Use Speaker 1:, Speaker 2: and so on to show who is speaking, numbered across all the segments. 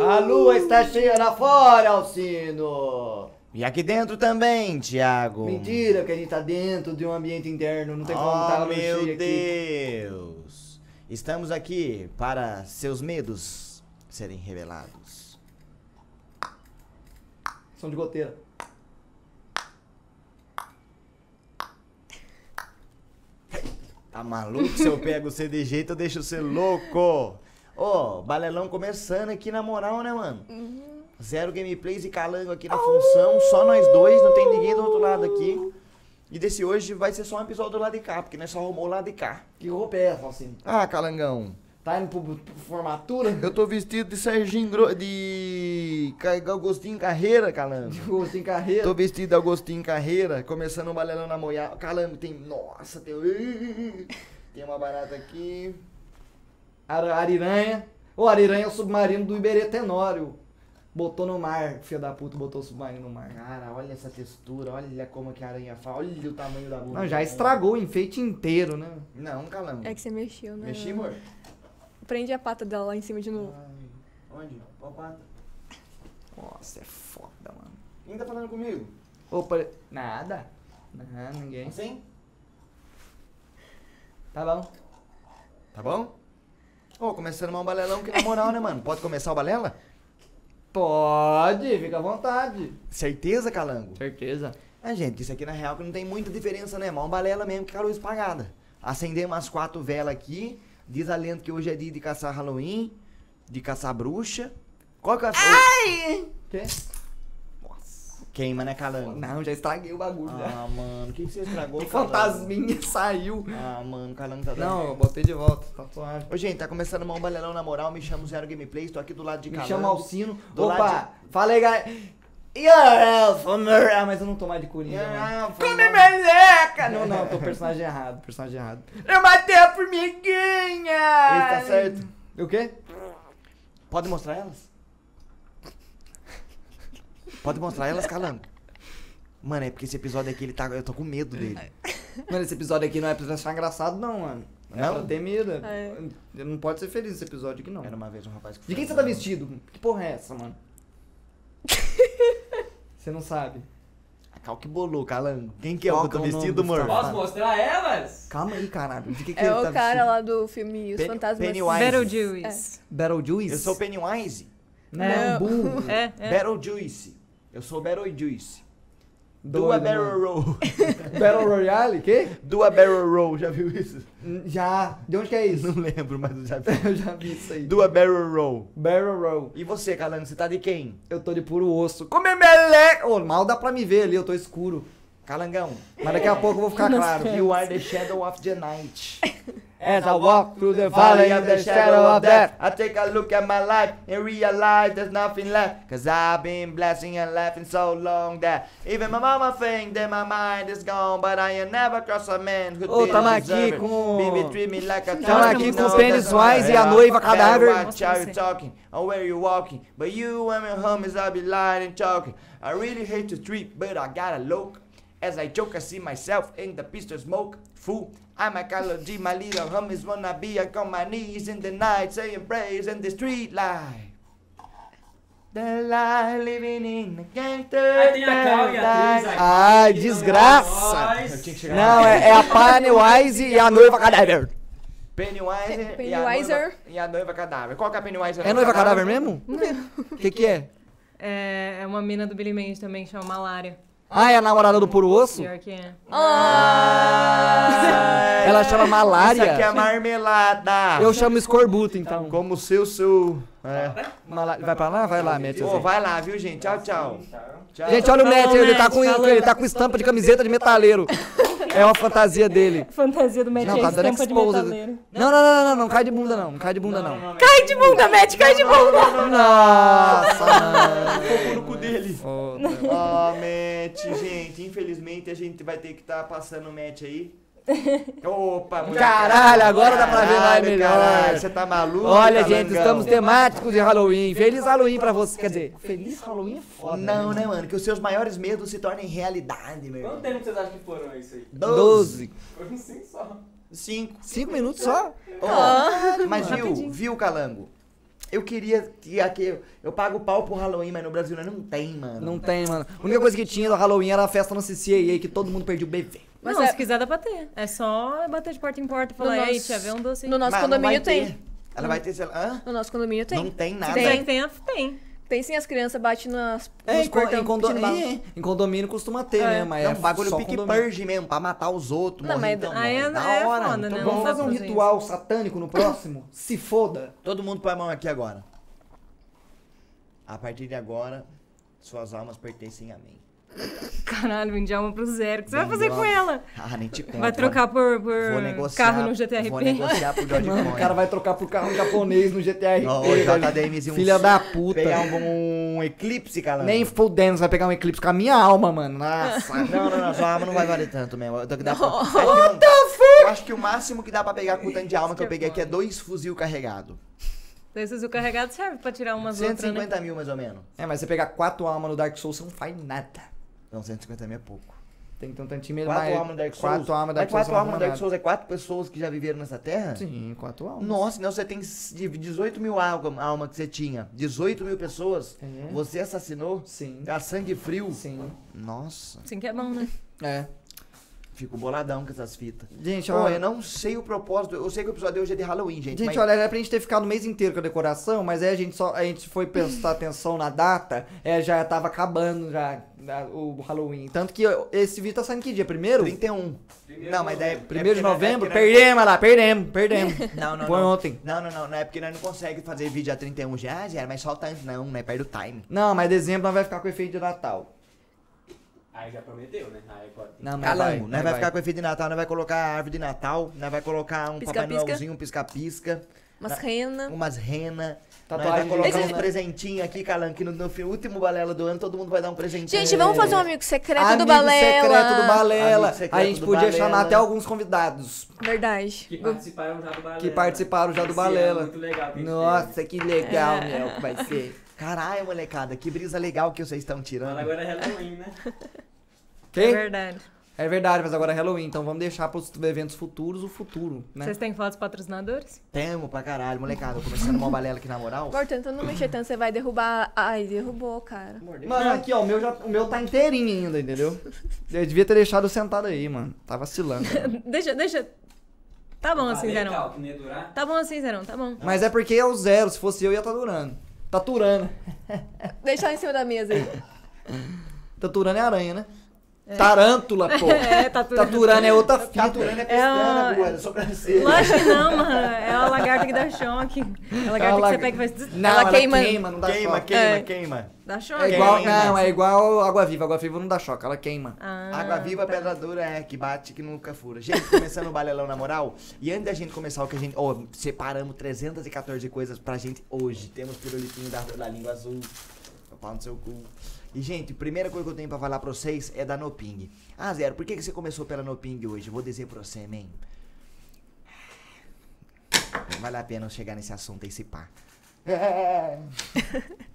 Speaker 1: A lua está cheia lá fora, Alcino!
Speaker 2: E aqui dentro também, Tiago.
Speaker 1: Mentira que a gente tá dentro de um ambiente interno, não tem como tá a
Speaker 2: Oh,
Speaker 1: lua cheia
Speaker 2: meu
Speaker 1: aqui.
Speaker 2: Deus. Estamos aqui para seus medos serem revelados.
Speaker 1: Som de goteira.
Speaker 2: Tá maluco? Se eu pego você de jeito, então eu deixo você louco. Ô, balelão começando aqui na moral, né, mano? Zero gameplays e calango aqui na função. Só nós dois, não tem ninguém do outro lado aqui. E desse hoje vai ser só um episódio do lado de cá, porque nós só arrumou o lado de cá.
Speaker 1: Que roupa é essa, Alcino?
Speaker 2: Ah, calangão.
Speaker 1: Tá indo pro, pro formatura?
Speaker 2: Eu tô vestido de Serginho Gro... de... Ca- Agostinho Carreira, calango.
Speaker 1: Tipo, sem carreira.
Speaker 2: Tô vestido de Agostinho Carreira, começando um balelão na moiada. Calango, tem... Nossa, tem... Tem uma barata aqui.
Speaker 1: Ar- Ariranha. O Ariranha é o submarino do Iberê Tenório. Botou no mar, filho da puta, botou o submarino no mar.
Speaker 2: Cara, olha essa textura, olha como que a aranha fala, olha o tamanho da boca.
Speaker 1: Não, já estragou o enfeite inteiro, né?
Speaker 2: Não, calango.
Speaker 3: É que você mexeu, né?
Speaker 2: Mexi, amor?
Speaker 3: Prende a pata dela lá em cima de novo.
Speaker 1: Ah.
Speaker 2: Ai, Onde? Qual pata?
Speaker 1: Nossa, é foda, mano.
Speaker 2: Quem tá falando comigo?
Speaker 1: Opa, nada. Não, ninguém.
Speaker 2: Assim?
Speaker 1: Tá bom.
Speaker 2: Tá bom? Ô, começando mal um balelão, que na moral, né, mano? Pode começar o balela?
Speaker 1: Pode, fica à vontade.
Speaker 2: Certeza, calango?
Speaker 1: Certeza.
Speaker 2: Ah, gente, isso aqui na real que não tem muita diferença, né? Mal balela mesmo que com a luz pagada. Acender umas quatro velas aqui. Diz a lenda que hoje é dia de caçar Halloween, de caçar bruxa. Qual que é a...
Speaker 1: Quê?
Speaker 2: Queima, né, calango?
Speaker 1: Não, já estraguei o bagulho. já.
Speaker 2: Ah, mano, o que, que você estragou?
Speaker 1: O
Speaker 2: calango?
Speaker 1: fantasminha saiu.
Speaker 2: Ah, mano, calango tá dando.
Speaker 1: Não, eu botei de volta, tatuagem.
Speaker 2: Ô, gente, tá começando mal um balelão na moral. Me chamo Zero Gameplay, estou aqui do lado de
Speaker 1: Me
Speaker 2: calango.
Speaker 1: chama Alcino.
Speaker 2: Do lado
Speaker 1: Opa, fala aí, galera. E a Elfamar- Ah, mas eu não tô mais de coringa, mano.
Speaker 2: Ah, foi
Speaker 1: Come
Speaker 2: mal.
Speaker 1: meleca! Não, não, tô personagem errado, personagem errado. Eu matei a formiguinha!
Speaker 2: Esse tá certo.
Speaker 1: O quê?
Speaker 2: Pode mostrar elas? Pode mostrar elas, calango. Mano, é porque esse episódio aqui, ele tá, eu tô com medo dele.
Speaker 1: Mano, esse episódio aqui não é pra você achar engraçado, não, É mano. É
Speaker 2: Não?
Speaker 1: pra ter medo.
Speaker 3: É.
Speaker 1: Não pode ser feliz esse episódio aqui, não.
Speaker 2: Era uma vez um rapaz que
Speaker 1: De quem você tá vestido? Que porra é essa, mano? você não sabe.
Speaker 2: A Cal que bolou, calango. Quem que é
Speaker 1: Qual
Speaker 2: o que eu tô
Speaker 1: que é o nome
Speaker 2: vestido,
Speaker 1: do
Speaker 2: amor?
Speaker 1: safado?
Speaker 4: Posso mostrar elas?
Speaker 1: Calma aí, caralho. De que, que
Speaker 3: É
Speaker 1: ele
Speaker 3: o
Speaker 1: tá
Speaker 3: cara
Speaker 1: vestido?
Speaker 3: lá do filme Os
Speaker 2: Penny-
Speaker 3: Fantasmas.
Speaker 2: Pennywise.
Speaker 5: Beetlejuice.
Speaker 1: Beetlejuice?
Speaker 2: Eu sou o Pennywise.
Speaker 1: Não, um
Speaker 5: É.
Speaker 1: burro.
Speaker 5: É, é.
Speaker 2: Beetlejuice. Eu sou Beetlejuice. Dua
Speaker 1: Doido,
Speaker 2: Barrel
Speaker 1: mano.
Speaker 2: Roll.
Speaker 1: Battle Royale? Quê?
Speaker 2: Dua Barrel Roll, já viu isso?
Speaker 1: Já. De onde que é isso?
Speaker 2: Não lembro, mas eu já vi.
Speaker 1: Eu já vi isso aí.
Speaker 2: Dua Barrel Roll.
Speaker 1: Barrel Roll.
Speaker 2: E você, calango, você tá de quem?
Speaker 1: Eu tô de puro osso. Come meleca! Ô, mal dá pra me ver ali, eu tô escuro.
Speaker 2: Calangão.
Speaker 1: Mas daqui a pouco eu vou ficar claro.
Speaker 2: You are the shadow of the night.
Speaker 1: As I walk through the valley of the shadow of death.
Speaker 2: I take a look at my life and realize there's nothing left. Cause I've been blessing and laughing so long that even my mama think that my mind is gone. But I ain't never cross a man who
Speaker 1: Ô,
Speaker 2: didn't
Speaker 1: tamo
Speaker 2: deserve
Speaker 1: aqui
Speaker 2: it.
Speaker 1: com-
Speaker 2: Baby, treat me like a
Speaker 1: Tamo
Speaker 2: child.
Speaker 1: Oh. aqui
Speaker 2: You
Speaker 1: com
Speaker 2: know
Speaker 1: o Pennywise
Speaker 2: that's
Speaker 1: e a
Speaker 2: right. Better
Speaker 1: noiva cadáver.
Speaker 2: Watch how you talking or where you walking. But you and your homies, I be lying and talking. I really hate to trip, but I gotta look. As I joke, I see myself in the pistol smoke. Fool, I'm a Carlo G, my little homies wanna be. I on my knees in the night, saying prayers in the street light. The life living in a gangster
Speaker 4: Aí tem a Cal e a Cris
Speaker 2: paradise.
Speaker 4: aqui.
Speaker 1: Ai,
Speaker 4: que
Speaker 1: desgraça.
Speaker 4: nós-
Speaker 2: Eu tinha que chegar
Speaker 1: Não, é, é a Pennywise e a noiva cadáver.
Speaker 2: Pennywise e
Speaker 3: Pe-
Speaker 2: a noiva-
Speaker 3: Pennywiser.
Speaker 2: e a noiva cadáver. Qual que é a Pennywise? e a
Speaker 1: É noiva cadáver mesmo? O que que é?
Speaker 5: É, é uma mina do Billy Mandy também, que chama Malária.
Speaker 1: Ah, é a namorada do puro osso?
Speaker 5: Pior que é.
Speaker 2: Ah,
Speaker 1: Ela chama malária.
Speaker 2: Isso aqui é marmelada.
Speaker 1: Eu chamo escorbuto, então.
Speaker 2: Como seu, seu. É.
Speaker 1: Mala- Vai pra lá? Vai lá, mete
Speaker 2: Pô,
Speaker 1: assim.
Speaker 2: vai lá, viu, gente? Tchau, tchau. Tchau.
Speaker 1: Gente, olha o
Speaker 5: Falou,
Speaker 1: Matt, ele tá,
Speaker 5: Matt,
Speaker 1: com,
Speaker 5: falou.
Speaker 1: ele tá com estampa de camiseta de metaleiro. É uma fantasia dele.
Speaker 5: Fantasia do Matt
Speaker 1: Não, tá dando exposed. Não, não, não, não, não, não cai de bunda não, não cai de bunda não.
Speaker 5: Cai de bunda, Matt, cai de bunda!
Speaker 1: Nossa, mano.
Speaker 2: Ah, Ficou no cu dele. ali.
Speaker 1: Foda.
Speaker 2: Ah, match, gente. Infelizmente a gente vai ter que estar passando o match aí. Opa, mulher.
Speaker 1: Caralho, agora dá pra ver mais
Speaker 2: Caralho,
Speaker 1: melhor.
Speaker 2: caralho, Você tá maluco?
Speaker 1: Olha,
Speaker 2: tá
Speaker 1: gente,
Speaker 2: langão?
Speaker 1: estamos temáticos de Halloween. Feliz Halloween pra você. Quer dizer, feliz Halloween é foda.
Speaker 2: Não,
Speaker 1: né?
Speaker 2: né, mano? Que os seus maiores medos se tornem realidade, meu
Speaker 4: Quanto
Speaker 2: irmão.
Speaker 4: tempo vocês acham que foram isso aí?
Speaker 1: Doze.
Speaker 4: Foi uns 5 só.
Speaker 2: Cinco.
Speaker 1: Cinco minutos só?
Speaker 2: Ó, mas viu,
Speaker 3: Rapidinho.
Speaker 2: viu, Calango? Eu queria que aqui. Eu, eu pago pau pro Halloween, mas no Brasil nós não tem, mano.
Speaker 1: Não tem, mano. A única coisa que tinha do Halloween era a festa no CCAA que todo mundo perdia o bebê.
Speaker 3: Mas
Speaker 5: não,
Speaker 3: é-
Speaker 5: se quiser dá pra ter. É só bater de porta em porta e falar,
Speaker 3: nosso-
Speaker 5: ei, tia, vê um doce aí.
Speaker 3: No nosso
Speaker 2: Mas não vai
Speaker 3: condomínio
Speaker 2: ter.
Speaker 3: tem.
Speaker 2: Ela vai ter, sei lá. Hã?
Speaker 3: No nosso condomínio tem.
Speaker 2: Não tem nada.
Speaker 5: tem, tem, a- tem.
Speaker 3: Tem sim, as crianças batem nas,
Speaker 1: É,
Speaker 3: nos
Speaker 1: em, co-
Speaker 3: portão
Speaker 1: em, condo-
Speaker 3: pedindo bala.
Speaker 1: é, em condomínio costuma ter, né? Mas
Speaker 2: um É
Speaker 1: é
Speaker 2: um bagulho
Speaker 1: só
Speaker 2: pique
Speaker 1: condomínio.
Speaker 2: purge mesmo, pra matar os outros.
Speaker 3: Não,
Speaker 2: morrer,
Speaker 3: mas
Speaker 2: então,
Speaker 5: aí
Speaker 2: mano.
Speaker 5: é-
Speaker 2: Da
Speaker 5: é
Speaker 2: hora, então
Speaker 5: foda, né?
Speaker 2: vamos
Speaker 1: Vamos
Speaker 5: Não
Speaker 2: fazer-
Speaker 1: fazer
Speaker 5: dá
Speaker 1: um
Speaker 5: pra fazer
Speaker 1: ritual satânico no próximo? Se foda.
Speaker 2: Todo mundo põe a mão aqui agora. A partir de agora, suas almas pertencem a mim.
Speaker 5: Caralho, vende alma pro zero. O que você vai
Speaker 2: Vende
Speaker 5: fazer com
Speaker 2: alma.
Speaker 5: ela?
Speaker 2: Ah, nem te conto.
Speaker 5: Vai trocar por, por
Speaker 2: Vou negociar,
Speaker 5: carro no GTRP?
Speaker 2: Vou negociar pro George
Speaker 1: Mano, o cara vai trocar pro carro japonês no GTA RP,
Speaker 2: é. Ó, o
Speaker 1: velho.
Speaker 2: JDMzinho, um
Speaker 1: Filha da puta.
Speaker 2: Pegar um, um eclipse, cara.
Speaker 1: Nem fudendo, você vai pegar um eclipse com a minha alma, mano.
Speaker 2: É.
Speaker 1: Nossa.
Speaker 2: Não, não, não, sua alma não vai valer tanto mesmo. Eu, tô que dá pra... É que não- eu acho que o máximo que dá pra pegar com o tanto de alma que eu peguei aqui é dois fuzil carregado.
Speaker 5: Desses o carregado serve pra tirar umas outras, né?
Speaker 2: 150 mil mais ou menos.
Speaker 1: É, mas você pegar quatro almas no Dark Souls, você não faz nada.
Speaker 2: Não, 150 mil é pouco.
Speaker 1: Tem que ter um tantinho mesmo,
Speaker 2: Quatro
Speaker 1: mas
Speaker 2: almas no Dark Souls.
Speaker 1: Quatro almas no
Speaker 2: Mas
Speaker 1: Dark Souls.
Speaker 2: quatro almas no Dark
Speaker 1: você não
Speaker 2: Souls é quatro pessoas que já viveram nessa terra?
Speaker 1: arruma nada. Sim, quatro almas.
Speaker 2: Nossa, então você tem s- de 18 mil alma, alma que você tinha. 18 mil pessoas.
Speaker 1: É.
Speaker 2: Você assassinou
Speaker 1: Sim.
Speaker 2: a sangue frio.
Speaker 1: Sim.
Speaker 2: Nossa,
Speaker 5: Sim que é bom, né?
Speaker 1: É.
Speaker 2: fico boladão com essas fitas.
Speaker 1: Gente,
Speaker 2: Pô,
Speaker 1: olha.
Speaker 2: eu não sei o propósito. Eu sei que o episódio de hoje é de Halloween, gente.
Speaker 1: Gente,
Speaker 2: mas-
Speaker 1: olha, era pra gente ter ficado o mês inteiro com a decoração, mas aí a gente só a gente foi prestar atenção na data, é, já tava acabando já a- o Halloween. Tanto que ó, esse vídeo tá saindo que dia? Primeiro?
Speaker 2: 31.
Speaker 4: Primeiro
Speaker 2: não, mas daí. é
Speaker 1: Primeiro
Speaker 2: porque
Speaker 1: de
Speaker 2: nós- é
Speaker 1: novembro?
Speaker 2: porque nós-
Speaker 1: Perdemos olha lá, perdemos, perdemos.
Speaker 2: Não, não,
Speaker 1: Foi
Speaker 2: não.
Speaker 1: ontem.
Speaker 2: Não, não, não. Não é porque nós não conseguimos fazer vídeo a 31 já, já, mas solta antes, não, né? Perde o time.
Speaker 1: Não, mas dezembro nós vai ficar com efeito de Natal.
Speaker 4: Aí já prometeu, né? Aí agora tem
Speaker 1: Não, mas
Speaker 2: Calango, né?
Speaker 1: nós
Speaker 2: Vai, ficar com efeito de Natal, nós vai colocar a árvore de Natal, nós vai colocar um
Speaker 3: Pisca,
Speaker 2: Papai
Speaker 3: pisca.
Speaker 2: Noelzinho, um pisca-pisca,
Speaker 1: Ah.
Speaker 3: Umas renas.
Speaker 2: umas rena. Nós vai
Speaker 1: Tatuagem
Speaker 2: colocar
Speaker 3: de
Speaker 2: uns
Speaker 3: rena.
Speaker 2: presentinhos aqui, Calango, que no, no fi- último balela do ano todo mundo vai dar um presentinho.
Speaker 3: Gente, vamos fazer um amigo secreto
Speaker 1: É. Amigo
Speaker 3: do Balela.
Speaker 1: secreto do Balela.
Speaker 2: Amigo secreto
Speaker 1: a gente
Speaker 2: do
Speaker 1: podia
Speaker 2: Balela.
Speaker 1: chamar até alguns convidados
Speaker 3: Verdade.
Speaker 4: Que participaram já do Balela.
Speaker 1: que participaram já do
Speaker 4: Esse ano
Speaker 1: Balela.
Speaker 4: é Muito legal. que a gente teve.
Speaker 1: Nossa, que legal,
Speaker 3: É.
Speaker 1: meu, que vai ser.
Speaker 2: Caralho, molecada, que brisa legal que vocês estão tirando.
Speaker 4: Mas agora é Halloween, né?
Speaker 5: É
Speaker 1: Ok?
Speaker 5: verdade.
Speaker 2: Né?
Speaker 1: É verdade, mas agora é Halloween, então vamos deixar pros eventos futuros o futuro, né?
Speaker 5: Vocês têm fotos patrocinadores?
Speaker 2: Temo pra caralho, molecada. Começando uma balela aqui na moral.
Speaker 3: Amor, tenta não mexer tanto, você vai derrubar. Ai, derrubou, cara.
Speaker 1: Mano, aqui, ó, o meu, já, o meu tá inteirinho ainda, entendeu? Eu devia ter deixado sentado aí, mano. Tá vacilando.
Speaker 5: deixa, deixa. Tá bom assim,
Speaker 4: Falei,
Speaker 5: Zerão.
Speaker 4: Cal, que não ia né? durar.
Speaker 5: Tá bom assim, Zerão, tá bom.
Speaker 1: Mas é porque é o zero, se fosse eu ia tá durando. Tá turando.
Speaker 3: Deixa lá em cima da mesa aí.
Speaker 1: Tá turando é aranha, né? Tarântula, pô.
Speaker 5: É, tá tudo.
Speaker 1: Tá turando é outra fita.
Speaker 2: Caturana é pestana,
Speaker 5: É,
Speaker 2: é, Bruno, sobrancelha.
Speaker 5: Lógico que não, mano. É a lagarta que dá choque. É a lagarta
Speaker 1: Ela-
Speaker 5: que você pega e faz. tss,
Speaker 1: Não,
Speaker 3: Ela
Speaker 1: ela queima,
Speaker 3: queima.
Speaker 1: não dá
Speaker 2: Queima,
Speaker 1: choque.
Speaker 2: queima,
Speaker 3: É.
Speaker 2: queima.
Speaker 5: Dá choque.
Speaker 1: É igual,
Speaker 2: Queima.
Speaker 1: não, é igual água-viva. Água-viva não dá choque, ela queima.
Speaker 5: Ah,
Speaker 2: Água viva,
Speaker 1: tá.
Speaker 2: pedra dura é que bate que nunca fura. Gente, começando o balelão na moral. E antes da gente começar o que a gente. Ó, separamos 314 coisas pra gente hoje. Temos pirulitinho da, da língua azul. Meu pau no seu cu. E, gente, primeira coisa que eu tenho pra falar pra vocês é da Noping. Ah, Zero, por que, que você começou pela Noping hoje? Vou dizer pra você, man. Vale a pena eu chegar nesse assunto e se pá. É.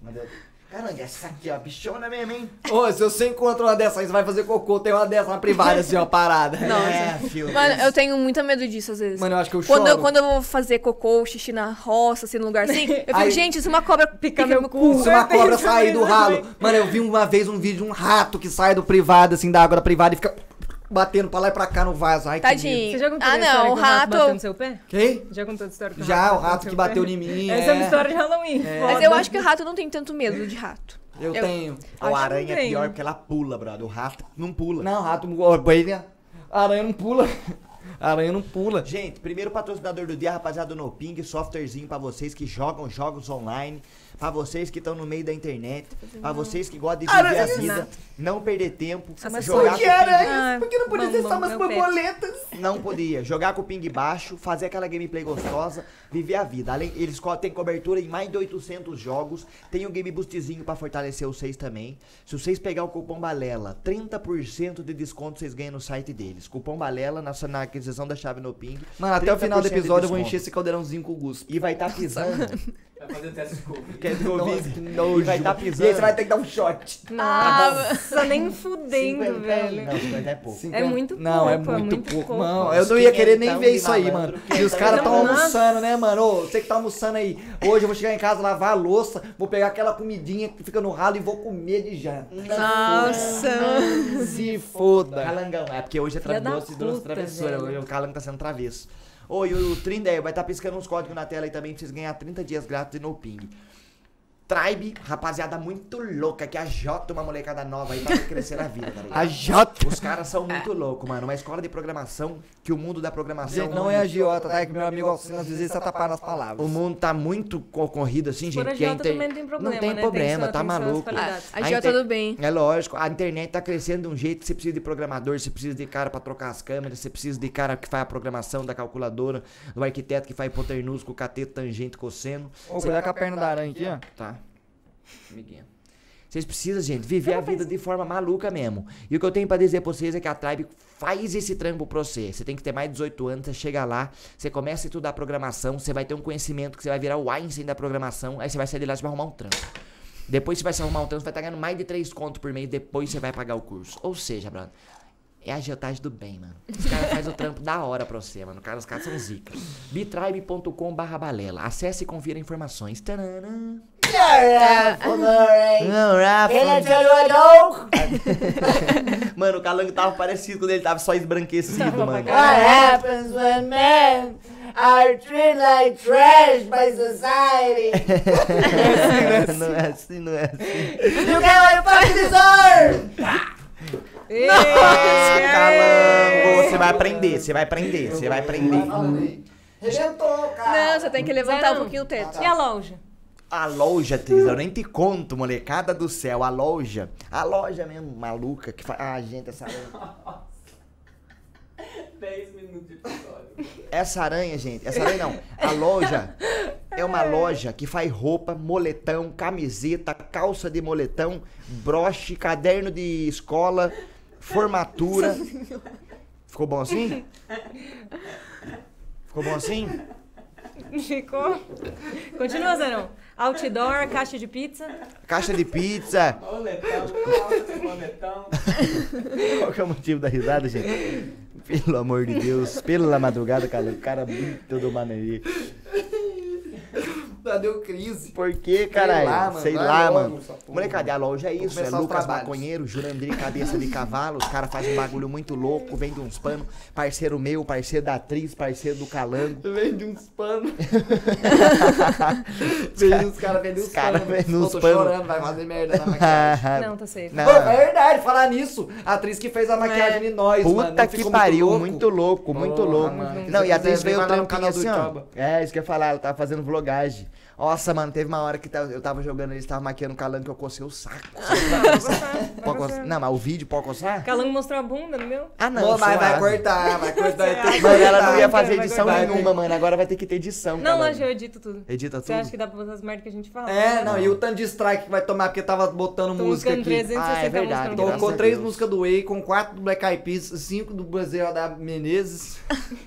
Speaker 2: Meu Deus. Caramba, essa aqui, ó, bichona mesmo, hein?
Speaker 1: Ô, se você encontra uma dessa aí, você vai fazer cocô, tem uma dessa na privada, assim, ó, parada.
Speaker 2: é, filho.
Speaker 3: Mano, eu tenho muito medo disso às vezes.
Speaker 1: Mano, eu acho que eu
Speaker 3: quando, eu,
Speaker 1: choro.
Speaker 3: quando eu vou fazer cocô, xixi na roça, assim, num lugar assim, eu fico,
Speaker 1: Aí-
Speaker 3: gente, se uma cobra pica, meu, cu.
Speaker 1: Se uma
Speaker 5: Certeza,
Speaker 1: cobra sair do
Speaker 5: né,
Speaker 1: ralo.
Speaker 5: mãe?
Speaker 1: Mano, eu vi uma vez um vídeo de um rato que sai do privado, assim, da água da privada e fica batendo pra lá e pra cá no vaso. Ai, que medo.
Speaker 3: Tadinho.
Speaker 5: Você já contou
Speaker 3: Ah,
Speaker 5: a história
Speaker 3: não,
Speaker 5: que
Speaker 3: o
Speaker 5: o rato
Speaker 3: rato-
Speaker 5: bateu no seu pé?
Speaker 1: Quem?
Speaker 5: Já contou a história que
Speaker 1: Já, o
Speaker 5: bateu no
Speaker 1: rato
Speaker 5: seu
Speaker 1: que bateu
Speaker 5: pé?
Speaker 1: em mim. É.
Speaker 5: Essa é uma história de Halloween.
Speaker 3: Mas eu acho que o rato não tem tanto medo de rato.
Speaker 1: Eu
Speaker 3: Eu-
Speaker 1: tenho.
Speaker 2: A aranha é
Speaker 5: tem.
Speaker 2: pior porque ela pula, brother. O rato não pula.
Speaker 1: Não, rato, orbeia. Aranha não pula. Aranha não pula.
Speaker 2: Gente, primeiro patrocinador do dia, rapaziada, do Noping, softwarezinho pra vocês que jogam jogos online. Pra vocês que estão no meio da internet, pra vocês que gostam de
Speaker 1: Ah,
Speaker 2: viver a
Speaker 1: não,
Speaker 2: vida, não perder tempo,
Speaker 5: Ah, mas
Speaker 2: jogar
Speaker 5: por
Speaker 1: que era
Speaker 2: com
Speaker 1: isso?
Speaker 5: Ah,
Speaker 1: Por que não podia
Speaker 5: bom,
Speaker 1: ser só
Speaker 5: bom,
Speaker 1: umas
Speaker 5: meu pet.
Speaker 1: borboletas?
Speaker 2: ping, não podia, jogar com o ping baixo, fazer aquela gameplay gostosa, viver a vida. Além, eles co- têm cobertura em mais de 800 jogos, tem o Game Boostzinho pra fortalecer vocês também. Se vocês pegar o cupom Balela, 30% de desconto vocês ganham no site deles. Cupom Balela na, na aquisição da chave no ping.
Speaker 1: Mano, até o final do
Speaker 2: 30% de
Speaker 1: episódio eu vou
Speaker 2: desconto.
Speaker 1: encher esse caldeirãozinho com o Guspe.
Speaker 2: E vai estar pisando.
Speaker 4: Vai fazer o teste de Covid.
Speaker 2: que é do
Speaker 1: Nossa,
Speaker 2: Covid.
Speaker 1: que nojo.
Speaker 2: E vai estar
Speaker 1: e
Speaker 2: pisando.
Speaker 1: aí você vai ter que dar um shot.
Speaker 5: Nossa, nem fudendo,
Speaker 2: 50,
Speaker 5: velho.
Speaker 2: Não, 50 é pouco.
Speaker 5: É muito
Speaker 1: Não, é
Speaker 5: pouco,
Speaker 1: muito, pouco. Não,
Speaker 5: pouco.
Speaker 1: eu não ia querer nem
Speaker 2: Esquentão
Speaker 1: ver
Speaker 2: de
Speaker 1: isso aí,
Speaker 2: malandro,
Speaker 1: mano. E os caras tão
Speaker 5: Nossa.
Speaker 1: almoçando, né, mano? Ô, você que tá almoçando aí. Hoje eu vou chegar em casa, lavar a louça, vou pegar aquela comidinha que fica no ralo e vou comer de janta.
Speaker 3: Nossa.
Speaker 1: Se foda.
Speaker 2: Calangão, é porque hoje é
Speaker 5: Tá. Filha da
Speaker 2: doce, doce
Speaker 5: puta,
Speaker 2: travessura.
Speaker 5: velho.
Speaker 2: Hoje o Calango tá sendo travesso. Ô, e o Trinde vai estar piscando uns códigos na tela aí também pra vocês ganhar 30 dias grátis de no ping. Tribe, rapaziada muito louca, que ajota uma molecada nova aí pra crescer na vida, tá ligado?
Speaker 1: A Jota.
Speaker 2: Os caras são
Speaker 5: É.
Speaker 2: muito loucos, mano. Uma escola de programação, que o mundo da programação.
Speaker 1: Gente, não é agiota, tá? É que meu amigo Alcino às vezes tá tapando as palavras.
Speaker 2: O mundo tá muito concorrido assim, gente.
Speaker 5: Por
Speaker 2: que a
Speaker 5: agiota
Speaker 2: inter-
Speaker 5: também não tem problema,
Speaker 2: Não tem
Speaker 5: né? Tem
Speaker 2: problema,
Speaker 5: sua-
Speaker 2: tá
Speaker 5: tem suas
Speaker 2: maluco.
Speaker 5: qualidades.
Speaker 3: A Jota do bem.
Speaker 2: É lógico, a internet tá crescendo de um jeito, você precisa de programador, você precisa de cara pra trocar as câmeras, você precisa de cara que faz a programação da calculadora, do arquiteto que faz hipotenusa com cateto, tangente, cosseno,
Speaker 1: Ô, cuidado com a perna da aranha aqui, ó.
Speaker 2: tá? Amiguinha. Vocês precisam, gente, viver a vida de forma maluca mesmo. E o que eu tenho pra dizer pra vocês é que a Tribe faz esse trampo pra você. Você tem que ter mais de 18 anos, você chega lá, você começa a estudar programação, você vai ter um conhecimento que você vai virar o Einstein da programação, aí você vai sair de lá e você vai arrumar um trampo. Depois você vai se arrumar um trampo, você vai estar ganhando mais de 3 contos por mês, depois você vai pagar o curso. Ou seja, brother, é a agiotagem do bem, mano. Os caras fazem o trampo da hora pra você, mano. Cara, os caras são zica. bitribe.com balela. Acesse e confira informações. Tananã. Não, Rafa. é
Speaker 1: é
Speaker 2: Mano, o Calango tava parecido quando ele tava só esbranquecido, mano.
Speaker 1: happens when men are treated like trash by society?
Speaker 2: não é assim, não é assim.
Speaker 1: You can't fucking deserve!
Speaker 5: Ei,
Speaker 2: É. Calango, você vai aprender, você vai aprender, você vai aprender.
Speaker 1: Regentou, cara.
Speaker 3: Não, você tem que levantar um
Speaker 5: Não.
Speaker 3: pouquinho o teto.
Speaker 5: E a loja?
Speaker 2: A loja, Tris, eu nem te conto, molecada do céu. A loja, a loja mesmo, maluca, que faz... Ah, gente, essa aranha...
Speaker 4: 10 minutos de episódio.
Speaker 2: Essa aranha, gente, essa aranha não. A loja é uma loja que faz roupa, moletão, camiseta, calça de moletão, broche, caderno de escola, formatura... Ficou bom assim? Ficou bom assim?
Speaker 5: Ficou? Continua, Zanão. Outdoor, caixa de pizza.
Speaker 2: Caixa de pizza.
Speaker 4: Moletão, calça, moletão.
Speaker 2: Qual que é o motivo da risada, gente? Pelo amor de Deus, pela madrugada, cara, o cara muito do Maneri.
Speaker 1: Deu crise.
Speaker 2: Por que, caralho? Sei lá, mano. Molecada, a loja é isso, é
Speaker 1: começar os
Speaker 2: Lucas
Speaker 1: trabalhos.
Speaker 2: Maconheiro, Jurandir Cabeça de Cavalo, os caras fazem um bagulho muito louco, vende uns panos, parceiro meu, parceiro da atriz, parceiro do Calango.
Speaker 1: Vende uns panos. Vende uns caras, vende uns
Speaker 2: Os cara
Speaker 1: panos.
Speaker 2: vende
Speaker 1: Pô,
Speaker 2: uns
Speaker 1: tô
Speaker 2: panos.
Speaker 1: chorando, vai fazer merda na
Speaker 2: é
Speaker 1: maquiagem.
Speaker 2: Não,
Speaker 5: Não, tá safe.
Speaker 1: Pô, é verdade, falar nisso. A atriz que fez a maquiagem de nós, mano.
Speaker 2: Puta
Speaker 1: não
Speaker 2: que
Speaker 1: ficou
Speaker 2: pariu,
Speaker 1: louco?
Speaker 2: muito louco, muito
Speaker 1: Porra,
Speaker 2: louco.
Speaker 1: mano. Se
Speaker 2: Não,
Speaker 1: você
Speaker 2: e a atriz
Speaker 1: quiser ver,
Speaker 2: veio
Speaker 1: vai lá no
Speaker 2: trampinho
Speaker 1: canal do
Speaker 2: assim, ó.
Speaker 1: Itoba.
Speaker 2: É, isso que eu ia falar, ela tava fazendo vlogagem. Nossa, mano, teve uma hora que tá- eu tava jogando, eles estavam maquiando o calango que eu cocei o saco. Pode coçar? Não, mas o vídeo pode coçar?
Speaker 5: Ah, Calango mostrou a bunda no meu.
Speaker 2: Ah, não.
Speaker 1: Pô,
Speaker 2: suave.
Speaker 1: mas vai cortar, vai cortar. tem que
Speaker 2: Mano, ela
Speaker 1: cortar.
Speaker 2: não ia fazer
Speaker 5: Vai
Speaker 2: edição
Speaker 1: cortar.
Speaker 2: nenhuma, mano. Agora vai ter que ter edição.
Speaker 5: Não,
Speaker 2: calango.
Speaker 5: lógico, eu edito tudo.
Speaker 2: Edita
Speaker 5: Você
Speaker 2: tudo.
Speaker 5: acha que dá pra botar as merdas que a gente fala?
Speaker 1: É, não, e o tanto de strike que vai tomar porque tava botando
Speaker 5: Tô
Speaker 1: música
Speaker 5: buscando
Speaker 1: aqui.
Speaker 5: 360
Speaker 2: Ah, é verdade,
Speaker 5: músicas no
Speaker 2: graças
Speaker 1: Tocou
Speaker 2: a
Speaker 1: três
Speaker 2: Deus.
Speaker 1: músicas do Way, com quatro do Black Eyed Peas, cinco do Bezerra da Menezes.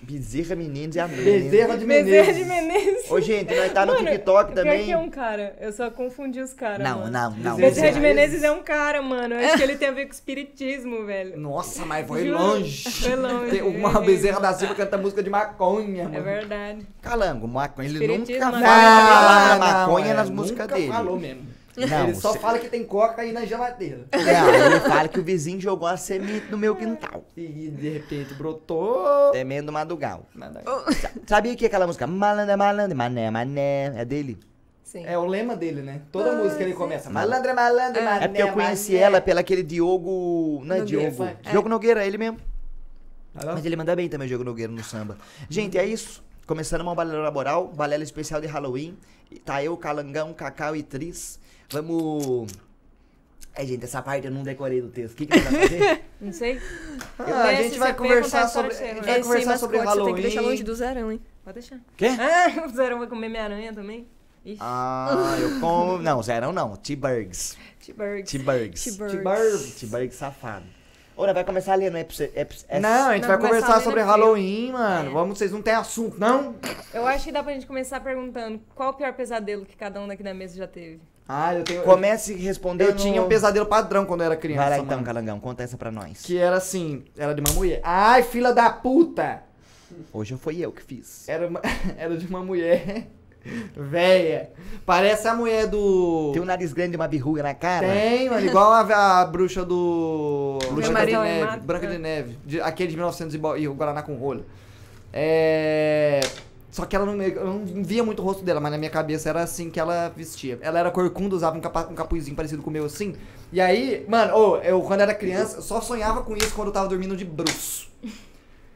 Speaker 2: Bezerra Menino e a Menina.
Speaker 1: Bezerra de
Speaker 5: Bezerra
Speaker 1: Menezes.
Speaker 5: de Menezes.
Speaker 2: Ô, gente, nós tá no
Speaker 5: Mano,
Speaker 2: TikTok
Speaker 5: pior
Speaker 2: também.
Speaker 5: que é um cara. Eu só confundi os caras.
Speaker 2: Não,
Speaker 5: mano.
Speaker 2: não, não.
Speaker 5: Bezerra
Speaker 1: Bezerra
Speaker 5: de
Speaker 1: Menezes.
Speaker 5: Menezes é um cara, mano. Eu acho que ele tem a ver com espiritismo, velho.
Speaker 1: Nossa, mas foi
Speaker 5: Juro.
Speaker 1: longe.
Speaker 5: Foi longe.
Speaker 1: Tem uma Bezerra da Silva canta música de maconha,
Speaker 5: É
Speaker 1: mano.
Speaker 5: verdade.
Speaker 2: Calango, maconha. Ele nunca
Speaker 5: Espiritismo,
Speaker 2: fala
Speaker 5: né?
Speaker 2: da palavra
Speaker 1: não,
Speaker 2: maconha
Speaker 1: é,
Speaker 2: nas músicas
Speaker 1: nunca
Speaker 2: dele.
Speaker 1: falou mesmo.
Speaker 2: Não,
Speaker 1: Ele só
Speaker 2: cê-
Speaker 1: fala que tem coca aí na geladeira.
Speaker 2: Não, É, ele fala que o vizinho jogou a semente no meu quintal.
Speaker 1: E de repente brotou.
Speaker 2: Temendo Madugal.
Speaker 1: Nada.
Speaker 5: Oh.
Speaker 2: Sabia que é aquela música? Malandra, malandra, mané, mané. É dele?
Speaker 5: Sim.
Speaker 1: É o lema dele, né? Toda música ele começa.
Speaker 2: é.
Speaker 1: Malandra, malandra, mané,
Speaker 2: É porque eu conheci
Speaker 1: mané."
Speaker 2: ela pela aquele Diogo. Não é
Speaker 3: Nogueira.
Speaker 2: Diogo.
Speaker 3: É.
Speaker 2: Diogo Nogueira, ele mesmo.
Speaker 1: Tá bom?
Speaker 2: Mas ele manda bem também o Diogo Nogueira no samba. Gente, é isso. Começando uma balela laboral, balela especial de Halloween. E Tá eu, Calangão, Cacau e Tris. Vamos. É, gente, essa parte eu não decorei do texto. O que, que nós vamos fazer?
Speaker 5: Não sei.
Speaker 1: Ah, a gente vai
Speaker 5: SCP
Speaker 1: conversar
Speaker 5: contar a
Speaker 1: sobre, a
Speaker 5: história de
Speaker 1: gente
Speaker 5: terror.
Speaker 1: vai
Speaker 3: Esse
Speaker 1: conversar sobre
Speaker 3: mascote, Você tem
Speaker 1: Halloween.
Speaker 3: que deixar longe do zarão, hein?
Speaker 5: Pode deixar.
Speaker 2: Quê?
Speaker 5: Ah, o Zero vai comer minha aranha também? Ixi.
Speaker 2: Ah, eu como. Não, Zerão não. T-Burgs.
Speaker 3: T-Birds.
Speaker 2: T-Burgs.
Speaker 3: T-Birds.
Speaker 1: T-Birds.
Speaker 2: T-Burgs safado. Ora, vai começar a ler, não é? pra você- é pra- é-
Speaker 1: Não, a gente
Speaker 5: Não,
Speaker 1: vai
Speaker 5: começar
Speaker 1: conversar
Speaker 5: lendo
Speaker 1: sobre
Speaker 5: aqui.
Speaker 1: Halloween, mano.
Speaker 5: É.
Speaker 1: Vamos, vocês não têm assunto, não?
Speaker 5: Eu acho que dá pra gente começar perguntando qual o pior pesadelo que cada um daqui da mesa já teve.
Speaker 1: Ah, eu tenho.
Speaker 2: Comece respondendo.
Speaker 1: Eu tinha um pesadelo padrão quando eu era criança.
Speaker 2: Vai lá então,
Speaker 1: mano.
Speaker 2: Calangão, conta essa pra nós.
Speaker 1: Que era assim, era de uma mulher. Ai, filha da puta!
Speaker 2: Hoje foi eu que fiz.
Speaker 1: Era, uma- era de uma mulher. Véia. Parece a mulher do.
Speaker 2: Tem um nariz grande e uma verruga na cara?
Speaker 1: Tem, mano, igual a, a bruxa do.
Speaker 5: Bruxa
Speaker 1: Branca de
Speaker 2: é
Speaker 5: do-
Speaker 1: Neve.
Speaker 5: Mato,
Speaker 1: Branca
Speaker 5: né?
Speaker 1: de Neve. de- aquele de 1900 e, bo- e o Guaraná com rolha. É. Só que ela não, eu não via muito o rosto dela, mas na minha cabeça era assim que ela vestia. Ela era corcunda, usava um, capa- um capuzinho parecido com o meu assim. E aí, mano, ô, eu quando era criança, eu só sonhava com isso quando eu tava dormindo de bruxo.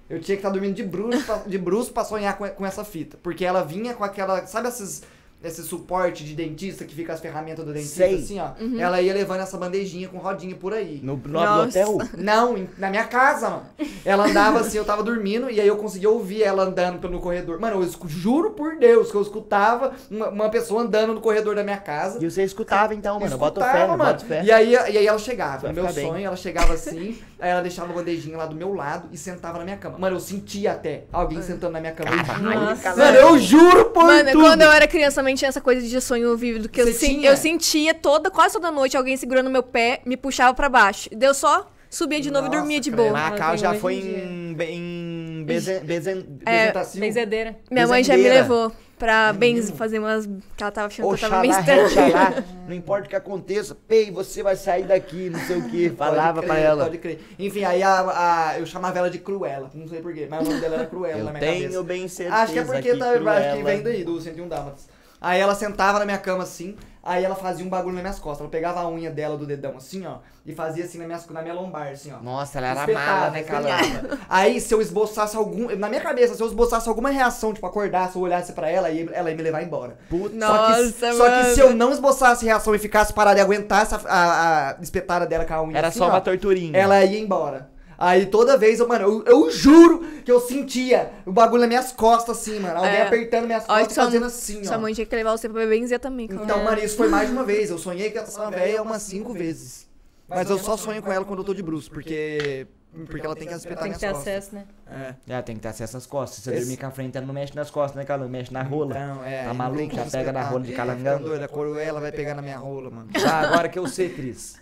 Speaker 1: Eu tinha que estar dormindo de bruxo, pra, de bruxo pra sonhar com, com essa fita. Porque ela vinha com aquela. Sabe esses, esse suporte de dentista que fica as ferramentas do dentista
Speaker 2: Sei.
Speaker 1: assim, ó? Ela ia levando essa bandejinha com rodinha por aí.
Speaker 2: No, no
Speaker 3: Nossa.
Speaker 2: hotel?
Speaker 1: Não, em- na minha casa, mano. Ela andava assim, eu tava dormindo, e aí eu conseguia ouvir ela andando pelo corredor. Mano, eu escu- juro por Deus que eu escutava uma, uma pessoa andando no corredor da minha casa.
Speaker 2: E você escutava então, mano. Bota o
Speaker 1: Escutava,
Speaker 2: ferro,
Speaker 1: mano.
Speaker 2: bota o ferro.
Speaker 1: E aí, e aí ela
Speaker 2: Vai
Speaker 1: chegava. No meu
Speaker 2: ficar bem.
Speaker 1: sonho, ela chegava assim, aí ela deixava a bandejinha lá do meu lado e sentava na minha cama. Mano, eu sentia até alguém sentando na minha cama. Eu juro.
Speaker 5: Nossa.
Speaker 1: Mano, eu juro por
Speaker 3: Mano,
Speaker 1: tudo.
Speaker 3: quando eu era criança também tinha essa coisa de sonho vívido que eu,
Speaker 1: Você
Speaker 3: sen-
Speaker 1: tinha?
Speaker 3: eu sentia toda, quase toda noite alguém segurando meu pé, me puxava pra baixo. Deu só subia de novo e
Speaker 1: Nossa,
Speaker 3: dormia de
Speaker 1: cara,
Speaker 3: boa.
Speaker 5: mas-
Speaker 2: Macau
Speaker 5: Eu
Speaker 2: já
Speaker 5: tenho
Speaker 2: foi
Speaker 5: hoje em
Speaker 2: em. be- em bezen, bezen,
Speaker 1: Apresentação.
Speaker 5: Benzedeira.
Speaker 3: Minha mãe já me
Speaker 2: Bezendeira.
Speaker 3: levou pra bem fazer umas que ela tava achando que eu tava meio
Speaker 2: Oxalá,
Speaker 3: estranha.
Speaker 2: Oxalá, não importa o que aconteça, pei, você vai sair daqui, não sei o que. Falava
Speaker 1: Pode
Speaker 2: pra
Speaker 1: crer,
Speaker 2: ela.
Speaker 1: Pode crer. Enfim, aí a, a- eu chamava ela de Cruella. Não sei porquê, mas o nome dela era Cruella
Speaker 2: Eu
Speaker 1: na minha
Speaker 2: tenho
Speaker 1: cabeça.
Speaker 2: bem certeza.
Speaker 1: Acho que é porque tá,
Speaker 2: que
Speaker 1: acho que
Speaker 2: Cruella-
Speaker 1: vem daí, do 101 Dálmatas. Aí ela sentava na minha cama assim, aí ela fazia um bagulho nas minhas costas. Ela pegava a unha dela do dedão assim, ó, e fazia assim na minha, na minha lombar, assim, ó.
Speaker 2: Nossa, ela era
Speaker 1: Espetava,
Speaker 2: mala, né, Calangão?
Speaker 1: espetava. Aí se eu esboçasse algum. Na minha cabeça, se eu esboçasse alguma reação, tipo, acordasse ou olhasse pra ela, aí ela ia me levar embora.
Speaker 2: Puta.
Speaker 1: só que,
Speaker 3: Nossa,
Speaker 1: só que se
Speaker 3: mano.
Speaker 1: eu não esboçasse reação e ficasse parada e aguentasse a, a- a espetada dela com a unha
Speaker 2: Era
Speaker 1: assim,
Speaker 2: só
Speaker 1: ó,
Speaker 2: uma torturinha.
Speaker 1: ela ia embora. Aí toda vez, eu, mano, eu, eu juro que eu sentia o bagulho nas minhas costas, assim, mano. Alguém
Speaker 3: É.
Speaker 1: apertando minhas
Speaker 3: Olha
Speaker 1: costas
Speaker 3: que
Speaker 1: e
Speaker 3: sua-
Speaker 1: fazendo assim, ó.
Speaker 3: Sua mãe tinha que levar você pra bebenzer também. Calma.
Speaker 1: Então, mano, isso foi mais de uma vez. Eu sonhei com essa velha umas cinco vezes. Mas eu só sonho com ela quando eu tô de bruxo, porque. Porque ela tem que respeitar
Speaker 5: Tem que
Speaker 1: minhas
Speaker 5: ter
Speaker 1: Tá costas.
Speaker 5: acesso, né?
Speaker 1: É.
Speaker 2: É, tem que ter acesso às costas. Se você
Speaker 1: Esse-
Speaker 2: dormir com a frente, ela não mexe nas costas, né, Calangão? Mexe na rola.
Speaker 1: Não, é.
Speaker 2: Tá
Speaker 1: não
Speaker 2: maluco?
Speaker 1: tem que
Speaker 2: Já pega na
Speaker 1: respeitar.
Speaker 2: rola de
Speaker 1: Ih,
Speaker 2: calangão.
Speaker 1: fica doida, a coroela vai pegar na minha rola, mano.
Speaker 2: Ah, agora que eu sei, Cris.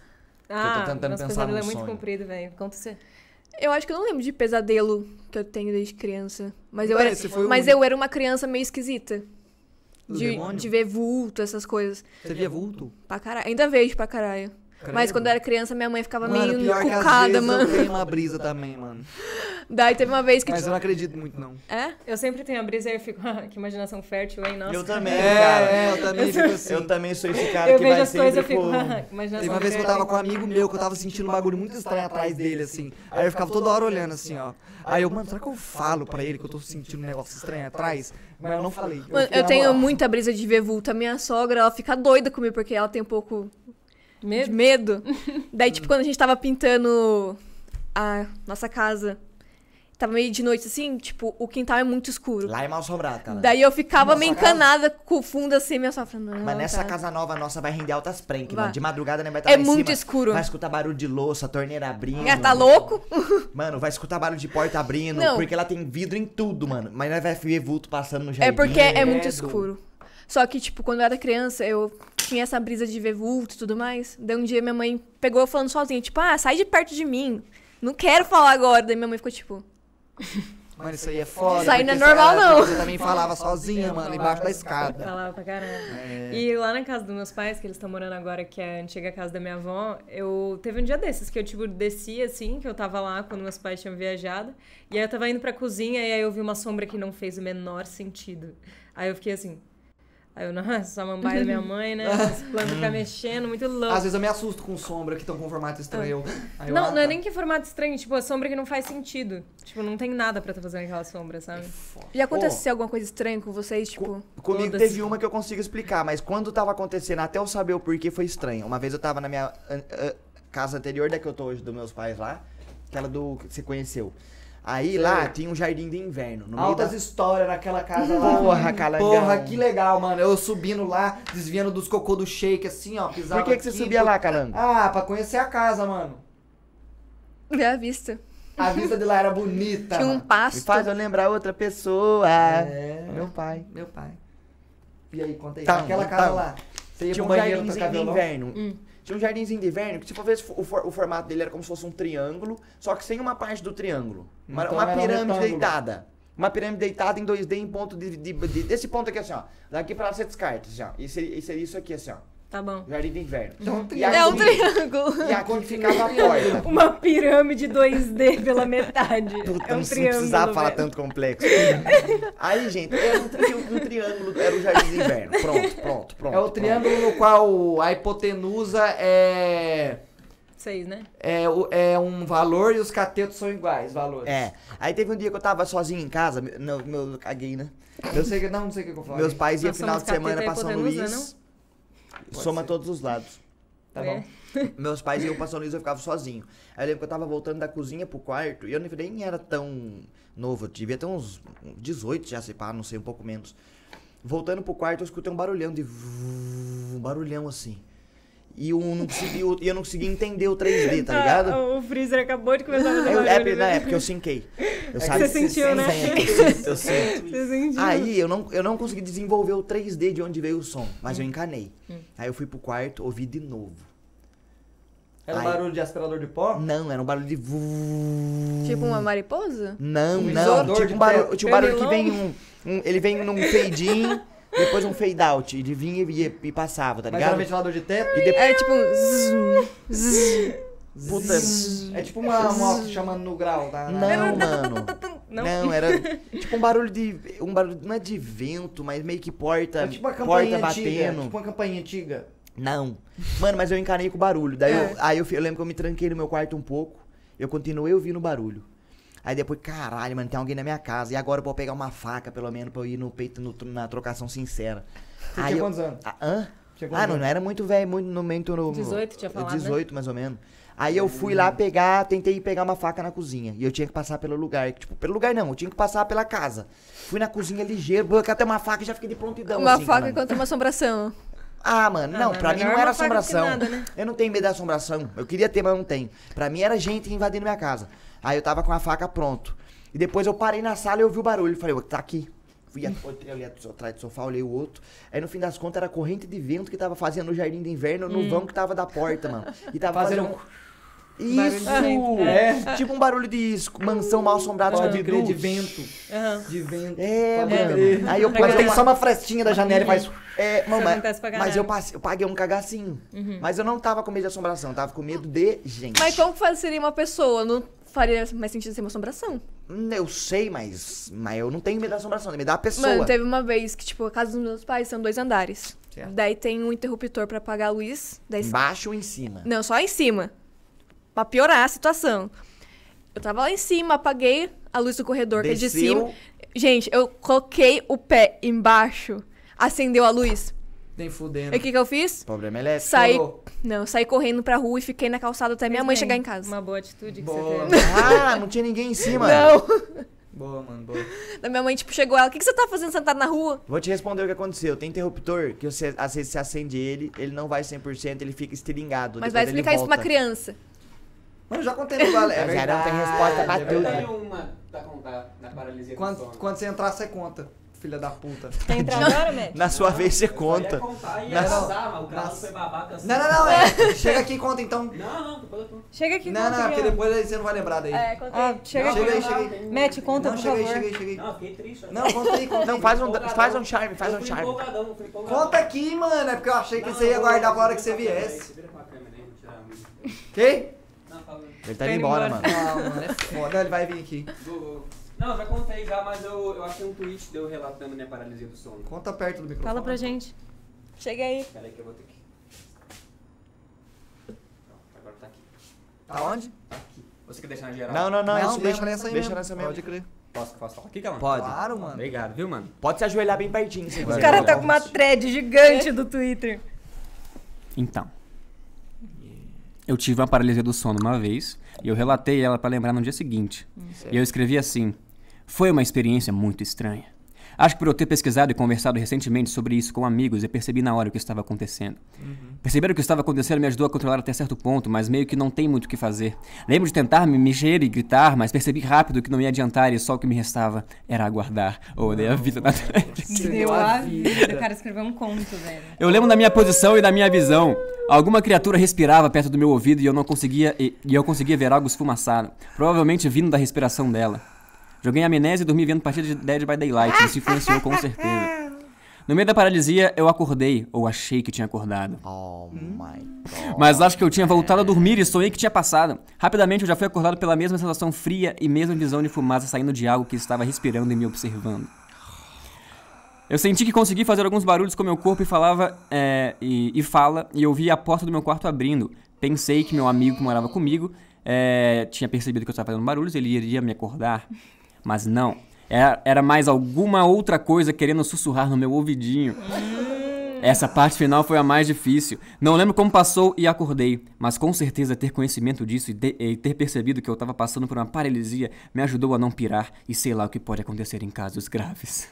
Speaker 5: Ah,
Speaker 2: tentando
Speaker 5: nosso
Speaker 2: pensar
Speaker 5: pesadelo
Speaker 2: num
Speaker 5: é muito
Speaker 2: sonho.
Speaker 5: comprido, velho. Conta você.
Speaker 3: Eu acho que eu não lembro de pesadelo que eu tenho desde criança. Mas, eu
Speaker 1: Não,
Speaker 3: era,
Speaker 1: esse foi o
Speaker 3: mas
Speaker 1: único.
Speaker 3: eu era uma criança meio esquisita.
Speaker 1: Do
Speaker 3: De,
Speaker 1: demônio?
Speaker 3: de ver vulto, essas coisas.
Speaker 1: Você via vulto?
Speaker 3: Pra caralho. Ainda vejo pra caralho. Mas quando eu era criança, minha mãe ficava
Speaker 1: Mano,
Speaker 3: meio
Speaker 1: pior que às
Speaker 3: cucada,
Speaker 1: vezes
Speaker 3: mano.
Speaker 1: eu tenho uma brisa também, mano.
Speaker 3: Daí teve uma vez que. tipo,
Speaker 1: Mas eu não acredito muito, não.
Speaker 3: É?
Speaker 5: Eu sempre tenho a brisa e eu fico, ah, que imaginação fértil, hein? Nossa.
Speaker 2: Eu também, cara.
Speaker 1: É, é, eu também fico assim.
Speaker 2: Eu também sou esse cara
Speaker 5: Eu
Speaker 2: que
Speaker 5: vejo
Speaker 2: vai
Speaker 5: as coisas e eu
Speaker 2: sempre
Speaker 5: fico, ah,
Speaker 2: com...
Speaker 5: que imaginação
Speaker 1: Teve uma vez que eu
Speaker 5: fértil.
Speaker 1: tava com um amigo meu, que eu tava sentindo um bagulho muito estranho atrás dele, assim. Aí eu ficava toda hora olhando, assim, ó. Aí eu, mano, será que eu falo pra ele que eu tô sentindo um negócio estranho atrás? Mas eu não falei.
Speaker 3: Mano,
Speaker 1: fiquei
Speaker 3: eu
Speaker 1: na
Speaker 3: tenho
Speaker 1: moral.
Speaker 3: muita brisa de ver vulto. A minha sogra, ela fica doida comigo porque ela tem um pouco de
Speaker 5: Medo?
Speaker 3: medo. Daí, tipo, quando a gente tava pintando a nossa casa, tava meio de noite assim, tipo, o quintal é muito escuro.
Speaker 2: Lá é mal sobrado, cara.
Speaker 3: Daí eu ficava
Speaker 1: Nossa
Speaker 3: meio
Speaker 1: casa.
Speaker 3: encanada com o fundo assim, minha sogra falando, não.
Speaker 2: Mas nessa
Speaker 3: tá.
Speaker 2: casa nova nossa vai render altas prank,
Speaker 3: Vai.
Speaker 2: mano. De madrugada, né? Vai estar
Speaker 3: É
Speaker 2: lá em
Speaker 3: muito
Speaker 2: cima,
Speaker 3: escuro.
Speaker 2: Vai escutar barulho de louça, torneira abrindo.
Speaker 3: Ah, tá louco?
Speaker 2: Mano, vai escutar barulho de porta abrindo.
Speaker 3: Não.
Speaker 2: Porque ela tem vidro em tudo, mano. Mas ela vai ver vulto passando no
Speaker 3: É
Speaker 2: jardim.
Speaker 3: porque é muito
Speaker 1: Credo.
Speaker 3: escuro. Só que, tipo, quando eu era criança, eu tinha essa brisa de ver vulto e tudo mais. Daí um dia minha mãe pegou eu falando sozinha, tipo, ah, sai de perto de mim. Não quero falar agora. Daí minha mãe ficou tipo,
Speaker 1: Mano, isso aí é foda.
Speaker 3: um Isso aí não é
Speaker 1: porque
Speaker 3: normal,
Speaker 1: ela-
Speaker 3: não.
Speaker 1: porque Você também falava sozinha, mano, embaixo da escada.
Speaker 5: Falava pra caramba.
Speaker 2: É.
Speaker 5: E lá na casa dos meus pais, que eles estão morando agora, que é a antiga casa da minha avó, eu teve um dia desses que eu, tipo, desci assim, que eu tava lá quando meus pais tinham viajado. E aí eu tava indo pra cozinha e aí eu vi uma sombra que não fez o menor sentido. Aí eu fiquei assim. Aí eu, nossa, samambaia da minha mãe, né? Esse plano ficar mexendo, muito louco.
Speaker 1: Às vezes eu me assusto com sombra que estão com formato estranho. Aí eu,
Speaker 5: Não,
Speaker 1: ah,
Speaker 5: não é
Speaker 1: tá.
Speaker 5: nem que formato estranho, tipo, a sombra que não faz sentido. Tipo, não tem nada pra tá fazendo aquela sombra, sabe?
Speaker 3: Já aconteceu alguma coisa estranha com vocês, tipo...
Speaker 2: Comigo
Speaker 5: Foda-se.
Speaker 2: teve uma que eu consigo explicar, mas quando tava acontecendo, até eu saber o porquê, foi estranho. Uma vez eu tava na minha an- an- casa anterior, da que eu tô hoje, dos meus pais lá, aquela do que você conheceu. Aí lá tinha um jardim de inverno. No meio
Speaker 1: Altas
Speaker 2: da...
Speaker 1: histórias naquela casa lá.
Speaker 2: Porra, calangão.
Speaker 1: Porra, que legal, mano. Eu subindo lá, desviando dos cocô do shake, assim, ó, pisava
Speaker 2: Por que, que você
Speaker 1: aqui,
Speaker 2: subia
Speaker 1: pô-
Speaker 2: lá, caramba?
Speaker 1: Ah, pra conhecer a casa, mano.
Speaker 3: É a vista.
Speaker 1: A vista de lá era bonita.
Speaker 3: Tinha um
Speaker 1: mano.
Speaker 2: Tá, Me
Speaker 3: pasto.
Speaker 2: faz eu lembrar outra pessoa.
Speaker 1: É.
Speaker 2: Meu pai.
Speaker 1: Meu pai. E aí, conta aí.
Speaker 2: Tá,
Speaker 1: Aquela
Speaker 2: tá.
Speaker 1: casa lá. Você ia
Speaker 2: Tinha
Speaker 1: pro
Speaker 2: um
Speaker 1: banheiro
Speaker 2: jardinzinho
Speaker 1: tocar
Speaker 2: de
Speaker 1: violão?
Speaker 2: inverno. Tinha um jardinzinho de inverno que, se for ver, o, for- o formato dele era como se fosse um triângulo, só que sem uma parte do triângulo. Uma,
Speaker 1: Então
Speaker 2: uma
Speaker 1: era um
Speaker 2: pirâmide
Speaker 1: retângulo.
Speaker 2: deitada. Uma pirâmide deitada em 2D em ponto de, de- de- Desse ponto aqui, assim, ó. Daqui pra lá você descarta, assim, ó. E seria, e seria isso aqui, assim, ó.
Speaker 5: Tá bom.
Speaker 2: Jardim de inverno.
Speaker 1: Então,
Speaker 2: E
Speaker 1: é
Speaker 2: aqui-
Speaker 3: É um triângulo.
Speaker 2: E aqui ficava a
Speaker 1: um
Speaker 2: porta.
Speaker 5: Uma pirâmide 2D pela metade.
Speaker 2: Puta,
Speaker 5: é um
Speaker 2: não
Speaker 5: triângulo.
Speaker 2: precisava falar
Speaker 5: velho.
Speaker 2: tanto complexo. Aí, gente, era um, tri- um triângulo, era o jardim de inverno. Pronto, pronto, pronto.
Speaker 1: É o
Speaker 2: pronto.
Speaker 1: triângulo no qual a hipotenusa é,
Speaker 5: Seis, né?
Speaker 1: é, o- é um valor e os catetos são iguais, valores.
Speaker 2: É. Aí teve um dia que eu tava sozinho em casa, meu, não, meu eu caguei, né?
Speaker 1: Eu sei que não, não sei o que eu falo.
Speaker 2: Meus pais iam
Speaker 5: Nós
Speaker 2: final de
Speaker 5: somos
Speaker 2: semana pra
Speaker 5: capeta e
Speaker 2: São
Speaker 5: hipotenusa,
Speaker 2: Luís.
Speaker 1: não?
Speaker 2: Soma
Speaker 1: Pode ser.
Speaker 2: todos os lados.
Speaker 1: Tá
Speaker 5: É.
Speaker 1: bom.
Speaker 2: Meus pais iam pra São Luís e eu ficava sozinho. Aí eu lembro que eu tava voltando da cozinha pro quarto e eu nem era tão novo, eu devia ter uns 18 já, se pá, não sei, um pouco menos. Voltando pro quarto eu escutei um barulhão de. vuv, Um barulhão assim. E eu não consegui, eu, eu não consegui entender o 3D, tá ligado?
Speaker 5: Ah, o freezer acabou de começar a fazer
Speaker 2: Eu-
Speaker 5: barulho,
Speaker 2: é, porque- não,
Speaker 5: né?
Speaker 2: é porque eu sinquei. Eu
Speaker 1: É que
Speaker 2: sabia-
Speaker 5: você sentiu, né?
Speaker 2: Sente, Eu sinto.
Speaker 5: Você sentiu.
Speaker 2: Aí eu não, eu não consegui desenvolver o 3D de onde veio o som, mas
Speaker 1: Hum.
Speaker 2: eu encanei. Aí eu fui pro quarto, ouvi de novo.
Speaker 1: Era um
Speaker 2: Ai.
Speaker 1: barulho de aspirador de pó?
Speaker 2: Não, era um barulho de. vu-
Speaker 3: Tipo uma mariposa?
Speaker 2: Não,
Speaker 1: Um
Speaker 2: não.
Speaker 1: isolador
Speaker 2: Tipo
Speaker 1: de
Speaker 2: um barulho,
Speaker 1: teto.
Speaker 2: tipo um barulho que vem um,
Speaker 5: Pernilongo.
Speaker 2: um- Ele vem num fade in, depois um fade out. Ele vinha e, e passava, tá
Speaker 1: Mas era
Speaker 2: ligado?
Speaker 1: ventilador de teto?
Speaker 2: E depois.
Speaker 3: É tipo um... zzz, zzz.
Speaker 2: Puta.
Speaker 1: É tipo uma, uma chamando no grau. Tá,
Speaker 2: Não, mano. Né?
Speaker 5: Não.
Speaker 2: Não, era tipo um barulho de. Um barulho. Não é de vento, mas meio que porta.
Speaker 1: É tipo uma
Speaker 2: porta
Speaker 1: campainha antiga.
Speaker 2: batendo.
Speaker 1: Tipo uma campainha antiga.
Speaker 2: Não. Mano, mas eu encanei com o barulho. Daí
Speaker 3: É.
Speaker 2: eu, aí eu, fi- eu lembro que eu me tranquei no meu quarto um pouco. Eu continuei ouvindo o barulho. Aí depois, caralho, mano, tem alguém na minha casa. E agora eu vou pegar uma faca, pelo menos, pra eu ir no peito no- na trocação sincera.
Speaker 1: Você
Speaker 2: aí
Speaker 1: tinha
Speaker 2: eu,
Speaker 1: quantos anos?
Speaker 2: Ah, hã?
Speaker 1: Tinha quantos
Speaker 2: Ah, não,
Speaker 1: anos?
Speaker 2: não era muito velho, muito no momento no.
Speaker 5: 18 tinha falado, né?
Speaker 2: 18, mais ou menos. Aí eu fui lá pegar, tentei pegar uma faca na cozinha. E eu tinha que passar pelo lugar. Tipo, pelo lugar não, eu tinha que passar pela casa. Fui na cozinha ligeiro, coloquei até uma faca e já fiquei de prontidão.
Speaker 3: Uma
Speaker 2: assim,
Speaker 3: faca
Speaker 2: falando.
Speaker 3: contra uma assombração.
Speaker 2: Ah, mano,
Speaker 5: Ah,
Speaker 2: não,
Speaker 5: mas
Speaker 2: pra mim
Speaker 5: melhor
Speaker 2: não era
Speaker 5: uma faca do que
Speaker 2: assombração.
Speaker 5: nada, né?
Speaker 2: Eu não tenho medo da assombração. Eu queria ter, mas não tenho. Pra mim era gente invadindo minha casa. Aí eu tava com a faca pronto. E depois eu parei na sala e ouvi o barulho. Falei, "Ô, tá aqui. Fui at- olhei ali at- atrás do sofá, olhei o outro. Aí no fim das contas era a corrente de vento que tava fazendo no jardim de inverno,
Speaker 5: Hum.
Speaker 2: no vão que tava da porta, mano. E tava
Speaker 1: Fazendo
Speaker 2: fazendo. Isso!
Speaker 5: um Barulho de né?
Speaker 1: vento.
Speaker 2: Tipo um barulho de esc- mansão mal assombrada
Speaker 1: Pode
Speaker 2: Scooby-Doo.
Speaker 1: É, crer, de vento.
Speaker 5: Aham.
Speaker 1: De vento.
Speaker 2: É,
Speaker 1: Pode
Speaker 2: mano.
Speaker 1: crer.
Speaker 2: Aí eu
Speaker 5: Mas
Speaker 1: Mas
Speaker 2: peguei
Speaker 1: tem
Speaker 2: uma-
Speaker 1: só uma frestinha da janela e faz...
Speaker 2: é, mama,
Speaker 5: acontece pra
Speaker 2: mas
Speaker 5: caralho.
Speaker 2: eu, passe- eu paguei um cagacinho. Mas eu não tava com medo de assombração, eu tava com medo de gente.
Speaker 3: Uhum. Mas como que faz- seria uma pessoa? Não faria mais sentido ser uma assombração.
Speaker 2: Hum, Eu sei, mas, mas eu não tenho medo da assombração, me dá a pessoa.
Speaker 3: Mano, teve uma vez que, tipo, a casa dos meus pais são dois andares.
Speaker 1: Certo.
Speaker 3: Daí tem um interruptor pra apagar a luz. Daí...
Speaker 2: Embaixo ou em cima?
Speaker 3: Não, só em cima. Pra piorar a situação. Eu tava lá em cima, apaguei a luz do corredor, que é de
Speaker 2: Desceu.
Speaker 3: cima. Gente, eu coloquei o pé embaixo, acendeu a luz.
Speaker 1: Nem fudendo.
Speaker 3: E o que, que eu fiz?
Speaker 2: O problema é elétrico.
Speaker 3: Saí.
Speaker 1: Chorou.
Speaker 3: Não, saí correndo pra rua e fiquei na calçada até É minha
Speaker 5: Fez
Speaker 3: mãe
Speaker 5: bem.
Speaker 3: chegar em casa.
Speaker 5: Uma boa atitude que
Speaker 1: Boa.
Speaker 5: você teve.
Speaker 2: Ah, não tinha ninguém em cima.
Speaker 3: Não.
Speaker 1: Boa, mano, boa.
Speaker 3: Da minha mãe, tipo, chegou ela. O que, que você tá fazendo sentado na rua?
Speaker 2: é. Vou te responder o que aconteceu. Tem interruptor que você, às vezes você acende ele, ele não vai 100%, ele fica estilingado. depois
Speaker 3: Mas vai
Speaker 2: ele
Speaker 3: explicar isso pra
Speaker 2: volta.
Speaker 3: uma criança.
Speaker 1: Mano, eu já contei no galera.
Speaker 2: Mas já não tem resposta pra
Speaker 1: é
Speaker 2: tudo.
Speaker 1: verdade.
Speaker 4: Tem uma pra contar na paralisia do sono.
Speaker 1: Quando, quando você entrar, você conta, filha da puta.
Speaker 5: Tá entrando agora, Matt?
Speaker 2: Na
Speaker 3: Ah.
Speaker 2: sua vez você
Speaker 4: Eu só ia
Speaker 2: conta.
Speaker 4: é contar e ia
Speaker 1: Nas-
Speaker 4: casar, mas o cara
Speaker 1: nas-
Speaker 4: foi babaca assim.
Speaker 1: Não, não, não, é. Chega aqui e conta então.
Speaker 4: Não, não, depois eu conto.
Speaker 5: Chega aqui,
Speaker 1: Não,
Speaker 5: conta
Speaker 1: não,
Speaker 5: aqui,
Speaker 1: porque
Speaker 5: ó.
Speaker 1: depois aí você não vai lembrar daí.
Speaker 3: É, conta aí.
Speaker 5: Ah, chega
Speaker 1: Não,
Speaker 5: aqui.
Speaker 1: chega aí, chega aí.
Speaker 5: Matt, conta,
Speaker 1: não,
Speaker 5: por
Speaker 1: chega aí,
Speaker 5: favor.
Speaker 1: chega aí, chega aí.
Speaker 4: um Não, eu fiquei triste.
Speaker 1: Não, conta aí, conta aí.
Speaker 2: Não, faz um,
Speaker 4: Empolgadão.
Speaker 2: faz um charme, faz
Speaker 4: Eu
Speaker 2: um
Speaker 4: fui
Speaker 2: charme.
Speaker 4: empolgadão, fui empolgadão.
Speaker 1: Conta aqui, mano. É porque eu achei que
Speaker 4: Não,
Speaker 1: você ia
Speaker 4: eu-
Speaker 1: guardar pra hora
Speaker 4: eu-
Speaker 1: que você
Speaker 4: eu- eu- eu-
Speaker 1: viesse.
Speaker 4: Você vira com a câmera aí, vou tirar a minha.
Speaker 1: Que?
Speaker 4: Não, fala.
Speaker 2: Ele tá
Speaker 5: Tá
Speaker 2: indo
Speaker 5: indo
Speaker 2: embora,
Speaker 5: embora.
Speaker 2: mano.
Speaker 1: Não, mano, é foda. Ele vai vir aqui.
Speaker 4: Vou, vou. Não, eu já contei já, mas eu, eu achei um tweet deu relatando minha paralisia do sono.
Speaker 1: Conta perto do microfone.
Speaker 5: Fala pra gente.
Speaker 3: Chega aí.
Speaker 4: Pera aí que eu vou ter que... Não, agora tá aqui.
Speaker 1: Tá onde?
Speaker 4: Tá aqui. Você quer deixar na geral?
Speaker 2: Não, não, não.
Speaker 1: Não,
Speaker 2: isso
Speaker 1: deixa
Speaker 2: mesmo,
Speaker 1: nessa aí
Speaker 2: Deixa
Speaker 1: mesmo.
Speaker 2: nessa mesmo.
Speaker 1: Pode crer.
Speaker 4: Posso, posso falar aqui, Calma?
Speaker 2: Pode.
Speaker 1: Claro, mano.
Speaker 4: Obrigado, viu, mano?
Speaker 2: Pode se ajoelhar bem pertinho. se
Speaker 4: Os
Speaker 5: Os
Speaker 2: quiser.
Speaker 5: caras tá com uma thread gigante do Twitter.
Speaker 6: Então. Eu tive uma paralisia do sono uma vez e eu relatei ela pra lembrar no dia seguinte. E eu escrevi assim: Foi uma experiência muito estranha. Acho que por eu ter pesquisado e conversado recentemente sobre isso com amigos, eu percebi na hora o que estava acontecendo. Perceber o que estava acontecendo me ajudou a controlar até certo ponto, mas meio que não tem muito o que fazer. Lembro de tentar me mexer e gritar, mas percebi rápido que não ia adiantar e só o que me restava era aguardar ou odeio a vida na frente.
Speaker 1: Deu a vida.
Speaker 5: Ah, O cara escreveu um conto, velho.
Speaker 6: Eu lembro da minha posição e da minha visão. Alguma criatura respirava perto do meu ouvido e eu não conseguia e, e eu conseguia ver algo esfumaçado, provavelmente vindo da respiração dela. Joguei amnésia e dormi vendo partida de Dead by Daylight, isso influenciou com certeza. No meio da paralisia, eu acordei, ou achei que tinha acordado.
Speaker 1: Oh my
Speaker 6: Mas acho que eu tinha voltado a dormir e sonhei que tinha passado. Rapidamente eu já fui acordado pela mesma sensação fria e mesma visão de fumaça saindo de algo que estava respirando e me observando. Eu senti que consegui fazer alguns barulhos com meu corpo e falava é, e, e fala, e eu vi a porta do meu quarto abrindo. Pensei que meu amigo que morava comigo é, tinha percebido que eu estava fazendo barulhos, ele iria me acordar. Mas não. Era, era mais alguma outra coisa querendo sussurrar no meu ouvidinho. Essa parte final foi a mais difícil. Não lembro como passou e acordei, mas com certeza ter conhecimento disso e, de- e ter percebido que eu estava passando por uma paralisia me ajudou a não pirar e sei lá o que pode acontecer em casos graves.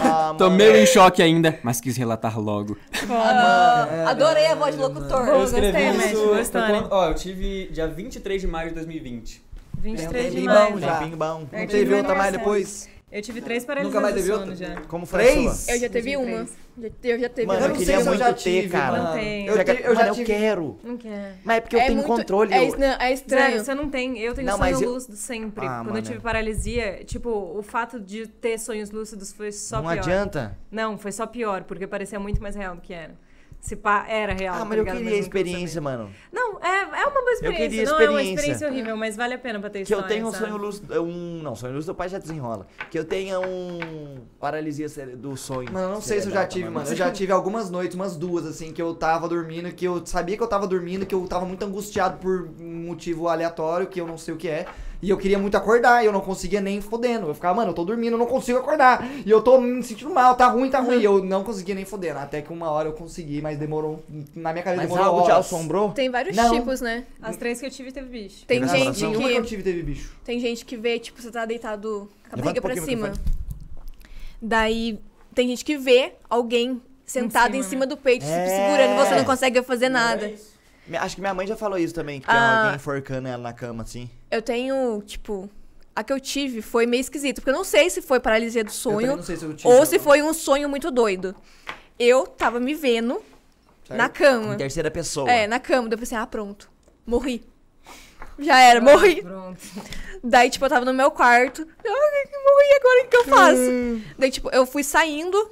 Speaker 2: Ah,
Speaker 6: Tô meio em choque ainda, mas quis relatar logo.
Speaker 3: Ah,
Speaker 2: é,
Speaker 3: adorei a voz de locutor.
Speaker 5: Eu escrevi Gostei, né? isso- Matt, boa
Speaker 7: foi
Speaker 5: história.
Speaker 7: quando- ó, eu tive dia 23 de maio de 2020.
Speaker 5: 23 de
Speaker 1: tempinho
Speaker 5: maio.
Speaker 1: bom
Speaker 2: Tem
Speaker 1: já.
Speaker 2: ping bom.
Speaker 5: É,
Speaker 1: Não
Speaker 5: tive
Speaker 1: teve
Speaker 5: meu
Speaker 1: outra mais
Speaker 5: aniversário.
Speaker 1: depois?
Speaker 5: Eu tive três paralisias
Speaker 1: Nunca mais
Speaker 5: do
Speaker 1: teve
Speaker 5: sono
Speaker 1: outra?
Speaker 5: já.
Speaker 2: Como foi a
Speaker 1: Três?
Speaker 2: sua?
Speaker 3: Eu já teve uma. Já- Eu já teve
Speaker 2: Mano,
Speaker 1: eu
Speaker 3: uma.
Speaker 1: não sei se eu
Speaker 2: muito
Speaker 1: já
Speaker 2: ter,
Speaker 1: tive,
Speaker 2: cara.
Speaker 1: mano.
Speaker 5: Não tem.
Speaker 1: Eu,
Speaker 2: Já que-
Speaker 1: te- eu
Speaker 2: mas
Speaker 1: já
Speaker 2: eu
Speaker 1: tive.
Speaker 2: quero.
Speaker 5: Não quer.
Speaker 2: Mas é porque eu
Speaker 3: É
Speaker 2: tenho
Speaker 3: muito-
Speaker 2: controle.
Speaker 3: É,
Speaker 2: eu-
Speaker 3: es- não, é
Speaker 5: Zero,
Speaker 3: estranho.
Speaker 5: você não tem. Eu tenho
Speaker 2: Não, mas
Speaker 5: sonho
Speaker 2: eu-
Speaker 5: lúcido sempre.
Speaker 2: Ah,
Speaker 5: Quando
Speaker 2: mano,
Speaker 5: eu tive
Speaker 2: é.
Speaker 5: paralisia, tipo, o fato de ter sonhos lúcidos foi só
Speaker 2: Não
Speaker 5: pior.
Speaker 2: adianta.
Speaker 5: Não, foi só pior, porque parecia muito mais real do que era. Se pá, era real.
Speaker 2: Ah,
Speaker 5: tá
Speaker 2: mas eu
Speaker 5: ligado?
Speaker 2: queria a
Speaker 5: nunca eu
Speaker 2: experiência, mano.
Speaker 5: sabia. Não, é, é uma boa experiência.
Speaker 2: queria
Speaker 5: não é uma
Speaker 2: experiência.
Speaker 5: experiência horrível, mas vale a pena pra ter
Speaker 2: Que eu
Speaker 5: história,
Speaker 2: tenha um
Speaker 5: sabe?
Speaker 2: sonho lúcido. Um. Não, sonho lúcido, o pai já desenrola. Que eu tenha um. Paralisia cere- do sonho.
Speaker 1: Mano, eu não sei se eu
Speaker 2: cerebral,
Speaker 1: já tive, mano. Eu já tive algumas noites, umas duas, assim, que eu tava dormindo, que eu sabia que eu tava dormindo, que eu tava muito angustiado por um motivo aleatório, que eu não sei o que é. E eu queria muito acordar, e eu não conseguia nem fodendo. Eu ficava, mano, eu tô dormindo, eu não consigo acordar. E eu tô me sentindo mal, tá ruim, tá ruim. E eu não conseguia nem fodendo. Até que uma hora eu consegui, mas demorou. Na minha cabeça
Speaker 2: Mas
Speaker 1: demorou.
Speaker 2: algo te
Speaker 1: horas.
Speaker 2: assombrou?
Speaker 3: Tem vários
Speaker 1: Não.
Speaker 3: tipos, né?
Speaker 5: As três que eu tive teve bicho.
Speaker 3: Tem
Speaker 2: Teve
Speaker 3: gente
Speaker 2: assombração?
Speaker 1: Nenhuma que eu
Speaker 3: que.
Speaker 1: tive teve bicho.
Speaker 3: Tem gente que vê, tipo, você tá deitado com
Speaker 2: Levanta
Speaker 3: a
Speaker 2: um
Speaker 3: barriga pra
Speaker 2: pouquinho o
Speaker 3: cima. Daí tem gente que vê alguém sentado em
Speaker 5: cima,
Speaker 3: cima né? do peito, se
Speaker 2: É.
Speaker 3: segurando, você não consegue fazer
Speaker 4: É
Speaker 3: nada.
Speaker 2: Me- Acho que minha mãe já falou isso também, que
Speaker 3: Ah.
Speaker 2: tem alguém enforcando ela na cama, assim.
Speaker 3: Eu tenho, tipo. A que eu tive foi meio esquisito, porque eu não sei se foi paralisia do
Speaker 1: Eu também
Speaker 3: sonho
Speaker 1: não sei se eu tive.
Speaker 3: ou se foi um sonho muito doido. Eu tava me vendo na cama.
Speaker 2: Em terceira pessoa.
Speaker 3: Hum. É, na cama. Daí eu pensei, ah, pronto. Morri. Já era, morri.
Speaker 5: Pronto.
Speaker 3: Daí, tipo, eu tava no meu quarto. Ai, que morri, agora o que eu faço? Daí, tipo, eu fui saindo,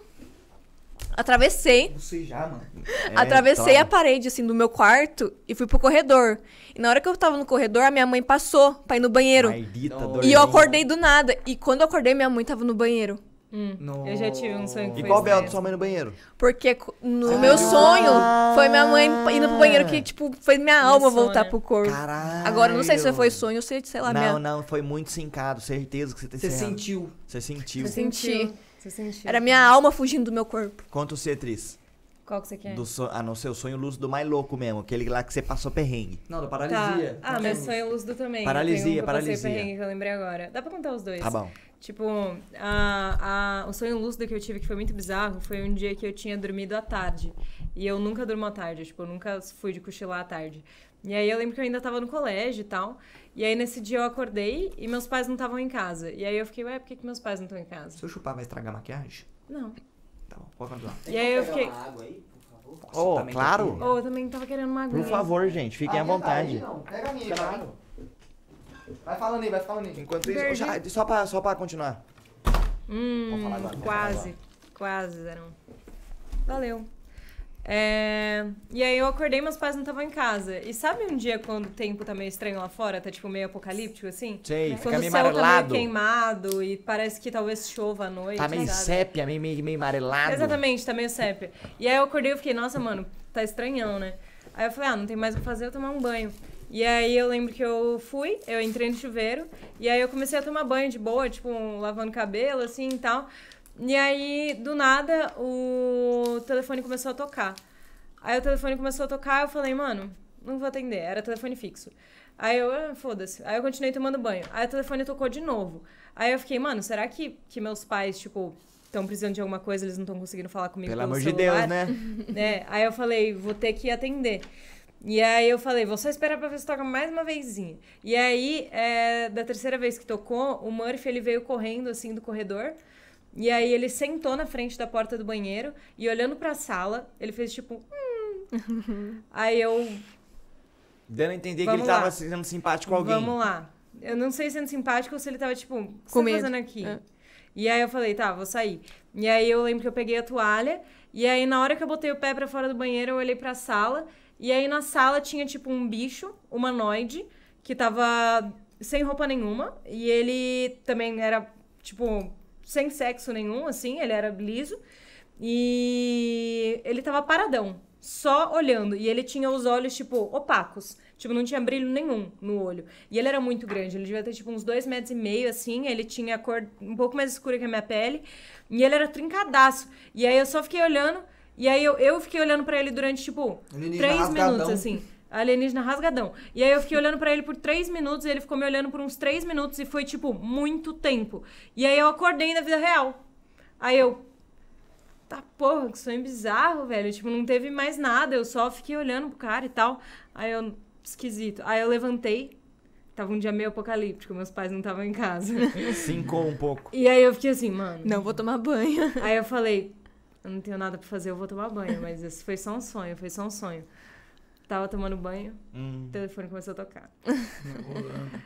Speaker 3: atravessei,
Speaker 1: Não sei já, mano.
Speaker 2: É,
Speaker 3: atravessei
Speaker 2: toma.
Speaker 3: a parede, assim, do meu quarto e fui pro corredor. E na hora que eu tava no corredor, a minha mãe passou pra ir no banheiro.
Speaker 2: Maldita
Speaker 1: Não.
Speaker 3: E eu
Speaker 2: dorzinha.
Speaker 3: acordei do nada. E quando eu acordei, minha mãe tava no banheiro.
Speaker 5: Eu já tive um sonho que
Speaker 2: E
Speaker 5: foi
Speaker 2: qual belo
Speaker 5: estranho.
Speaker 2: da
Speaker 1: é.
Speaker 2: sua mãe no banheiro?
Speaker 3: Porque co- no
Speaker 2: Ah.
Speaker 3: meu sonho, foi minha mãe indo pro banheiro que, tipo, foi minha alma
Speaker 5: sonho,
Speaker 3: voltar
Speaker 5: né?
Speaker 3: pro corpo.
Speaker 2: Caralho.
Speaker 3: Agora, não sei se foi sonho ou se, sei lá,
Speaker 2: Não,
Speaker 3: minha...
Speaker 2: não, foi muito sincado, certeza que você tem
Speaker 1: Você
Speaker 2: errado.
Speaker 1: sentiu.
Speaker 2: Você sentiu.
Speaker 3: Você senti.
Speaker 5: Você sentiu.
Speaker 3: Era minha alma fugindo do meu corpo.
Speaker 2: Conta o Cetriz.
Speaker 5: Qual que você
Speaker 3: É.
Speaker 5: quer?
Speaker 2: Do so... Ah, não, seu sonho lúcido mais louco mesmo. Aquele lá que você passou perrengue.
Speaker 1: Não, da
Speaker 5: Tá.
Speaker 1: paralisia.
Speaker 5: Ah,
Speaker 1: Não
Speaker 5: meu
Speaker 1: sei.
Speaker 5: sonho lúcido também.
Speaker 2: Paralisia,
Speaker 5: Tem um que eu passei
Speaker 2: paralisia.
Speaker 5: perrengue que eu lembrei agora. Dá pra contar os dois?
Speaker 2: Tá bom.
Speaker 5: Tipo, a, a- o sonho lúcido que eu tive que foi muito bizarro foi um dia que eu tinha dormido à tarde. E eu nunca durmo à tarde, tipo, eu nunca fui de cochilar à tarde. E aí eu lembro que eu ainda tava no colégio e tal. E aí nesse dia eu acordei e meus pais não estavam em casa. E aí eu fiquei, ué, por que, que meus pais não estão em casa?
Speaker 1: Se eu chupar, vai estragar a maquiagem?
Speaker 5: Não.
Speaker 1: Tá bom, pode continuar.
Speaker 5: E aí eu fiquei,
Speaker 4: água aí, por favor?
Speaker 1: Nossa,
Speaker 2: Oh,
Speaker 1: também tô
Speaker 2: claro.
Speaker 1: aqui.
Speaker 5: oh, eu também tava querendo uma aguinha.
Speaker 2: Por favor, gente, fiquem à vontade.
Speaker 1: Pega a minha, claro. Vai falando aí, vai falando aí.
Speaker 2: Enquanto isso, já- só pra, só pra continuar.
Speaker 5: Hum,
Speaker 2: Vou falar agora, vou falar
Speaker 5: quase. Quase, Zarão. Valeu. É, E aí eu acordei, meus pais não estavam em casa. E sabe um dia quando o tempo tá meio estranho lá fora, tá tipo meio apocalíptico assim?
Speaker 2: Sei,
Speaker 5: Quando
Speaker 2: fica
Speaker 5: o
Speaker 2: meio
Speaker 5: céu tá meio
Speaker 2: amarelado.
Speaker 5: queimado e parece que talvez chova à noite.
Speaker 2: Tá meio
Speaker 5: sabe?
Speaker 2: sépia, meio, meio, meio amarelado.
Speaker 5: Exatamente, tá meio sépia. E aí eu acordei e fiquei, nossa, mano, tá estranhão, né? Aí eu falei, ah, não tem mais o que fazer, eu tomar um banho. E aí eu lembro que eu fui, eu entrei no chuveiro, e aí eu comecei a tomar banho de boa, tipo, lavando cabelo, assim e tal. E aí, do nada, o telefone começou a tocar. Aí o telefone começou a tocar, eu falei, mano, não vou atender, era telefone fixo. Aí eu, ah, foda-se. Aí eu continuei tomando banho. Aí o telefone tocou de novo. Aí eu fiquei, mano, será que, que meus pais, tipo, estão precisando de alguma coisa, eles não estão conseguindo falar comigo
Speaker 2: Pelo
Speaker 5: pelo
Speaker 2: amor de Deus,
Speaker 5: celular?
Speaker 2: né?
Speaker 5: né? Aí eu falei, vou ter que atender. E aí eu falei, vou só esperar pra ver se toca mais uma vezinha. E aí, é, da terceira vez que tocou, o Murphy ele veio correndo assim do corredor. E aí ele sentou na frente da porta do banheiro e olhando pra sala, ele fez tipo. "Hum". aí eu.
Speaker 2: Dando a entender
Speaker 5: Vamos
Speaker 2: que ele tava
Speaker 5: lá.
Speaker 2: sendo simpático com alguém.
Speaker 5: Vamos lá. Eu não sei sendo simpático ou se ele tava tipo, o que
Speaker 3: Com
Speaker 5: você tá
Speaker 3: medo.
Speaker 5: fazendo aqui?
Speaker 3: É.
Speaker 5: E aí eu falei, tá, vou sair. E aí eu lembro que eu peguei a toalha, e aí na hora que eu botei o pé pra fora do banheiro, eu olhei pra sala, e aí na sala tinha tipo um bicho, humanoide, que tava sem roupa nenhuma, e ele também era tipo sem sexo nenhum, assim, ele era liso. E ele tava paradão, só olhando. E ele tinha os olhos, tipo, opacos. Tipo, não tinha brilho nenhum no olho. E ele era muito grande, ele devia ter, tipo, uns dois metros e meio, assim. Ele tinha a cor um pouco mais escura que a minha pele. E ele era trincadaço. E aí eu só fiquei olhando. E aí eu, eu fiquei olhando pra ele durante, tipo,
Speaker 1: Alienígena
Speaker 5: três
Speaker 1: rasgadão.
Speaker 5: minutos, assim. Alienígena rasgadão. E aí eu fiquei olhando pra ele por três minutos, e ele ficou me olhando por uns três minutos, e foi, tipo, muito tempo. E aí eu acordei na vida real. Aí eu, tá porra, que sonho bizarro, velho. Tipo, não teve mais nada, eu só fiquei olhando pro cara e tal. Aí eu, esquisito. Aí eu levantei, tava um dia meio apocalíptico, meus pais não estavam em casa.
Speaker 2: Cincou um pouco.
Speaker 5: e aí eu fiquei assim, mano.
Speaker 3: Não, vou tomar banho.
Speaker 5: Aí eu falei, eu não tenho nada pra fazer, eu vou tomar banho, mas esse foi só um sonho, foi só um sonho. Tava tomando banho, o telefone começou a tocar.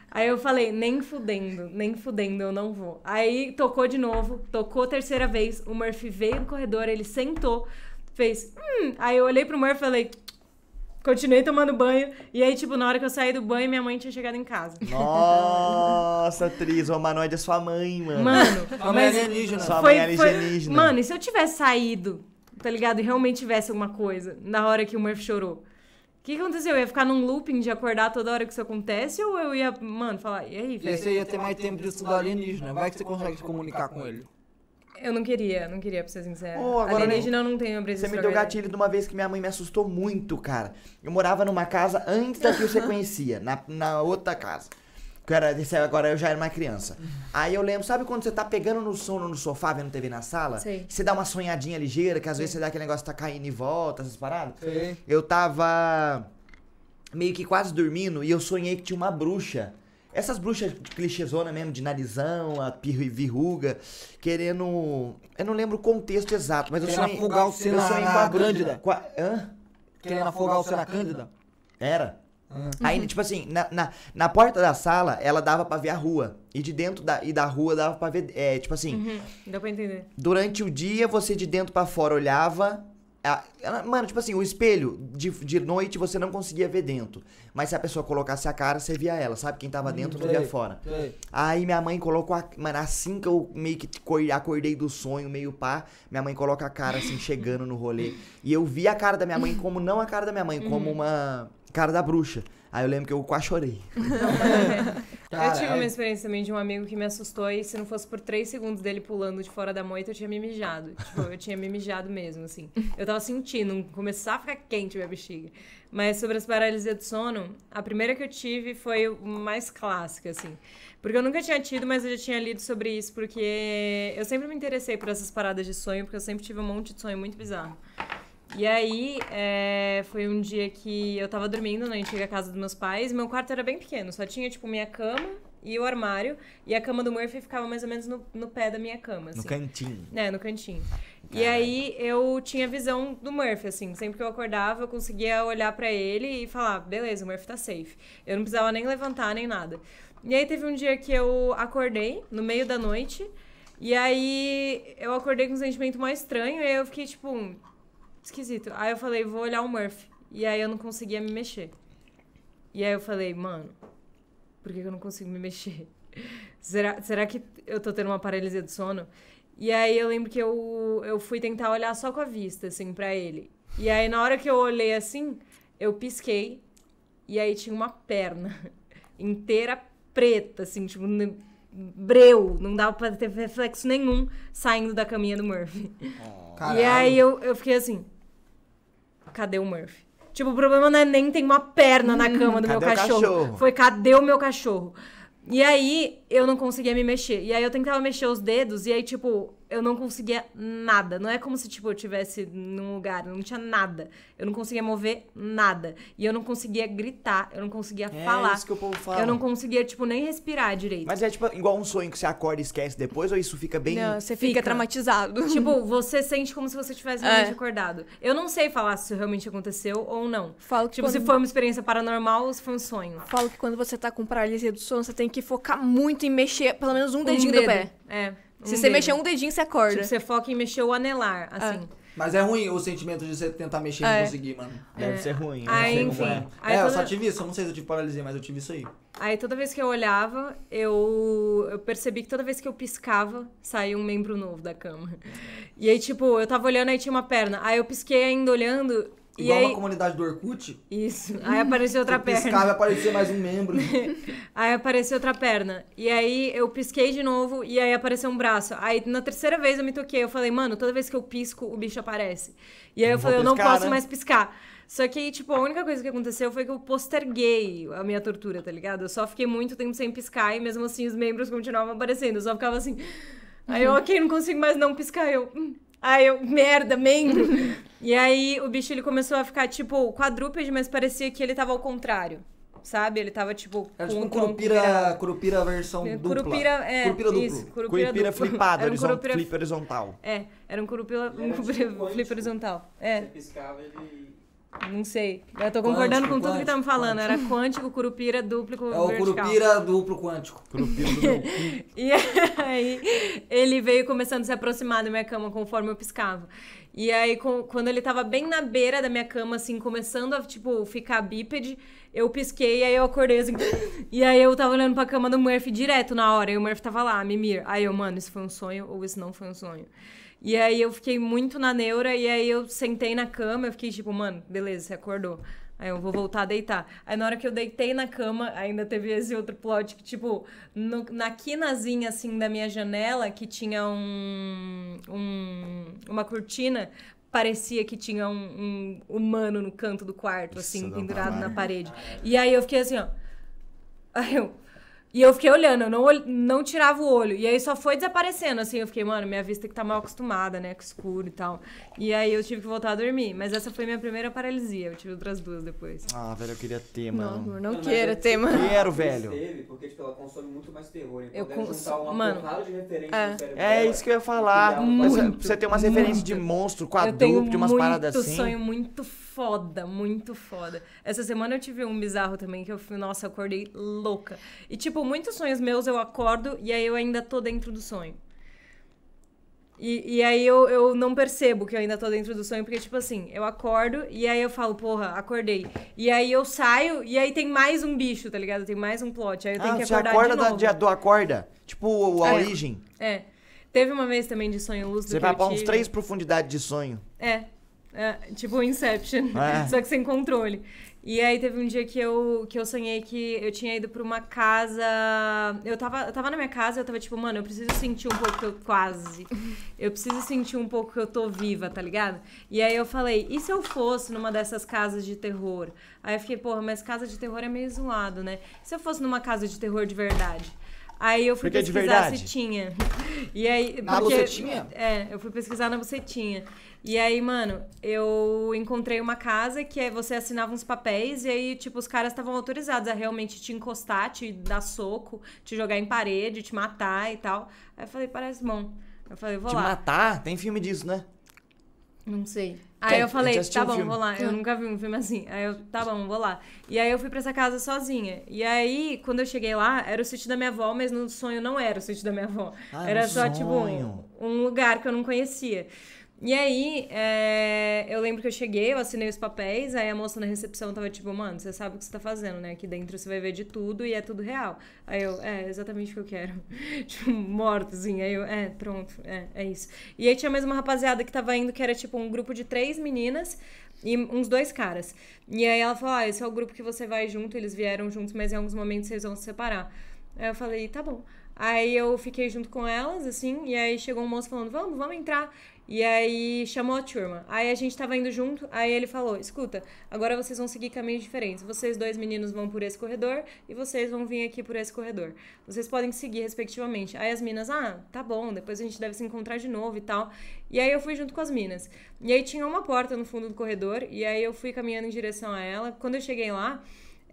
Speaker 5: Aí eu falei, nem fudendo, nem fudendo, eu não vou. Aí tocou de novo, tocou a terceira vez, o Murphy veio no corredor, ele sentou, fez. Hum. Aí eu olhei pro Murphy e falei. Continuei tomando banho. E aí, tipo, na hora que eu saí do banho, minha mãe tinha chegado em casa.
Speaker 2: Nossa, Tris, o humanoide é sua mãe, mano.
Speaker 5: Mano,
Speaker 1: Homem alienígena.
Speaker 2: Sua mãe
Speaker 5: foi,
Speaker 2: era
Speaker 5: foi...
Speaker 2: alienígena.
Speaker 5: Mano, e se eu tivesse saído, tá ligado? E realmente tivesse alguma coisa na hora que o Murphy chorou? O que que aconteceu? Eu ia ficar num looping de acordar toda hora que isso acontece? Ou eu ia, mano, falar, e aí,
Speaker 1: E
Speaker 5: velho?
Speaker 1: você ia ter mais tempo de estudar alienígena. Vai que você consegue se comunicar com ele.
Speaker 5: Eu não queria, não queria, pra ser sincera.
Speaker 2: Oh, agora
Speaker 5: Alienígena eu não tenho a
Speaker 2: Você me deu gatilho de uma vez que minha mãe me assustou muito, cara. Eu morava numa casa antes da que você conhecia, na, na outra casa. Que eu era, esse agora eu já era uma criança. Aí eu lembro, sabe quando você tá pegando no sono no sofá, vendo TV na sala?
Speaker 5: Sei.
Speaker 2: Você dá uma sonhadinha ligeira, que às vezes você dá aquele negócio que tá caindo e volta, essas paradas? Eu tava meio que quase dormindo e eu sonhei que tinha uma bruxa. Essas bruxas de clichêzona mesmo, de narizão, a pirru- verruga, querendo. Eu não lembro o contexto exato, mas eu
Speaker 1: Querendo
Speaker 2: sonhei.
Speaker 1: afogar o
Speaker 2: eu sonhei com a
Speaker 1: Senna Cândida.
Speaker 2: com a- hã?
Speaker 1: Querendo afogar o Senna Cândida?
Speaker 2: Era?
Speaker 1: Ah.
Speaker 2: Aí, tipo assim, na, na, na porta da sala, ela dava pra ver a rua. E de dentro da, e da rua dava pra ver. É, tipo assim,
Speaker 5: Deu pra entender.
Speaker 2: durante o dia você de dentro pra fora olhava. a- ela- mano, tipo assim, o espelho, de, de noite você não conseguia ver dentro. Mas se a pessoa colocasse a cara, você via ela, sabe? Quem tava dentro não via
Speaker 1: sei.
Speaker 2: fora.
Speaker 1: Sei.
Speaker 2: Aí minha mãe colocou a. Mano, assim que eu meio que acor- acordei do sonho, meio pá, minha mãe coloca a cara assim, chegando no rolê. E eu vi a cara da minha mãe como não a cara da minha mãe, como uma cara da bruxa. Aí eu lembro que eu quase chorei.
Speaker 5: eu tive
Speaker 1: Cara,
Speaker 5: uma experiência também de um amigo que me assustou e se não fosse por três segundos dele pulando de fora da moita, eu tinha me mijado. Tipo, eu tinha me mijado mesmo, assim. Eu tava sentindo, um, começar a ficar quente minha bexiga. Mas sobre as paralisias do sono, a primeira que eu tive foi o mais clássica, assim. Porque eu nunca tinha tido, mas eu já tinha lido sobre isso, porque eu sempre me interessei por essas paradas de sonho, porque eu sempre tive um monte de sonho muito bizarro. E aí, é, foi um dia que eu tava dormindo na antiga casa dos meus pais. Meu quarto era bem pequeno, só tinha, tipo, minha cama e o armário. E a cama do Murphy ficava mais ou menos no, no pé da minha cama, assim.
Speaker 2: No cantinho.
Speaker 5: É, no cantinho. E aí eu tinha visão do Murphy, assim. Sempre que eu acordava, eu conseguia olhar pra ele e falar: beleza, o Murphy tá safe. Eu não precisava nem levantar nem nada. E aí teve um dia que eu acordei, no meio da noite. E aí eu acordei com um sentimento mais estranho. E aí eu fiquei tipo: esquisito. Aí eu falei, vou olhar o Murphy. E aí eu não conseguia me mexer. E aí eu falei, mano, por é que que eu não consigo me mexer? Será, será que eu tô tendo uma paralisia do sono? E aí eu lembro que eu, eu fui tentar olhar só com a vista, assim, pra ele. E aí na hora que eu olhei assim, eu pisquei. E aí tinha uma perna inteira preta, assim, tipo, ne- breu. Não dava pra ter reflexo nenhum saindo da caminha do Murphy. E é, aí eu, eu fiquei assim, cadê o Murphy? Tipo, o problema não é nem tem uma perna na cama do meu
Speaker 2: Hum, cadê o
Speaker 5: cachorro.
Speaker 2: cachorro?
Speaker 5: Foi cadê o meu cachorro? E aí eu não conseguia me mexer. E aí eu tentava mexer os dedos e aí, tipo, eu não conseguia nada. Não é como se, tipo, eu tivesse num lugar, não tinha nada. Eu não conseguia mover nada. E eu não conseguia gritar, eu não conseguia falar.
Speaker 2: É isso que o povo fala.
Speaker 5: Eu não conseguia, tipo, nem respirar direito.
Speaker 2: Mas é tipo igual um sonho que você acorda e esquece depois, ou isso fica bem.
Speaker 3: Não, você fica,
Speaker 5: Fica.
Speaker 3: traumatizado.
Speaker 5: Tipo, você sente como se você tivesse
Speaker 3: É.
Speaker 5: realmente acordado. Eu não sei falar se isso realmente aconteceu ou não.
Speaker 3: Falo que
Speaker 5: Tipo, se
Speaker 3: quando-
Speaker 5: foi uma experiência paranormal ou se foi um sonho.
Speaker 3: Falo que quando você tá com paralisia do sono, você tem que focar muito em mexer pelo menos um,
Speaker 5: Um
Speaker 3: dedinho do
Speaker 5: dedo.
Speaker 3: pé.
Speaker 5: É. um
Speaker 3: Se você
Speaker 5: dedo.
Speaker 3: mexer um Ah. dedinho, você acorda.
Speaker 5: Tipo, você foca em mexer o anelar, assim.
Speaker 1: Mas é ruim o sentimento de você tentar mexer e
Speaker 3: É.
Speaker 1: não conseguir, mano.
Speaker 2: Deve ser ruim.
Speaker 5: Ah,
Speaker 2: eu não sei
Speaker 5: enfim.
Speaker 2: como é.
Speaker 5: Aí
Speaker 1: é, eu
Speaker 5: toda-
Speaker 1: só tive isso, eu não sei se eu tive paralisia, mas eu tive isso aí.
Speaker 5: Aí toda vez que eu olhava, eu, eu percebi que toda vez que eu piscava, saía um membro novo da cama. E aí, tipo, eu tava olhando, aí tinha uma perna. Aí eu pisquei ainda olhando. E
Speaker 1: Igual
Speaker 5: aí.
Speaker 1: uma comunidade do Orkut,
Speaker 5: Isso. Aí apareceu outra
Speaker 1: eu
Speaker 5: perna.
Speaker 1: piscava e aparecia mais um membro.
Speaker 5: Aí apareceu outra perna. E aí eu pisquei de novo e aí apareceu um braço. Aí na terceira vez eu me toquei. Eu falei, mano, toda vez que eu pisco, o bicho aparece. E aí eu
Speaker 2: Não vou
Speaker 5: falei, eu não
Speaker 2: piscar,
Speaker 5: posso
Speaker 2: né?
Speaker 5: mais piscar. Só que, tipo, a única coisa que aconteceu foi que eu posterguei a minha tortura, tá ligado? Eu só fiquei muito tempo sem piscar e mesmo assim os membros continuavam aparecendo. Eu só ficava assim. Aí
Speaker 1: Uhum.
Speaker 5: eu, ok, não consigo mais não piscar. Eu. hum. Aí eu, merda, membro. e aí o bicho ele começou a ficar, tipo, quadrúpede, mas parecia que ele tava ao contrário. Sabe? Ele tava, tipo,
Speaker 1: Era
Speaker 5: com
Speaker 1: tipo um
Speaker 5: o tronco
Speaker 1: curupira,
Speaker 5: virado.
Speaker 1: curupira versão dupla.
Speaker 5: Curupira, é,
Speaker 1: curupira duplo.
Speaker 5: isso, curupira,
Speaker 2: Curupira
Speaker 5: duplo.
Speaker 2: flipada,
Speaker 5: Era um
Speaker 2: horizon-
Speaker 5: curupira,
Speaker 2: flip horizontal.
Speaker 5: é, era um curupira,
Speaker 4: Ele era
Speaker 5: um
Speaker 4: tipo
Speaker 5: curupira-
Speaker 4: quântico.
Speaker 5: flip horizontal.
Speaker 4: Você
Speaker 5: É,
Speaker 4: piscava, ele...
Speaker 5: não sei. Eu tô concordando com tudo que tá me falando. Era quântico, curupira, duplo,
Speaker 1: É o
Speaker 5: vertical.
Speaker 1: curupira duplo quântico.
Speaker 5: E aí ele veio começando a se aproximar da minha cama conforme eu piscava. E aí, com- quando ele tava bem na beira da minha cama, assim, começando a, tipo, ficar bípede, eu pisquei e aí eu acordei assim. E aí eu tava olhando pra cama do Murphy direto na hora. E o Murphy tava lá, Mimir. Aí eu, mano, isso foi um sonho ou isso não foi um sonho? E aí eu fiquei muito na neura, e aí eu sentei na cama, eu fiquei tipo, mano, beleza, você acordou. Aí eu vou voltar a deitar. Aí na hora que eu deitei na cama, ainda teve esse outro plot que, tipo, no- na quinazinha, assim, da minha janela, que tinha um, um- uma cortina, parecia que tinha um, um humano no canto do quarto,
Speaker 2: Isso dá
Speaker 5: assim,
Speaker 2: um
Speaker 5: pendurado na
Speaker 2: trabalho.
Speaker 5: parede. E aí eu fiquei assim, ó. Aí eu... E eu fiquei olhando, eu não, ol- não tirava o olho. E aí só foi desaparecendo, assim. Eu fiquei, mano, minha vista que tá mal acostumada, né? Com escuro e tal. E aí eu tive que voltar a dormir. Mas essa foi minha primeira paralisia. Eu tive outras duas depois.
Speaker 2: Ah, velho, eu queria ter,
Speaker 3: Não,
Speaker 2: mano.
Speaker 3: amor, não
Speaker 4: Mano, mas
Speaker 3: queira
Speaker 4: é-
Speaker 3: ter, mano.
Speaker 2: Quero, velho.
Speaker 4: Teve, porque, tipo, ela consome muito mais terror. Então
Speaker 5: Eu
Speaker 4: deve
Speaker 5: cons-
Speaker 4: juntar uma
Speaker 5: mano,
Speaker 4: porrada de referência
Speaker 3: é.
Speaker 4: no cérebro
Speaker 2: É
Speaker 4: dela.
Speaker 2: isso que eu ia falar.
Speaker 4: Muito,
Speaker 2: Você- você tem umas referências de monstro,
Speaker 5: eu
Speaker 2: quadrúpede,
Speaker 5: tenho
Speaker 2: umas
Speaker 5: muito
Speaker 2: paradas assim.
Speaker 5: sonho muito foda, muito foda. Essa semana eu tive um bizarro também, que eu fui, nossa, eu acordei louca. E, tipo, muitos sonhos meus eu acordo e aí eu ainda tô dentro do sonho. E, e aí eu, eu não percebo que eu ainda tô dentro do sonho, porque, tipo assim, eu acordo e aí eu falo, porra, acordei. E aí eu saio e aí tem mais um bicho, tá ligado? Tem mais um plot. Aí eu tenho
Speaker 2: Ah,
Speaker 5: que
Speaker 2: você
Speaker 5: acordar
Speaker 2: acorda
Speaker 5: de
Speaker 2: da-
Speaker 5: novo.
Speaker 2: de- do acorda. Tipo o- a
Speaker 5: É.
Speaker 2: origem.
Speaker 5: É. Teve uma vez também de sonho lúcido
Speaker 2: Você
Speaker 5: que
Speaker 2: vai
Speaker 5: eu
Speaker 2: pra uns
Speaker 5: tive.
Speaker 2: três profundidades de sonho.
Speaker 5: É. É, tipo Inception,
Speaker 2: É.
Speaker 5: só que sem controle. E aí teve um dia que eu, que eu sonhei que eu tinha ido pra uma casa. Eu tava, eu tava na minha casa, eu tava tipo, mano, eu preciso sentir um pouco que eu quase. Eu preciso sentir um pouco que eu tô viva, tá ligado? E aí eu falei, e se eu fosse numa dessas casas de terror? Aí eu fiquei, porra, mas casa de terror é meio zoado, né? E se eu fosse numa casa de terror de verdade? Aí eu fui
Speaker 2: Por que é de
Speaker 5: pesquisar se
Speaker 2: verdade?
Speaker 5: tinha. E aí.
Speaker 1: Na
Speaker 5: porque-
Speaker 1: bucetinha?
Speaker 5: é, eu fui pesquisar na bucetinha. E aí, mano, eu encontrei uma casa que é- você assinava uns papéis e aí, tipo, os caras estavam autorizados a realmente te encostar, te dar soco, te jogar em parede, te matar e tal. Aí eu falei, parece bom. Eu falei, vou
Speaker 2: Te
Speaker 5: lá.
Speaker 2: matar? Tem filme disso, né?
Speaker 5: Não sei. Aí eu
Speaker 2: gente
Speaker 5: falei,
Speaker 2: assistiu
Speaker 5: tá
Speaker 2: um
Speaker 5: bom,
Speaker 2: filme.
Speaker 5: vou lá. Eu nunca vi um filme assim. Aí eu, tá bom, vou lá. E aí eu fui pra essa casa sozinha. E aí, quando eu cheguei lá, era o sítio da minha avó, mas no sonho não era o sítio da minha avó.
Speaker 2: Ah,
Speaker 5: era
Speaker 2: no
Speaker 5: só, tipo,
Speaker 2: sonho.
Speaker 5: um, um lugar que eu não conhecia. E aí, é, eu lembro que eu cheguei, eu assinei os papéis, aí a moça na recepção tava tipo, mano, você sabe o que você tá fazendo, né? Aqui dentro você vai ver de tudo e é tudo real. Aí eu, é, exatamente o que eu quero. tipo, morto, assim. Aí eu, é, pronto, é, é isso. E aí tinha mais uma rapaziada que tava indo, que era tipo um grupo de três meninas e uns dois caras. E aí ela falou, ah, esse é o grupo que você vai junto, eles vieram juntos, mas em alguns momentos vocês vão se separar. Aí eu falei, tá bom. Aí eu fiquei junto com elas, assim, e aí chegou um moço falando, vamos, vamos entrar. E aí chamou a turma. Aí a gente tava indo junto, aí ele falou: escuta, agora vocês vão seguir caminhos diferentes. Vocês dois meninos vão por esse corredor e vocês vão vir aqui por esse corredor. Vocês podem seguir, respectivamente. Aí as minas, ah, tá bom, depois a gente deve se encontrar de novo e tal. E aí eu fui junto com as minas. E aí tinha uma porta no fundo do corredor, e aí eu fui caminhando em direção a ela. Quando eu cheguei lá,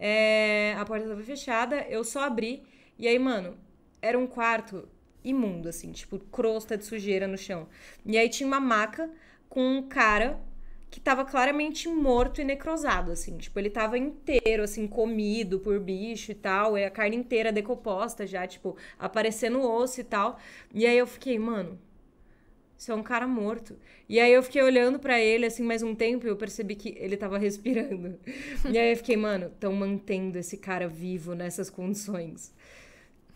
Speaker 5: é, a porta tava fechada, eu só abri. E aí, mano, era um quarto imundo, assim, tipo, crosta de sujeira no chão. E aí tinha uma maca com um cara que tava claramente morto e necrosado, assim. Tipo, ele tava inteiro, assim, comido por bicho e tal. E a carne inteira decomposta já, tipo, aparecendo osso e tal. E aí eu fiquei, mano, isso é um cara morto. E aí eu fiquei olhando pra ele, assim, mais um tempo e eu percebi que ele tava respirando. e aí eu fiquei, mano, estão mantendo esse cara vivo nessas condições.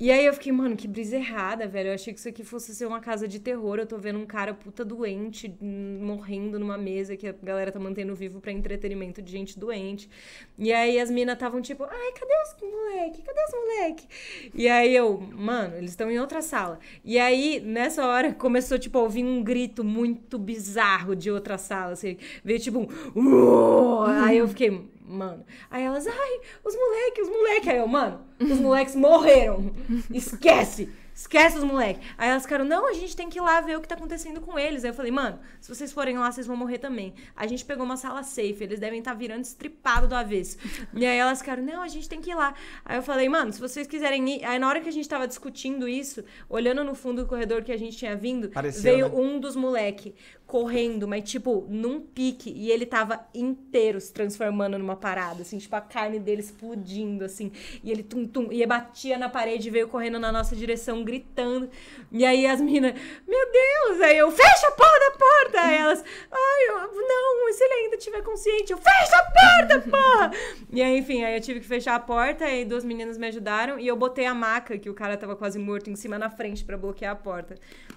Speaker 5: E aí eu fiquei, mano, que brisa errada, velho. Eu achei que isso aqui fosse ser uma casa de terror. Eu tô vendo um cara puta doente hum, morrendo numa mesa que a galera tá mantendo vivo pra entretenimento de gente doente. E aí as minas estavam tipo, ai, cadê os moleque? Cadê os moleque? E aí eu, mano, eles estão em outra sala. E aí, nessa hora, começou, tipo, a ouvir um grito muito bizarro de outra sala. Assim, veio tipo um. "Uou!" Aí eu fiquei, mano. Aí elas, ai, os moleque, os moleque. Aí eu, mano, os moleques morreram. Esquece! Esquece os moleques. Aí elas ficaram, não, a gente tem que ir lá ver o que tá acontecendo com eles. Aí eu falei, mano, se vocês forem lá, vocês vão morrer também. A gente pegou uma sala safe, eles devem estar virando estripado do avesso. E aí elas ficaram, não, a gente tem que ir lá. Aí eu falei, mano, se vocês quiserem ir. Aí na hora que a gente tava discutindo isso, olhando no fundo do corredor que a gente tinha vindo,
Speaker 1: Apareceu,
Speaker 5: veio
Speaker 1: né?
Speaker 5: um dos moleque correndo, mas tipo, num pique. E ele tava inteiro se transformando numa parada, assim, tipo, a carne dele explodindo, assim. E ele tum-tum, e batia na parede e veio correndo na nossa direção, gritando. E aí as minas, meu Deus! Aí eu, fecha a porra da porta! Aí elas, ai, eu, não, e se ele ainda tiver consciente? Eu, fecha a porta, porra! e aí, enfim, aí eu tive que fechar a porta, e duas meninas me ajudaram, e eu botei a maca, que o cara tava quase morto, em cima na frente pra bloquear a porta.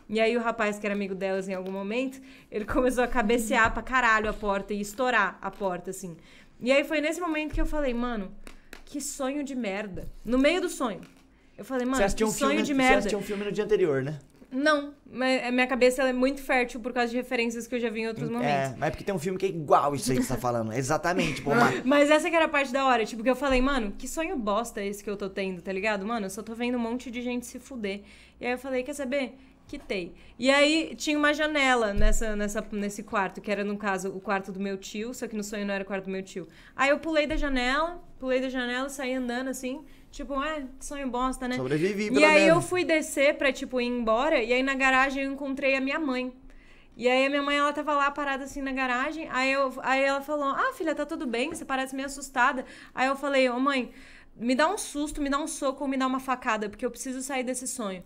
Speaker 5: E aí o rapaz, que era amigo delas em algum momento, ele começou a cabecear pra caralho a porta e estourar a porta, assim. E aí foi nesse momento que eu falei, mano, que sonho de merda. No meio do sonho. Eu falei, mano,
Speaker 2: você
Speaker 5: que
Speaker 2: assistiu um
Speaker 5: sonho
Speaker 2: filme,
Speaker 5: de
Speaker 2: você
Speaker 5: merda.
Speaker 2: assistiu um filme no dia anterior, né?
Speaker 5: Não, mas a minha cabeça ela é muito fértil por causa de referências que eu já vi em outros
Speaker 2: É,
Speaker 5: momentos.
Speaker 2: mas é porque tem um filme que é igual isso aí que você tá falando. Exatamente, pô, uma-
Speaker 5: Mas essa que era a parte da hora, tipo, que eu falei, mano, que sonho bosta esse que eu tô tendo, tá ligado? Mano, eu só tô vendo um monte de gente se fuder. E aí eu falei, quer saber? Quitei. E aí tinha uma janela nessa, nessa, nesse quarto, que era, no caso, o quarto do meu tio, só que no sonho não era o quarto do meu tio. Aí eu pulei da janela, pulei da janela, saí andando assim, tipo, é, sonho bosta, né?
Speaker 2: Sobrevivi,
Speaker 5: E
Speaker 2: pelo
Speaker 5: aí eu
Speaker 2: menos.
Speaker 5: fui descer pra, tipo, ir embora, e aí na garagem eu encontrei a minha mãe. E aí a minha mãe, ela tava lá parada assim na garagem, aí, eu, aí ela falou, ah, filha, tá tudo bem, você parece meio assustada. Aí eu falei, ô mãe, me dá um susto, me dá um soco ou me dá uma facada, porque eu preciso sair desse sonho.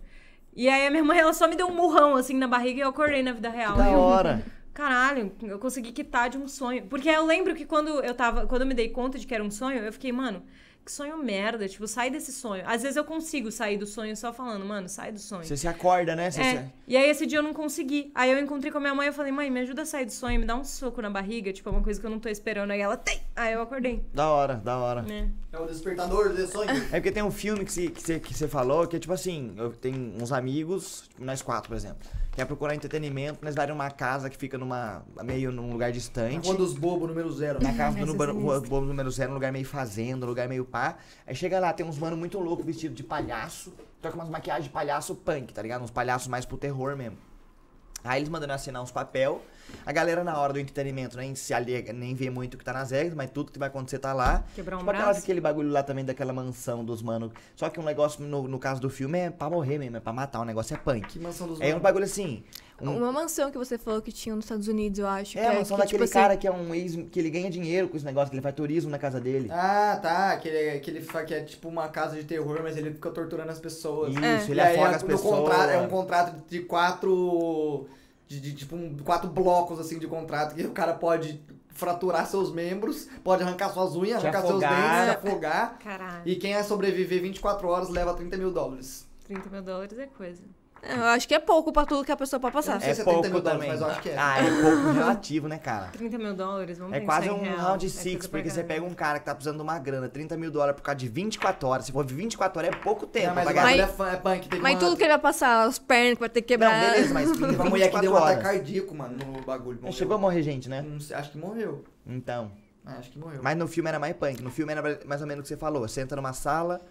Speaker 5: E aí a minha mãe, ela só me deu um murrão, assim, na barriga e eu acordei na vida real. Aí
Speaker 2: Da
Speaker 5: eu-
Speaker 2: hora.
Speaker 5: Caralho, eu consegui quitar de um sonho. Porque eu lembro que quando eu tava. Quando eu me dei conta de que era um sonho, eu fiquei, mano, que sonho merda. Tipo, sai desse sonho. Às vezes eu consigo sair do sonho só falando, mano, sai do sonho.
Speaker 2: Você se acorda, né? Você
Speaker 5: É.
Speaker 2: se-
Speaker 5: E aí esse dia eu não consegui. Aí eu encontrei com a minha mãe e falei, mãe, me ajuda a sair do sonho, me dá um soco na barriga, tipo, é uma coisa que eu não tô esperando. Aí ela tem! Aí eu acordei,
Speaker 2: Da hora, da hora.
Speaker 5: né?
Speaker 1: É o despertador do sonho.
Speaker 2: É porque tem um filme que você que você- que você falou que é tipo assim: eu tenho uns amigos, tipo, nós quatro, por exemplo, quer procurar entretenimento, nós vai numa casa que fica numa meio num lugar distante.
Speaker 1: Quando os bobos, número zero.
Speaker 2: Na casa do
Speaker 5: Essa
Speaker 2: número,
Speaker 5: é
Speaker 2: rua- bobo número zero, um lugar meio fazenda, um lugar meio pá. Aí chega lá, tem uns mano muito louco vestido de palhaço. Toca umas maquiagens de palhaço punk, tá ligado? Uns palhaços mais pro terror mesmo. Aí eles mandando assinar uns papel. A galera na hora do entretenimento nem se alega, nem vê muito o que tá nas regras, mas tudo que vai acontecer tá lá.
Speaker 5: Quebrar um
Speaker 2: tipo aquela-
Speaker 5: braço.
Speaker 2: aquele bagulho lá também daquela mansão dos mano. Só que um negócio, no, no caso do filme, é pra morrer mesmo, é pra matar. O negócio é
Speaker 1: Que
Speaker 2: punk.
Speaker 1: mansão dos
Speaker 2: É um
Speaker 1: bobos.
Speaker 2: bagulho assim. um-
Speaker 3: Uma mansão que você falou que tinha nos Estados Unidos, eu acho.
Speaker 2: é,
Speaker 3: que
Speaker 2: a mansão
Speaker 3: que,
Speaker 2: daquele
Speaker 3: tipo,
Speaker 2: cara que é um ex. que ele ganha dinheiro com esse negócio, que ele faz turismo na casa dele.
Speaker 1: Ah, tá. Que ele, que ele fa- que é tipo uma casa de terror, mas ele fica torturando as pessoas.
Speaker 2: Isso, ele
Speaker 1: E aí,
Speaker 2: afoga
Speaker 1: é
Speaker 2: as
Speaker 1: no
Speaker 2: pessoas.
Speaker 1: contrato- é um contrato de quatro. de, de, tipo um- quatro blocos assim de contrato que o cara pode fraturar seus membros, pode arrancar suas unhas,
Speaker 7: Te
Speaker 1: arrancar
Speaker 7: afogar.
Speaker 1: seus dentes, se afogar.
Speaker 5: Caralho,
Speaker 1: E quem é sobreviver 24 horas leva 30 mil dólares.
Speaker 5: 30 mil dólares é coisa.
Speaker 3: É, Eu acho que é pouco pra tudo que a pessoa pode
Speaker 1: Eu
Speaker 3: passar.
Speaker 1: não sei se é 30 mil dólares, mas eu acho que é.
Speaker 2: Ah, é pouco relativo, né, cara?
Speaker 5: 30 mil dólares, vamos
Speaker 2: É
Speaker 5: pensar
Speaker 2: quase
Speaker 5: em
Speaker 2: um
Speaker 5: real.
Speaker 2: round
Speaker 5: É
Speaker 2: six,
Speaker 5: coisa pra
Speaker 2: porque você
Speaker 5: caralho.
Speaker 2: pega um cara que tá precisando de uma grana, 30 mil dólares por causa de 24 horas. Se for 24 horas, é pouco tempo.
Speaker 1: É, mas
Speaker 2: pra
Speaker 1: o
Speaker 2: ganhar.
Speaker 1: bagulho é fã, é punk. Teve
Speaker 3: Mas
Speaker 1: uma,
Speaker 3: tudo que ele vai passar, as pernas que vai ter que quebrar.
Speaker 2: Não, beleza, mas
Speaker 1: teve uma mulher que deu um
Speaker 2: 24
Speaker 1: ataque
Speaker 2: horas.
Speaker 1: cardíaco, mano, no bagulho.
Speaker 2: Não
Speaker 1: morreu.
Speaker 2: chegou a morrer gente, né?
Speaker 1: Não sei, acho que morreu.
Speaker 2: Então.
Speaker 1: Ah, acho que morreu.
Speaker 2: Mas no filme era mais punk. No filme era mais ou menos o que você falou. Você entra numa sala,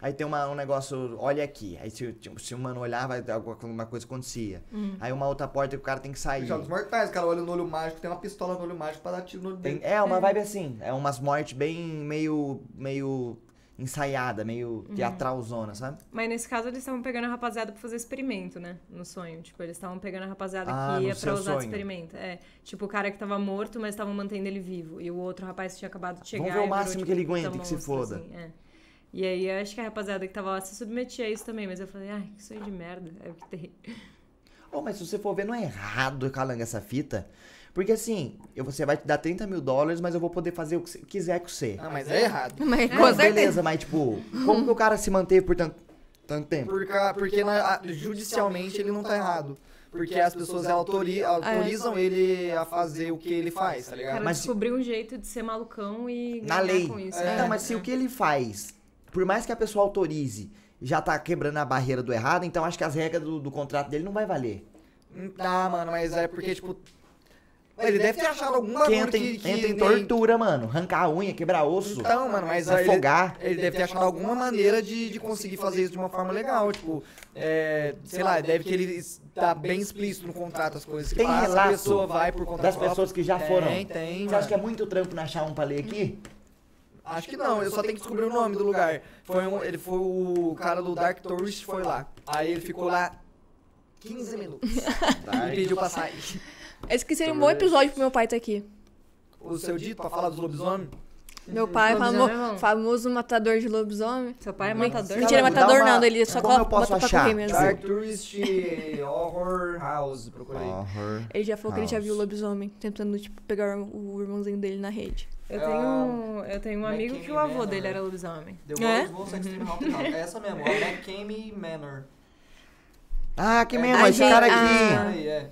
Speaker 2: aí tem uma- um negócio, olha aqui. Aí se, tipo, se um mano olhar, vai, alguma alguma coisa acontecia.
Speaker 1: Hum.
Speaker 2: Aí uma outra porta que o cara tem que sair.
Speaker 1: Jogos mortais, o cara olha no olho mágico, tem uma pistola no olho mágico pra dar tiro no olho
Speaker 2: Tem-
Speaker 1: dele.
Speaker 2: é uma vibe assim. É umas mortes bem meio. meio ensaiada, meio teatralzona, sabe?
Speaker 5: Mas nesse caso eles estavam pegando a rapaziada pra fazer experimento, né? No sonho. Tipo, eles estavam pegando a rapaziada
Speaker 2: Ah,
Speaker 5: que
Speaker 2: no
Speaker 5: ia
Speaker 2: seu
Speaker 5: pra usar
Speaker 2: sonho.
Speaker 5: de experimento. É. Tipo, o cara que tava morto, mas estavam mantendo ele vivo. E o outro rapaz tinha acabado de chegar.
Speaker 2: Vamos ver o
Speaker 5: e virou,
Speaker 2: máximo
Speaker 5: tipo,
Speaker 2: que ele aguenta,
Speaker 5: puta
Speaker 2: que se
Speaker 5: monstro,
Speaker 2: foda.
Speaker 5: assim, é. E aí eu acho que a rapaziada que tava lá se submetia a isso também, mas eu falei, ai, que sonho de merda. É o que tem.
Speaker 2: Oh, mas se você for ver, não é errado, Calanga, essa fita. Porque assim, eu- você vai te dar 30 mil dólares, mas eu vou poder fazer o que você quiser com você.
Speaker 1: Ah, mas é errado.
Speaker 3: Mas
Speaker 2: Não,
Speaker 3: com certeza.
Speaker 2: beleza, mas tipo, como que o cara se manteve por tanto, tanto tempo?
Speaker 1: Por ca- porque na- a- judicialmente ele não tá errado. Porque as pessoas é autori- autorizam ele a fazer o que ele faz, tá
Speaker 5: O cara
Speaker 1: ligado?
Speaker 2: Mas-
Speaker 5: descobriu um jeito de ser malucão e
Speaker 2: Na
Speaker 5: ganhar
Speaker 2: lei.
Speaker 5: com isso. né?
Speaker 2: Então, mas se o que ele faz, por mais que a pessoa autorize, já tá quebrando a barreira do errado, então acho que as regras do, do contrato dele não vai valer.
Speaker 1: Tá, mano, mas é porque, tipo. Ele deve ter achado algum
Speaker 2: Porque
Speaker 1: bagulho
Speaker 2: entra, em-
Speaker 1: que, que
Speaker 2: entra em
Speaker 1: nem-
Speaker 2: tortura, mano. Arrancar a unha, quebrar osso,
Speaker 1: Então, mano, mas aí ele,
Speaker 2: afogar.
Speaker 1: ele deve ter achado alguma maneira de, de conseguir fazer isso de uma forma legal. Tipo, é, sei lá, deve que ele tá bem explícito no contrato as coisas que
Speaker 2: Tem
Speaker 1: passa,
Speaker 2: relato
Speaker 1: a pessoa vai por conta
Speaker 2: Das
Speaker 1: própria.
Speaker 2: pessoas que já
Speaker 1: tem,
Speaker 2: foram.
Speaker 1: Tem, tem.
Speaker 2: Você acha que é
Speaker 1: mano.
Speaker 2: muito trampo não achar um pra ler aqui?
Speaker 1: Acho que não, eu só tenho que descobrir o nome do lugar. Foi um, ele foi o cara do Dark Tourist, foi lá. Aí ele ficou lá 15 minutos e pediu pra sair.
Speaker 3: Esse que seria
Speaker 2: Então,
Speaker 3: um bom episódio pro meu pai estar aqui.
Speaker 1: O seu dito pra falar dos lobisomens?
Speaker 3: Meu pai,
Speaker 5: Lobisomem é
Speaker 3: famo-
Speaker 5: bom.
Speaker 3: famoso matador de lobisomem.
Speaker 5: Seu pai é matador.
Speaker 3: Mentira,
Speaker 2: Calma,
Speaker 3: matador
Speaker 2: dá uma-
Speaker 3: não,
Speaker 1: É
Speaker 3: ele só
Speaker 2: Como eu
Speaker 3: coloca
Speaker 2: posso
Speaker 3: bota pra
Speaker 2: achar?
Speaker 3: correr mesmo.
Speaker 1: Dark Tourist Horror House, procurei.
Speaker 3: Ele já falou que ele já viu o
Speaker 2: House.
Speaker 3: lobisomem tentando, tipo, pegar o irmãozinho dele na rede.
Speaker 5: Eu tenho, eu tenho um amigo que o
Speaker 1: McKinney,
Speaker 5: avô
Speaker 1: né?
Speaker 5: dele era lobisomem.
Speaker 1: The
Speaker 3: É?
Speaker 1: World's Most Extreme Haunted House. É essa mesmo, a McCamey Manor.
Speaker 2: Ah, que
Speaker 1: É,
Speaker 2: mesmo,
Speaker 1: a
Speaker 2: esse
Speaker 3: gente-
Speaker 2: cara
Speaker 1: Isso
Speaker 3: Ah.
Speaker 2: aqui.
Speaker 1: aí, é.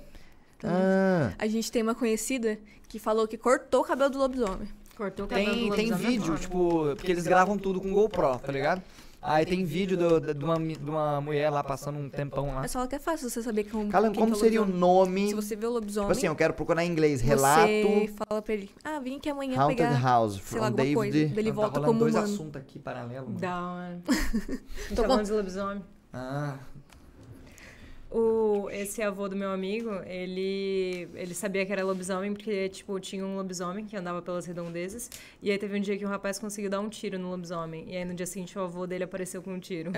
Speaker 2: Ah.
Speaker 3: A gente tem uma conhecida que falou que cortou o cabelo do lobisomem.
Speaker 5: Cortou o cabelo
Speaker 1: Tem,
Speaker 5: do
Speaker 1: tem
Speaker 5: lobisomem é né?
Speaker 1: vídeo,
Speaker 5: agora.
Speaker 1: tipo, porque eles gravam tudo com GoPro, tá ligado? Aí tem vídeo do- da- de, uma, mi- de uma mulher lá passando um tempão lá.
Speaker 3: Mas fala que é fácil você saber como.
Speaker 2: Calma,
Speaker 3: quem
Speaker 2: como
Speaker 3: que é
Speaker 2: seria o
Speaker 3: lobisomem.
Speaker 2: nome?
Speaker 3: Se você vê o
Speaker 2: Tipo
Speaker 3: lobisomem,
Speaker 2: assim, eu quero procurar em inglês.
Speaker 3: você
Speaker 2: Relato
Speaker 3: fala pra ele, ah, vim aqui amanhã
Speaker 2: Haunted
Speaker 3: pegar,
Speaker 2: House,
Speaker 3: sei lá,
Speaker 2: from
Speaker 3: alguma coisa.
Speaker 2: David.
Speaker 3: Daí ele
Speaker 1: Mano,
Speaker 3: volta
Speaker 1: tá rolando
Speaker 3: como
Speaker 1: dois
Speaker 3: humano.
Speaker 1: assuntos aqui paralelo, mano.
Speaker 5: Da hora. Tô falando de lobisomem.
Speaker 1: Ah,
Speaker 5: O, esse avô do meu amigo, ele, ele sabia que era lobisomem porque, tipo, tinha um lobisomem que andava pelas redondezas. E aí teve um dia que um rapaz conseguiu dar um tiro no lobisomem. E aí no dia seguinte o avô dele apareceu com um tiro.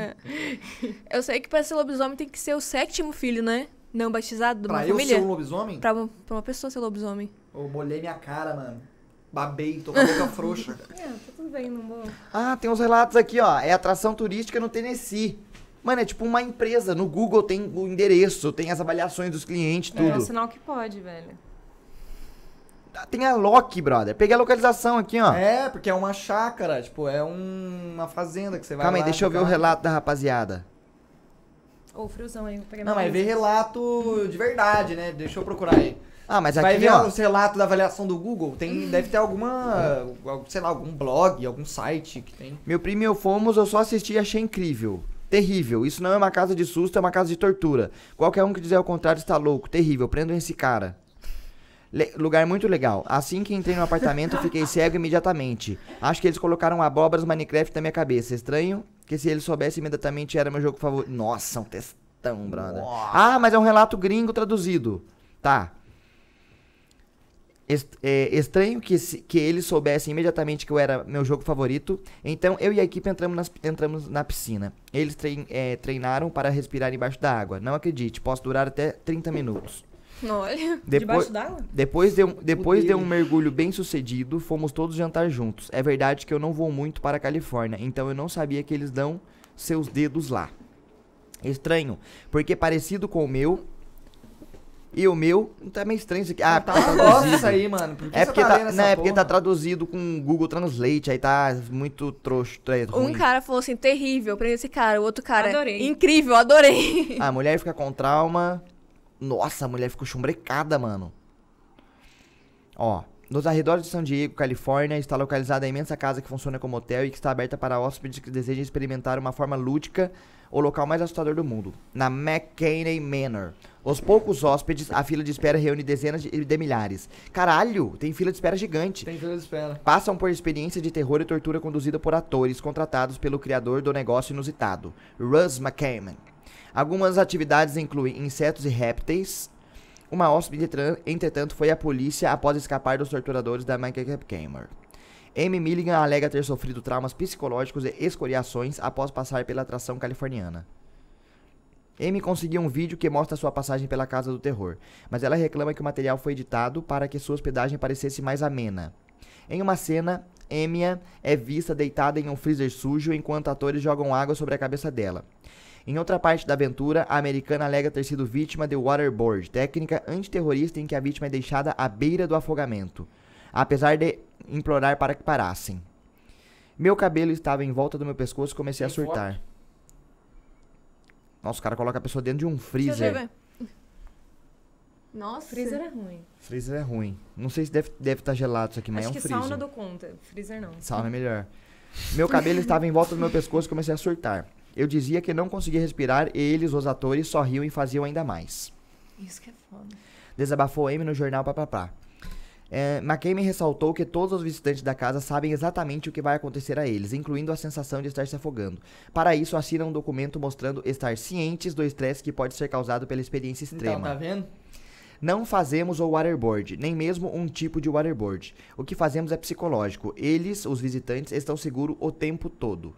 Speaker 3: Eu sei que pra ser lobisomem tem que ser o sétimo filho, né? Não batizado de uma
Speaker 1: pra eu
Speaker 3: família.
Speaker 1: ser um lobisomem,
Speaker 3: Pra, uma, pra uma pessoa ser lobisomem.
Speaker 1: eu molhei minha cara, mano. Babei, tô com a boca frouxa.
Speaker 5: É, tá tudo bem, não vou...
Speaker 2: Ah, tem uns relatos aqui, ó. É atração turística no Tennessee. Mano, é tipo uma empresa. No Google tem o endereço, tem as avaliações dos clientes,
Speaker 5: É um
Speaker 2: tudo.
Speaker 5: sinal que pode, velho.
Speaker 2: Ah, Tem a Loki, brother. Peguei a localização aqui, ó.
Speaker 1: É, porque é uma chácara, tipo, é um- uma fazenda que você vai
Speaker 2: Calma aí,
Speaker 1: lá,
Speaker 2: deixa eu ver o
Speaker 1: tá?
Speaker 2: relato da rapaziada.
Speaker 5: Ô, friozão aí, vou pegar
Speaker 1: Não,
Speaker 5: minha
Speaker 1: mas vê relato de verdade, né? Deixa eu procurar aí.
Speaker 2: Ah, mas
Speaker 1: Vai
Speaker 2: aqui,
Speaker 1: ver
Speaker 2: ó.
Speaker 1: os relatos da avaliação do Google? Tem, deve ter alguma, algum- sei lá, algum blog, algum site que tem.
Speaker 2: Meu primo e eu fomos, eu só assisti e achei incrível. Terrível. Isso não é uma casa de susto, é uma casa de tortura. Qualquer um que dizer ao contrário está louco. Terrível. Prendam esse cara. Le- lugar muito legal. Assim que entrei no apartamento, fiquei cego imediatamente. Acho que eles colocaram abóboras Minecraft na minha cabeça. Estranho que se eles soubessem imediatamente era meu jogo favorito. Nossa, um textão, brother. Ah, mas é um relato gringo traduzido. Tá. Est- é, estranho que, se- que eles soubessem imediatamente que eu era meu jogo favorito. Então eu e a equipe entramos, nas- entramos na piscina. Eles trein- é, treinaram para respirar embaixo da água. Não acredite, posso durar até 30 minutos.
Speaker 3: Olha.
Speaker 2: Depois,
Speaker 5: Debaixo d'água?
Speaker 2: depois, de um, depois de um mergulho bem sucedido, fomos todos jantar juntos. É verdade que eu não vou muito para a Califórnia, então eu não sabia que eles dão seus dedos lá. Estranho, porque parecido com o meu, E o meu, tá meio estranho isso aqui. Ah, tá
Speaker 1: Nossa,
Speaker 2: traduzido.
Speaker 1: isso aí, mano. Por que
Speaker 2: É
Speaker 1: você
Speaker 2: porque
Speaker 1: tá,
Speaker 2: tá,
Speaker 1: lendo essa
Speaker 2: né, é porque
Speaker 1: porra?
Speaker 2: tá traduzido com Google Translate, aí tá muito trouxa. é
Speaker 3: Um
Speaker 2: ruim.
Speaker 3: cara falou assim, terrível, prende esse cara. O outro cara,
Speaker 5: Adorei.
Speaker 3: incrível, adorei.
Speaker 2: A mulher fica com trauma. Nossa, a mulher ficou chumbrecada, mano. Ó. Nos arredores de San Diego, Califórnia, está localizada a imensa casa que funciona como hotel e que está aberta para hóspedes que desejam experimentar uma forma lúdica o local mais assustador do mundo, na McCaney Manor. Os poucos hóspedes, a fila de espera reúne dezenas de, de milhares. Caralho, tem fila de espera gigante
Speaker 1: Tem fila de espera.
Speaker 2: passam por experiência de terror e tortura conduzida por atores contratados pelo criador do negócio inusitado, Russ McCammon. Algumas atividades incluem insetos e répteis. Uma hóspede, tran- entretanto, foi à polícia após escapar dos torturadores da Michael Cameron. Amy Milligan alega ter sofrido traumas psicológicos e escoriações após passar pela atração californiana. Amy conseguiu um vídeo que mostra sua passagem pela Casa do Terror, mas ela reclama que o material foi editado para que sua hospedagem parecesse mais amena. Em uma cena, Emia é vista deitada em um freezer sujo enquanto atores jogam água sobre a cabeça dela. Em outra parte da aventura, a americana alega ter sido vítima de waterboard, técnica antiterrorista em que a vítima é deixada à beira do afogamento, apesar de implorar para que parassem. Meu cabelo estava em volta do meu pescoço e comecei a
Speaker 1: Tem foto?
Speaker 2: surtar. Nossa, o cara coloca a pessoa dentro de um
Speaker 3: Deixa eu
Speaker 2: freezer.
Speaker 3: ver. Nossa.
Speaker 5: Freezer é ruim.
Speaker 2: Freezer é ruim. Não sei se deve estar deve tá gelado isso aqui, mas
Speaker 5: Acho
Speaker 2: é um
Speaker 5: que
Speaker 2: freezer.
Speaker 5: sauna dou conta. Freezer não.
Speaker 2: Sauna é melhor. Meu cabelo estava em volta do meu pescoço e comecei a surtar. Eu dizia que não conseguia respirar e eles, os atores, sorriam e faziam ainda mais.
Speaker 5: Isso que é foda.
Speaker 2: Desabafou Amy no jornal Papapá. É, McCabe ressaltou que todos os visitantes da casa sabem exatamente o que vai acontecer a eles, incluindo a sensação de estar se afogando. Para isso, assinam um documento mostrando estar cientes do estresse que pode ser causado pela experiência extrema.
Speaker 1: Então, tá vendo?
Speaker 2: Não fazemos o waterboard, nem mesmo um tipo de waterboard. O que fazemos é psicológico. Eles, os visitantes, estão seguros o tempo todo.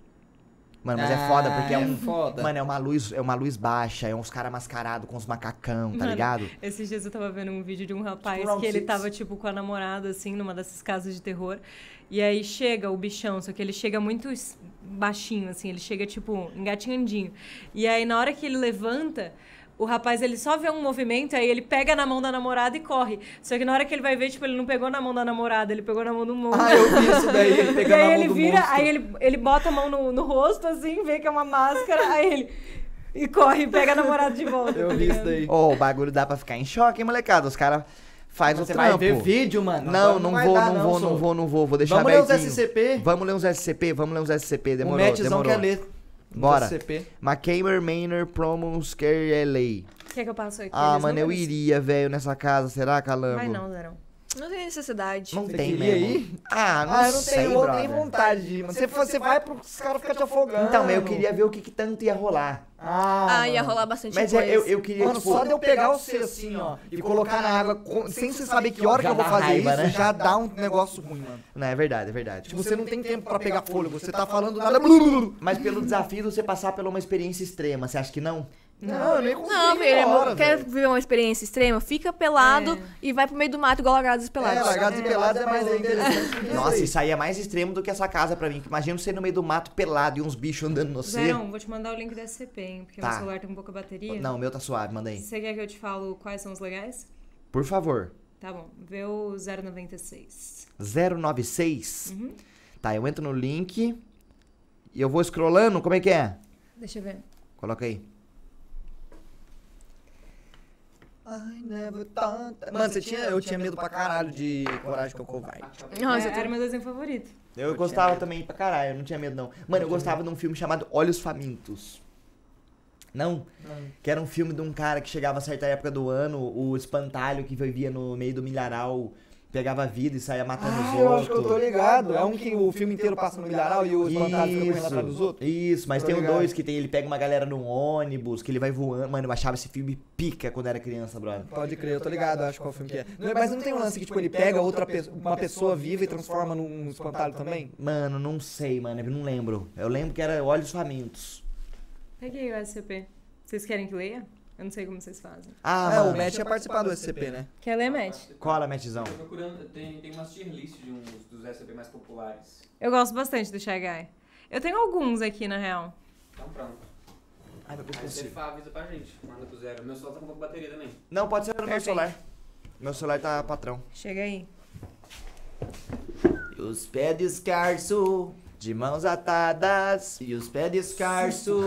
Speaker 2: Mano, mas é foda, porque é um.
Speaker 1: Ah, foda.
Speaker 2: Mano, é uma luz, é uma luz baixa, é uns caras mascarados com uns macacão, tá
Speaker 5: Mano,
Speaker 2: ligado?
Speaker 5: Esses dias eu tava vendo um vídeo de um rapaz
Speaker 1: Tipo round
Speaker 5: que ele
Speaker 1: six.
Speaker 5: tava, tipo, com a namorada, assim, numa dessas casas de terror. E aí chega o bichão, só que ele chega muito es- baixinho, assim, ele chega, tipo, engatinhandinho. E aí, na hora que ele levanta, o rapaz, ele só vê um movimento, aí ele pega na mão da namorada e corre. Só que na hora que ele vai ver, tipo, ele não pegou na mão da namorada, ele pegou na mão do monstro.
Speaker 1: Ah, eu vi isso daí, ele
Speaker 5: E
Speaker 1: pegando a
Speaker 5: aí
Speaker 1: mão
Speaker 5: ele
Speaker 1: do
Speaker 5: vira,
Speaker 1: monstro.
Speaker 5: aí ele, ele bota a mão no, no rosto, assim, vê que é uma máscara, aí ele... E corre, e pega a namorada de volta.
Speaker 1: Eu
Speaker 5: tá
Speaker 1: vi isso
Speaker 5: ligado?
Speaker 1: daí.
Speaker 2: Ô, o bagulho dá pra ficar em choque, hein, molecada? Os caras fazem o
Speaker 1: Você
Speaker 2: trampo.
Speaker 1: vai ver vídeo, mano.
Speaker 2: Não,
Speaker 1: Agora
Speaker 2: não,
Speaker 1: vai
Speaker 2: vou,
Speaker 1: dar,
Speaker 2: não, vou,
Speaker 1: sou.
Speaker 2: não vou, não vou. Vou deixar
Speaker 1: Vamos ler os
Speaker 2: abertinho.
Speaker 1: SCP?
Speaker 2: Vamos ler uns SCP, vamos ler uns SCP, demorou,
Speaker 1: o Mattzão
Speaker 2: demorou.
Speaker 1: quer ler.
Speaker 2: Bora.
Speaker 1: Os SCP.
Speaker 2: McCamer Manor Promo Scare LA.
Speaker 5: Quer que eu passe aqui?
Speaker 2: Ah,
Speaker 5: Eles
Speaker 2: mano,
Speaker 5: não
Speaker 2: eu
Speaker 5: merecem.
Speaker 2: iria, velho, nessa casa. Será, Calango?
Speaker 5: Vai não, Zarão.
Speaker 3: Não tem necessidade.
Speaker 2: Não
Speaker 1: Você
Speaker 2: tem
Speaker 1: queria
Speaker 2: mesmo.
Speaker 1: ir?
Speaker 2: Ah, não
Speaker 1: Ah, eu não
Speaker 2: sei,
Speaker 1: tenho nem
Speaker 2: brother.
Speaker 1: vontade de ir, mano. Você, você vai pros caras ficar te afogando.
Speaker 2: Então, mas eu queria ver o que, que tanto ia rolar.
Speaker 1: Ah,
Speaker 3: Ah, ia
Speaker 1: mano.
Speaker 3: rolar bastante
Speaker 2: Mas
Speaker 3: coisa.
Speaker 2: é, eu, eu queria,
Speaker 1: Mano,
Speaker 2: tipo,
Speaker 1: só de eu pegar o C assim, ó, e colocar na água com- sem você saber que hora que
Speaker 2: Já
Speaker 1: eu vou
Speaker 2: dá
Speaker 1: fazer
Speaker 2: raiva,
Speaker 1: isso,
Speaker 2: né?
Speaker 1: já dá um negócio ruim, mano.
Speaker 2: Não, é verdade, é verdade.
Speaker 1: Tipo, você não tem tempo pra pegar fôlego, você tá falando nada. blu, blu, blu.
Speaker 2: Mas pelo desafio de você passar por uma experiência extrema, você acha que não?
Speaker 1: Não, eu nem consigo.
Speaker 3: Não,
Speaker 1: ir
Speaker 3: velho,
Speaker 1: embora,
Speaker 3: quer
Speaker 1: velho.
Speaker 3: viver uma experiência extrema? Fica pelado
Speaker 5: É.
Speaker 3: e vai pro meio do mato igual largados e
Speaker 1: É,
Speaker 3: pelados.
Speaker 1: largados e pelados é mais interessante. que
Speaker 2: Nossa,
Speaker 1: aí.
Speaker 2: isso aí é mais extremo do que essa casa pra mim. que Imagina você no meio do mato pelado e uns bichos andando no você.
Speaker 5: Zarão, vou te mandar o link do SCP, hein? Porque
Speaker 2: Tá.
Speaker 5: meu celular tem um pouca bateria.
Speaker 2: Não, o meu tá suave, manda aí.
Speaker 5: Você quer que eu te falo quais são os legais?
Speaker 2: Por favor.
Speaker 5: Tá bom. Vê o 096.
Speaker 2: 096.
Speaker 1: Uhum.
Speaker 2: Tá, eu entro no link e eu vou scrollando, como é que é?
Speaker 5: Deixa eu ver.
Speaker 2: Coloca aí.
Speaker 1: I never thought- Mano, você tinha, eu tinha medo pra caralho de Coragem com o Covarde.
Speaker 3: Nossa, eu
Speaker 5: é,
Speaker 3: tô-
Speaker 5: era meu desenho favorito.
Speaker 2: Eu, gostava também pra caralho, eu não tinha medo não. Mano, eu gostava de um filme chamado Olhos Famintos. Não? Que era um filme de um cara que chegava a certa época do ano, o espantalho que vivia no meio do milharal, pegava vida e saía matando os
Speaker 1: Ah,
Speaker 2: outros.
Speaker 1: eu acho que eu tô ligado. É um que o filme inteiro passa no milharal e o espantado fica correndo atrás dos
Speaker 2: Isso,
Speaker 1: outros.
Speaker 2: isso, mas
Speaker 1: Tô
Speaker 2: tem o
Speaker 1: ligado.
Speaker 2: dois que tem, ele pega uma galera num ônibus, que ele vai voando. Mano, eu achava esse filme pica quando era criança, brother.
Speaker 1: Pode crer, eu tô ligado, acho qual filme que é. Não é- mas não tem um lance que, tipo, ele pega outra pe- uma pessoa viva e transforma num espantalho também?
Speaker 2: Mano, não sei, mano, eu não lembro. Eu lembro que era Olhos Famintos.
Speaker 5: Peguei o SCP. Vocês querem que leia? Eu não sei como vocês fazem.
Speaker 2: Ah,
Speaker 1: é, o
Speaker 2: mano,
Speaker 1: Matt ia participar do SCP, né?
Speaker 5: Quer ler, Matt?
Speaker 2: cola, Matizão.
Speaker 4: Tô procurando, tem, tem umas tier list de uns dos SCP mais populares. um
Speaker 5: Eu gosto bastante do Shy Guy. Eu tenho alguns aqui, na real.
Speaker 4: Então pronto.
Speaker 2: Ai, meu Deus,
Speaker 4: Aí você
Speaker 2: consigo.
Speaker 4: fa- avisa pra gente. Manda pro zero. Meu celular tá com pouca bateria também.
Speaker 2: Não, pode ser no meu
Speaker 5: Perfeito.
Speaker 2: celular. Meu celular tá patrão.
Speaker 5: Chega aí.
Speaker 2: E os pés descalço, de mãos atadas. E os pés descalço,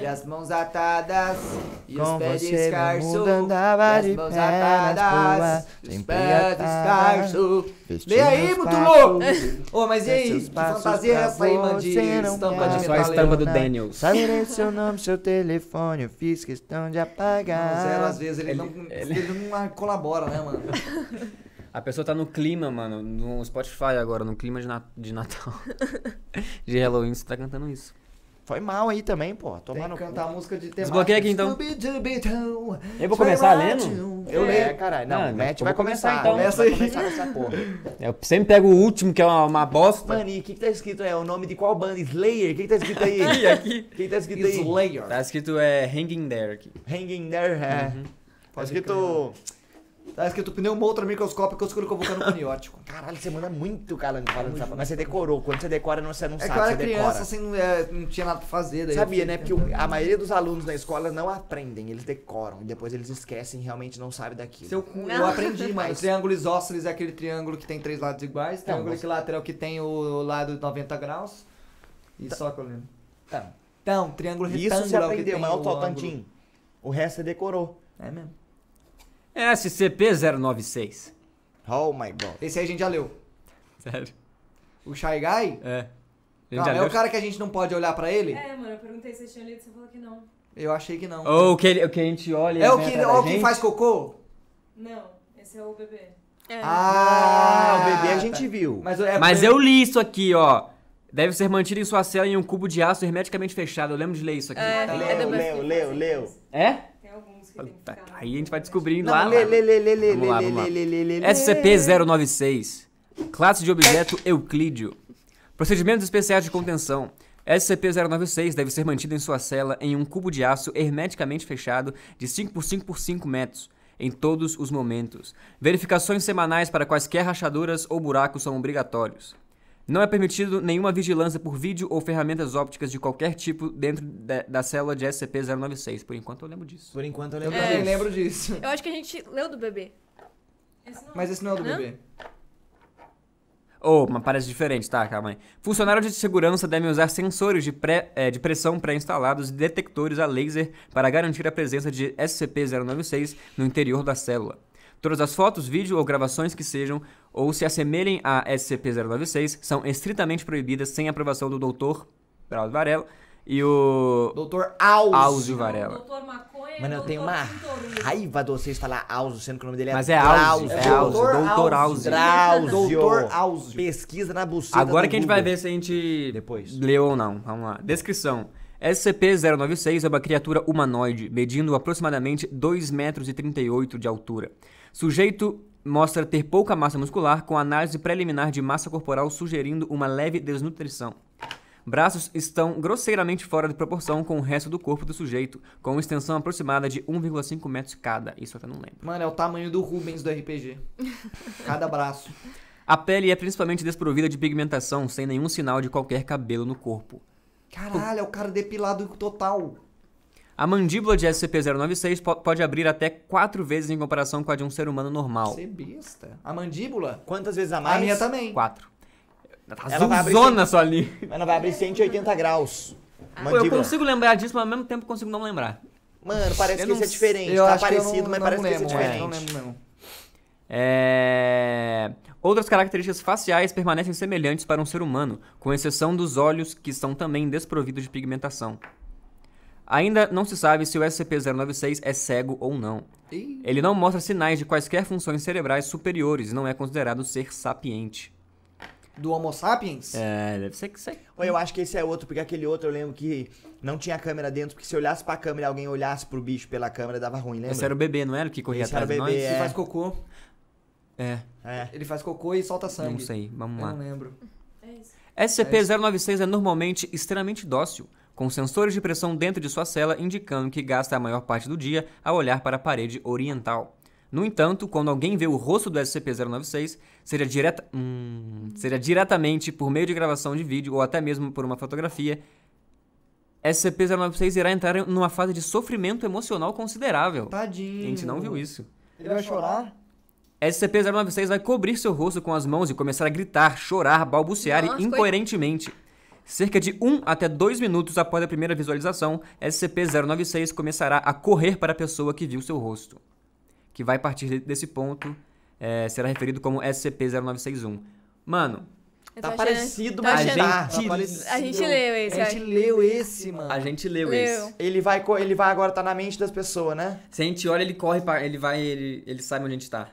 Speaker 1: E as mãos atadas, e
Speaker 2: Com
Speaker 1: os pés
Speaker 2: você, meu
Speaker 1: descalços.
Speaker 2: mundo andava
Speaker 1: E
Speaker 2: de
Speaker 1: as mãos
Speaker 2: pernas
Speaker 1: atadas,
Speaker 2: boas,
Speaker 1: e os
Speaker 2: sem pegar.
Speaker 1: pés descalços.
Speaker 2: Vestindo
Speaker 1: Vem aí,
Speaker 2: os
Speaker 1: muito
Speaker 2: passos,
Speaker 1: louco! Ô, mas e aí?
Speaker 2: seus
Speaker 1: Que
Speaker 2: passos
Speaker 1: fantasia é
Speaker 2: pra
Speaker 1: essa aí, mano, de
Speaker 2: você não
Speaker 1: estampa de
Speaker 2: parar.
Speaker 6: Só a
Speaker 1: metaleiro?
Speaker 6: estampa do
Speaker 2: Não.
Speaker 6: Daniels.
Speaker 2: Saberei seu nome, seu telefone, eu fiz questão de apagar.
Speaker 1: Não, Zero, às vezes ele,
Speaker 6: Ele-
Speaker 1: não,
Speaker 6: ele-
Speaker 1: ele não colabora, né, mano?
Speaker 6: A pessoa tá no clima, mano, no Spotify agora, no clima de, na- de Natal. de Halloween, você tá cantando isso.
Speaker 2: Foi mal aí também, pô.
Speaker 1: Tem
Speaker 2: Tomar
Speaker 1: que
Speaker 2: no cu.
Speaker 1: cantar um a música de temática.
Speaker 6: Desbloqueia aqui, então.
Speaker 1: Scooby-Dooby-Doo,
Speaker 6: Eu vou começar
Speaker 1: Scooby-Doo.
Speaker 6: lendo?
Speaker 2: Eu leio, caralho. Não,
Speaker 6: Ah,
Speaker 2: o
Speaker 6: eu
Speaker 2: Matt
Speaker 6: vou
Speaker 2: vai começar.
Speaker 6: começar, então.
Speaker 1: É. Começa
Speaker 2: Começa
Speaker 1: aí.
Speaker 2: aí. Começar essa porra.
Speaker 6: Eu sempre pego o último, que é uma, uma bosta.
Speaker 2: Mani, o que, que tá escrito aí? O nome de qual banda? Slayer? O que, que tá escrito aí?
Speaker 6: E aqui.
Speaker 2: Quem tá escrito aí?
Speaker 1: Slayer.
Speaker 6: Tá escrito é Hanging There aqui.
Speaker 2: Hanging there, é.
Speaker 1: Uhum.
Speaker 2: Tá escrito.
Speaker 1: Tá escrito pneumo ultra microscópico, eu escolhi convocando coniótico.
Speaker 2: Caralho, você manda muito calango falando essa Mas você decorou. Quando você decora, não- você não
Speaker 1: É que
Speaker 2: sabe,
Speaker 1: eu
Speaker 2: você
Speaker 1: era criança,
Speaker 2: decora.
Speaker 1: assim, não, é, não tinha nada pra fazer. Daí eu
Speaker 2: Sabia,
Speaker 1: fui
Speaker 2: né? Porque o- a maioria dos alunos na escola não aprendem, eles decoram. E depois eles esquecem e realmente não sabem daquilo.
Speaker 1: Seu cu, eu aprendi, mas o triângulo isósceles é aquele triângulo que tem três lados iguais, triângulo equilateral que tem o lado 90 graus. E só que eu lembro.
Speaker 2: Tá.
Speaker 1: Então, triângulo
Speaker 2: E Isso
Speaker 1: retângulo
Speaker 2: você
Speaker 1: é o que
Speaker 2: aprendeu,
Speaker 1: tem
Speaker 2: mas é o
Speaker 1: ângulo.
Speaker 2: Totantim. O resto você decorou.
Speaker 1: É mesmo.
Speaker 6: SCP-096.
Speaker 2: Oh my god.
Speaker 1: Esse aí a gente já leu.
Speaker 6: Sério?
Speaker 1: O Shy Guy?
Speaker 6: É. A gente
Speaker 1: Não,
Speaker 6: já
Speaker 1: é
Speaker 6: leu?
Speaker 1: o cara que a gente não pode olhar pra ele?
Speaker 5: É, mano, eu perguntei se vocês tinham lido, você falou que não.
Speaker 1: Eu achei que não.
Speaker 6: Ou o que, ele- o que a gente olha e
Speaker 1: é o
Speaker 6: vem
Speaker 1: que,
Speaker 6: atrás
Speaker 1: ó,
Speaker 6: da
Speaker 1: o que
Speaker 6: gente.
Speaker 1: faz cocô?
Speaker 5: Não, esse é o bebê.
Speaker 3: É.
Speaker 1: Ah,
Speaker 2: o bebê a
Speaker 1: tá.
Speaker 2: gente viu.
Speaker 1: Mas, é
Speaker 6: Mas
Speaker 1: porque-
Speaker 6: eu li isso aqui, ó. Deve ser mantido em sua cela em um cubo de aço hermeticamente fechado. Eu lembro de ler isso aqui.
Speaker 3: É, é
Speaker 2: Leu,
Speaker 3: do
Speaker 2: leu, leu, leu.
Speaker 6: É?
Speaker 5: Tem alguns que tem que
Speaker 6: Tá,
Speaker 5: ficar. na
Speaker 6: Aí a gente vai
Speaker 5: internet.
Speaker 6: descobrindo
Speaker 2: Não,
Speaker 6: lá.
Speaker 2: lê, lê, lê, lê, lê,
Speaker 6: Vamos lá, vamos lá. é
Speaker 2: lê, lê, lê, lê, lê.
Speaker 6: SCP-096 Classe de objeto Euclídeo Procedimentos especiais de contenção SCP-096 deve ser mantido em sua cela em um cubo de aço hermeticamente fechado de 5 por 5 por 5 metros, em todos os momentos. Verificações semanais para quaisquer rachaduras ou buracos são obrigatórios. Não é permitido nenhuma vigilância por vídeo ou ferramentas ópticas de qualquer tipo dentro da, da célula de SCP-096. Por enquanto eu lembro disso.
Speaker 2: Por enquanto eu
Speaker 1: Eu
Speaker 2: lembro.
Speaker 1: também
Speaker 2: disso.
Speaker 1: lembro disso.
Speaker 3: Eu acho que a gente leu do bebê.
Speaker 2: Tá
Speaker 5: Esse não.
Speaker 1: Mas esse não é o do
Speaker 3: Hã?
Speaker 1: bebê.
Speaker 6: Oh, mas parece diferente, tá? Calma aí. Funcionários de segurança devem usar sensores de, pré- eh, de pressão pré-instalados e detectores a laser para garantir a presença de SCP-096 no interior da célula. Todas as fotos, vídeo ou gravações que sejam ou se assemelhem a SCP-096 são estritamente proibidas sem aprovação do Dr. Braulio Varela e o
Speaker 1: Doutor Alves.
Speaker 6: Áuzio
Speaker 5: É o
Speaker 6: Varela.
Speaker 5: Doutor Maconha.
Speaker 2: Mano, eu
Speaker 5: doutor
Speaker 2: tenho uma
Speaker 5: Pintorudo.
Speaker 2: raiva de vocês falar Alzo, sendo que o nome dele é
Speaker 6: Mas é Áuzio,
Speaker 2: Drauzio.
Speaker 6: é Áuzio, Dr. Áuzio.
Speaker 2: Drauzio.
Speaker 1: Doutor Áuzio.
Speaker 2: Pesquisa na buceta
Speaker 6: Agora
Speaker 2: do
Speaker 6: que a gente vai
Speaker 2: tá Google.
Speaker 6: ver se a gente
Speaker 2: Depois.
Speaker 6: leu ou não. Vamos lá. Descrição. SCP-096 é uma criatura humanoide, medindo aproximadamente 2,38 metros de altura. Sujeito mostra ter pouca massa muscular, com análise preliminar de massa corporal sugerindo uma leve desnutrição. Braços estão grosseiramente fora de proporção com o resto do corpo do sujeito, com extensão aproximada de 1,5 metros cada. Isso eu até não lembro.
Speaker 1: Mano, é o tamanho do Rubens do RPG. Cada braço.
Speaker 6: A pele é principalmente desprovida de pigmentação, sem nenhum sinal de qualquer cabelo no corpo.
Speaker 1: Caralho, é o cara depilado total.
Speaker 6: A mandíbula de SCP-096 po- pode abrir até quatro vezes em comparação com a de um ser humano normal.
Speaker 1: Você é besta. A mandíbula?
Speaker 2: Quantas vezes a mais?
Speaker 1: A minha também.
Speaker 6: Quatro. Tá
Speaker 2: Ela vai abrir
Speaker 6: zona só ali.
Speaker 2: Mas não vai abrir 180 graus.
Speaker 3: Ah.
Speaker 6: Pô,
Speaker 2: Mandíbula.
Speaker 6: eu consigo lembrar disso, mas ao mesmo tempo consigo não lembrar.
Speaker 2: Mano, parece
Speaker 6: Eu
Speaker 2: que
Speaker 6: não
Speaker 2: isso é
Speaker 6: sei,
Speaker 2: diferente. tá parecido, mas parece que isso é
Speaker 1: é, não
Speaker 2: diferente.
Speaker 1: lembro mesmo.
Speaker 6: É... Outras características faciais permanecem semelhantes para um ser humano, com exceção dos olhos, que são também desprovidos de pigmentação. Ainda não se sabe se o SCP-096 é cego ou não.
Speaker 1: Ih,
Speaker 6: Ele não mostra sinais de quaisquer funções cerebrais superiores e não é considerado ser sapiente.
Speaker 1: do Homo sapiens?
Speaker 6: É, deve ser que sei.
Speaker 2: Ou eu acho que esse é outro, porque aquele outro eu lembro que não tinha câmera dentro, porque se olhasse pra câmera e alguém olhasse pro bicho pela câmera, dava ruim, lembra?
Speaker 6: Esse era o bebê, não era? Que corria
Speaker 2: Esse era
Speaker 6: atrás de
Speaker 2: o
Speaker 6: nós?
Speaker 2: bebê,
Speaker 1: Ele
Speaker 2: é.
Speaker 1: faz cocô.
Speaker 6: É,
Speaker 2: É.
Speaker 1: Ele faz cocô e solta sangue.
Speaker 6: não sei,
Speaker 1: é. Eu
Speaker 6: vamos
Speaker 1: não
Speaker 6: lá.
Speaker 1: lembro.
Speaker 5: É isso.
Speaker 6: SCP-096 é normalmente extremamente dócil, com sensores de pressão dentro de sua cela indicando que gasta a maior parte do dia a olhar para a parede oriental. No entanto, quando alguém vê o rosto do SCP-096, seja, direta... hum, seja diretamente por meio de gravação de vídeo ou até mesmo por uma fotografia, SCP-096 irá entrar em- numa fase de sofrimento emocional considerável.
Speaker 1: Tá
Speaker 6: A
Speaker 1: Tadinho.
Speaker 6: gente não viu isso.
Speaker 1: Ele vai chorar?
Speaker 6: SCP-096 vai cobrir seu rosto com as mãos e começar a gritar, chorar, balbuciar
Speaker 3: Nossa,
Speaker 6: e incoerentemente. Cerca de 1 até 2 minutos após a primeira visualização, SCP-096 começará a correr para a pessoa que viu seu rosto. Que vai partir de- desse ponto, é, será referido como SCP-0961. Mano,
Speaker 3: Eu tô
Speaker 2: Tá
Speaker 3: achando-
Speaker 2: parecido,
Speaker 3: tô
Speaker 2: mas
Speaker 3: achando-
Speaker 2: tá.
Speaker 1: Tá parecido.
Speaker 3: A gente leu esse,
Speaker 1: A gente
Speaker 3: ó.
Speaker 1: leu esse, mano.
Speaker 6: a gente leu,
Speaker 3: Leu.
Speaker 6: esse.
Speaker 2: Ele vai, co- ele vai agora tá na mente das pessoas, né?
Speaker 6: Se a gente olha, ele corre, pra, ele vai, ele, ele sabe onde a gente tá.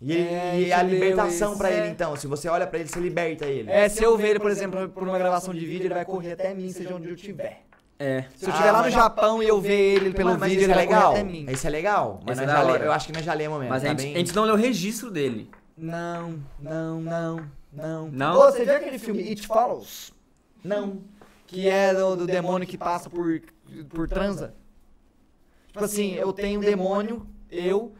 Speaker 2: E, ele-
Speaker 1: É,
Speaker 2: e a
Speaker 1: ele leu
Speaker 2: libertação
Speaker 1: esse.
Speaker 2: pra ele,
Speaker 1: É.
Speaker 2: então. Se você olha pra ele, você liberta ele.
Speaker 1: É, se eu ver ele, por exemplo, por uma gravação de vídeo, ele vai correr até mim, seja onde eu tiver.
Speaker 6: É.
Speaker 1: Se eu
Speaker 2: Ah,
Speaker 1: estiver lá no
Speaker 2: mas-
Speaker 1: Japão e eu ver ele pelo
Speaker 2: Mas- mas
Speaker 1: vídeo,
Speaker 2: isso
Speaker 1: ele
Speaker 2: é
Speaker 1: vai correr
Speaker 2: legal.
Speaker 1: até mim.
Speaker 2: Isso é legal. Mas
Speaker 6: Esse é
Speaker 2: nós
Speaker 6: da
Speaker 2: já le-
Speaker 6: hora.
Speaker 2: eu acho que nós já lemos mesmo.
Speaker 6: Mas a
Speaker 2: tá
Speaker 6: gente,
Speaker 2: bem?
Speaker 6: a gente não leu o registro dele.
Speaker 1: Não, não, não, não.
Speaker 6: Não?
Speaker 1: Ô, você viu aquele filme It Follows?
Speaker 2: Não.
Speaker 1: Que é do, do demônio que passa por, por transa? Tipo assim, eu tenho um demônio, eu,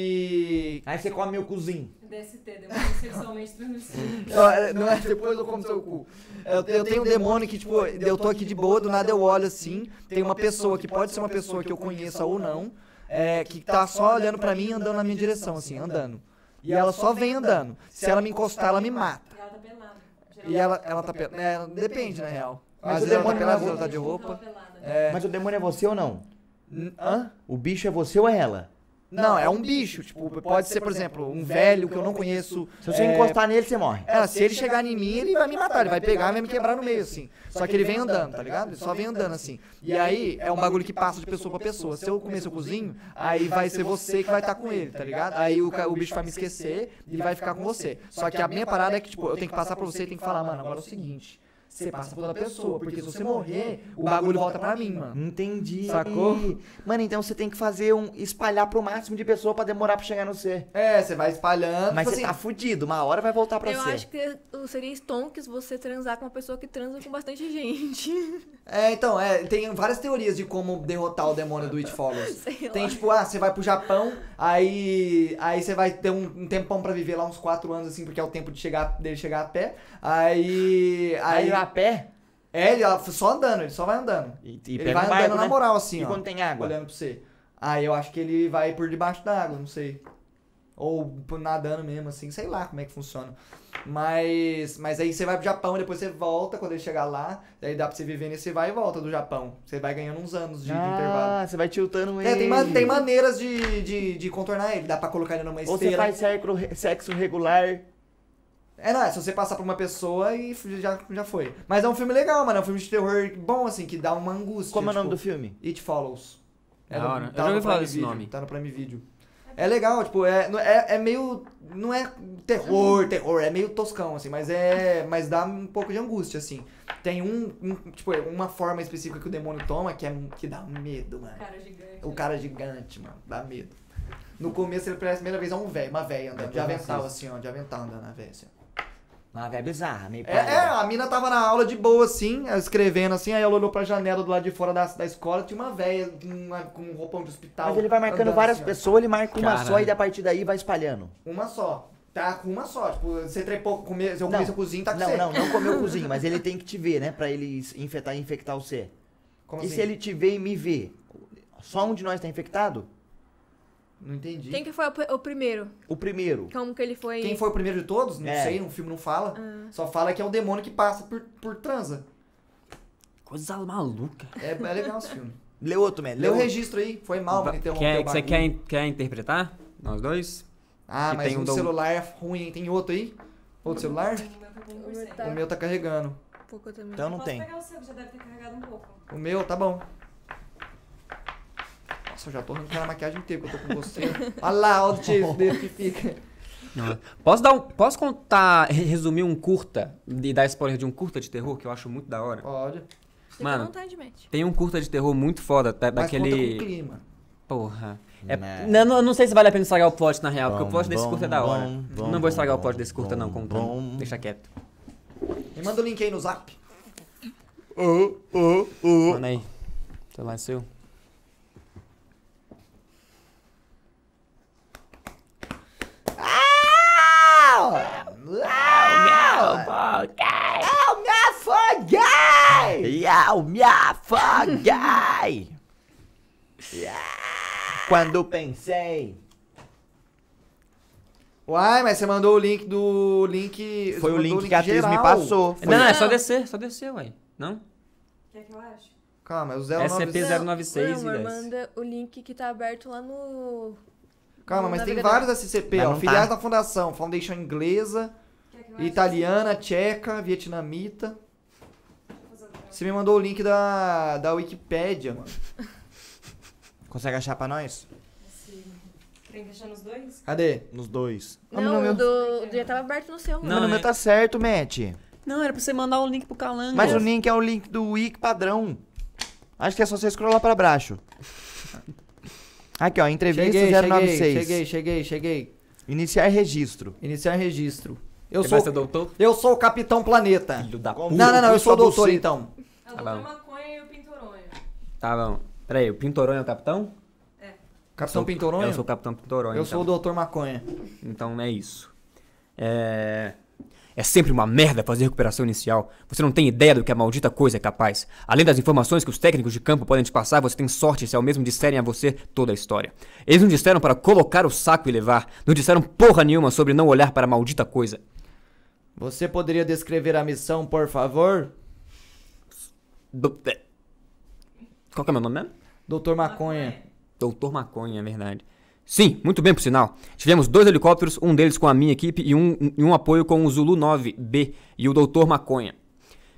Speaker 1: que.
Speaker 2: Aí você come meu cozinho.
Speaker 5: DST, demônio sexualmente transmissível.
Speaker 1: Não, é- não é depois eu como seu cu. Eu, eu tenho um demônio que, tipo, eu tô aqui de boa, do nada eu olho assim, tem uma pessoa que pode ser uma pessoa que eu conheça ou não, é, que tá só olhando pra mim e andando na minha direção, assim, andando. E ela só vem andando. Se ela me encostar, ela me mata.
Speaker 5: E ela tá pelada.
Speaker 1: E ela, ela tá pelada. depende, na real.
Speaker 2: Mas
Speaker 1: Às
Speaker 2: o
Speaker 1: vezes ela tá
Speaker 2: demônio
Speaker 1: pelada,
Speaker 2: não é
Speaker 1: ela tá de
Speaker 5: Ela
Speaker 1: roupa.
Speaker 5: tá pelada.
Speaker 1: É.
Speaker 2: Mas o demônio é você ou não?
Speaker 1: N- Hã?
Speaker 2: O bicho é você ou é ela?
Speaker 1: Não, é um bicho. Tipo, pode ser, por exemplo, um velho que eu não conheço.
Speaker 2: Se você
Speaker 1: é,
Speaker 2: encostar nele, você morre.
Speaker 1: É, se ele chegar em mim, ele vai me matar, ele vai pegar e vai me quebrar no meio, assim. Só que ele vem andando, tá ligado? Ele só vem andando, assim. E aí, é um bagulho que passa de pessoa pra pessoa. Se eu comer seu cozinho, aí vai ser você que vai estar com ele, tá ligado? Aí o, ca- o bicho vai me esquecer e vai ficar com você. Só que a minha parada é que, tipo, eu tenho que passar pra você e tenho que falar, mano, agora é o seguinte. Você passa pela pessoa, porque se você morrer, o bagulho volta pra mim, mano.
Speaker 2: Entendi.
Speaker 1: Sacou?
Speaker 2: Mano, então você tem que fazer um. espalhar pro máximo de pessoa pra demorar pra chegar no C.
Speaker 1: É, você vai espalhando.
Speaker 2: Mas
Speaker 1: tipo
Speaker 2: você tá fudido, uma hora vai voltar pra
Speaker 3: Eu
Speaker 2: você.
Speaker 3: acho que seria estonques você transar com uma pessoa que transa com bastante gente.
Speaker 1: É, então, é, tem várias teorias de como derrotar o demônio do It Follows.
Speaker 3: Sei lá.
Speaker 1: Tem tipo, ah, você vai pro Japão, aí aí você vai ter um, um tempão pra viver lá, uns quatro anos, assim, porque é o tempo de chegar, dele chegar a pé. Aí. Aí.
Speaker 2: Aí a pé
Speaker 1: é, ele ó, só andando, ele só vai andando.
Speaker 2: e, e
Speaker 1: ele
Speaker 2: pega
Speaker 1: vai
Speaker 2: um
Speaker 1: andando
Speaker 2: barco,
Speaker 1: na
Speaker 2: né?
Speaker 1: moral, assim,
Speaker 2: E
Speaker 1: ó.
Speaker 2: quando tem água?
Speaker 1: Olhando pra você. Aí eu acho que ele vai por debaixo da água, não sei. Ou por nadando mesmo, assim, sei lá como é que funciona. Mas. Mas aí você vai pro Japão, depois você volta quando ele chegar lá. Daí dá pra você viver nesse vai e volta do Japão. Você vai ganhando uns anos de, de intervalo.
Speaker 2: Ah, você vai tiltando ele.
Speaker 1: É, tem, ma- tem maneiras de, de, de contornar ele. Dá pra colocar ele numa
Speaker 2: Ou você
Speaker 1: esteira.
Speaker 2: faz sexo, sexo regular.
Speaker 1: É, não, é se você passar por uma pessoa e f- já, já foi. Mas é um filme legal, mano. É um filme de terror bom, assim, que dá uma angústia.
Speaker 2: Como é o nome
Speaker 1: tipo-
Speaker 2: do filme?
Speaker 1: It Follows.
Speaker 6: Da
Speaker 1: no-
Speaker 6: hora. Eu
Speaker 1: no
Speaker 6: já ouvi falar
Speaker 1: Prime
Speaker 6: desse
Speaker 1: Video,
Speaker 6: nome.
Speaker 1: Tá no Prime Video. É legal, tipo, é, não- é, é meio. Não é terror, terror, é meio toscão, assim, mas é. Mas dá um pouco de angústia, assim. Tem um. um- tipo, uma forma específica que o demônio toma que, é, que dá medo, mano.
Speaker 5: um Cara gigante.
Speaker 1: O cara é gigante, mano, dá medo. No começo ele parece a primeira vez é um velho, uma velha andando, de avental, assim, ó, de avental andando na velha, assim.
Speaker 2: Uma velha bizarra, meio
Speaker 1: É, é, a mina tava na aula de boa, assim, escrevendo assim, aí ela olhou pra janela do lado de fora da, da escola, tinha uma velha com, uma- com um roupão de hospital.
Speaker 2: Mas ele vai marcando
Speaker 1: andando
Speaker 2: várias
Speaker 1: assim, ó.
Speaker 2: pessoas, ele marca uma
Speaker 6: Caralho.
Speaker 2: só e a partir daí vai espalhando.
Speaker 1: Uma só. Tá com uma só. Tipo, você trepou, come, se eu comi
Speaker 2: Não.
Speaker 1: seu cozinho, tá com
Speaker 2: Não,
Speaker 1: você.
Speaker 2: não, não comeu o cozinho, mas ele tem que te ver, né? Pra ele infectar, infectar você.
Speaker 1: Como
Speaker 2: e
Speaker 1: assim?
Speaker 2: se ele te ver e me ver? Só um de nós tá infectado?
Speaker 1: Não entendi.
Speaker 3: Quem que foi o, pr- o primeiro?
Speaker 2: O primeiro.
Speaker 3: Como que ele foi?
Speaker 1: Quem foi o primeiro de todos? Não
Speaker 2: É.
Speaker 1: sei, no filme não fala. Só fala que é o demônio que passa por, por transa.
Speaker 6: Coisa maluca.
Speaker 1: É, é legal esse filme.
Speaker 2: Lê outro, man. Lê
Speaker 1: Lê o
Speaker 2: outro.
Speaker 1: registro aí. Foi mal, um mano, interromper
Speaker 2: é-
Speaker 6: Quer,
Speaker 1: o
Speaker 6: você
Speaker 1: bagulho.
Speaker 6: quer, in- quer interpretar? Nós dois?
Speaker 1: Ah,
Speaker 6: que
Speaker 1: mas
Speaker 6: tem
Speaker 1: um
Speaker 6: um do-
Speaker 1: celular é ruim, hein? Tem outro aí? Outro celular?
Speaker 5: O meu tá com
Speaker 3: O meu
Speaker 5: 1%.
Speaker 3: tá
Speaker 1: O meu tá carregando.
Speaker 3: pouco também.
Speaker 2: Então não
Speaker 5: Posso
Speaker 2: tem.
Speaker 5: pegar o seu, que já deve ter carregado um pouco.
Speaker 1: O meu, tá bom. Nossa, eu já tô arrancando a maquiagem inteira que eu tô com você. Olha lá, olha o cheiro dele que fica.
Speaker 6: Posso dar um, posso contar, re- resumir um curta e dar spoiler de um curta de terror que eu acho muito da hora?
Speaker 1: Olha.
Speaker 3: Fica
Speaker 6: Mano.
Speaker 3: à vontade, Matt.
Speaker 6: Tem um curta de terror muito foda, tá,
Speaker 1: Mas conta com
Speaker 6: daquele
Speaker 1: clima.
Speaker 6: porra. É,
Speaker 2: Né.
Speaker 6: não, não- não sei se vale a pena estragar o plot na real, porque o
Speaker 2: Bom,
Speaker 6: plot desse
Speaker 2: bom,
Speaker 6: curta é da hora.
Speaker 2: bom, bom,
Speaker 6: não vou estragar
Speaker 2: bom,
Speaker 6: o plot desse curta não,
Speaker 2: bom,
Speaker 6: contando.
Speaker 2: bom.
Speaker 6: Deixa quieto.
Speaker 1: Me manda o link aí no zap.
Speaker 2: Uh.
Speaker 6: Manda aí. Celular é seu.
Speaker 2: Miau, miau! afoguei. Quando pensei.
Speaker 1: Uai, mas você mandou o link do link. você
Speaker 2: Foi o
Speaker 1: mandou
Speaker 2: link que a atriz me
Speaker 1: geral.
Speaker 2: passou.
Speaker 6: Não, não, é só
Speaker 3: Não.
Speaker 6: descer, só descer, ué. Não?
Speaker 5: Quer que eu ache?
Speaker 1: Calma, é o 09.
Speaker 3: Não,
Speaker 6: SCP-096
Speaker 3: não,
Speaker 6: e
Speaker 3: amor,
Speaker 6: 10.
Speaker 3: manda o link que tá aberto lá no.
Speaker 1: Calma,
Speaker 3: no
Speaker 1: mas
Speaker 5: é
Speaker 1: tem
Speaker 3: navegador.
Speaker 1: vários SCP,
Speaker 2: Mas
Speaker 1: ó.
Speaker 2: não tá.
Speaker 1: Filiais da Fundação, Foundation Inglesa,
Speaker 5: Quer que eu ache?
Speaker 1: Italiana, Tcheca, Vietnamita. Você me mandou o link da, da Wikipédia, mano.
Speaker 2: Consegue achar pra nós?
Speaker 5: Tem que achar nos dois?
Speaker 1: Cadê?
Speaker 2: Nos dois.
Speaker 1: Ah, mas
Speaker 3: Não,
Speaker 1: não, meu-
Speaker 3: o do, do- já tava aberto no seu.
Speaker 6: Não,
Speaker 2: Mas no
Speaker 6: é-
Speaker 2: meu tá certo, Matt.
Speaker 6: Não, era pra você mandar o link pro Calango.
Speaker 2: Mas o link é o link do Wiki padrão. Acho que é só você scrollar pra baixo. Aqui, ó, entrevista
Speaker 1: Cheguei,
Speaker 2: 096.
Speaker 1: cheguei, cheguei, cheguei, cheguei.
Speaker 2: Iniciar registro.
Speaker 1: Iniciar registro. Eu
Speaker 6: Você
Speaker 1: sou,
Speaker 6: vai ser doutor?
Speaker 1: eu sou o Capitão Planeta.
Speaker 6: Filho da
Speaker 2: Como-
Speaker 6: puta.
Speaker 1: Não, não, não, eu sou o
Speaker 2: Só
Speaker 1: doutor
Speaker 2: você.
Speaker 1: então.
Speaker 5: É o
Speaker 6: Tá
Speaker 5: doutor
Speaker 6: bom.
Speaker 5: maconha e o pintoronho.
Speaker 6: Tá bom. Peraí, o Pintoronho é o capitão?
Speaker 1: Capitão
Speaker 6: Sou-
Speaker 1: Pintoronho?
Speaker 6: Eu sou o capitão Pintoronho.
Speaker 1: Eu sou o
Speaker 6: então.
Speaker 1: doutor Maconha.
Speaker 6: Então é isso. É. É sempre uma merda fazer recuperação inicial. Você não tem ideia do que a maldita coisa é capaz. Além das informações que os técnicos de campo podem te passar, você tem sorte se ao mesmo disserem a você toda a história. Eles não disseram para colocar o saco e levar. Não disseram porra nenhuma sobre não olhar para a maldita coisa.
Speaker 1: Você poderia descrever a missão, por favor?
Speaker 6: Do- é. Qual que é meu nome mesmo?
Speaker 1: Doutor Maconha.
Speaker 6: Doutor Maconha, é verdade. Sim, muito bem, por sinal. Tivemos dois helicópteros, um deles com a minha equipe e um, e um apoio com o Zulu 9B e o Doutor Maconha.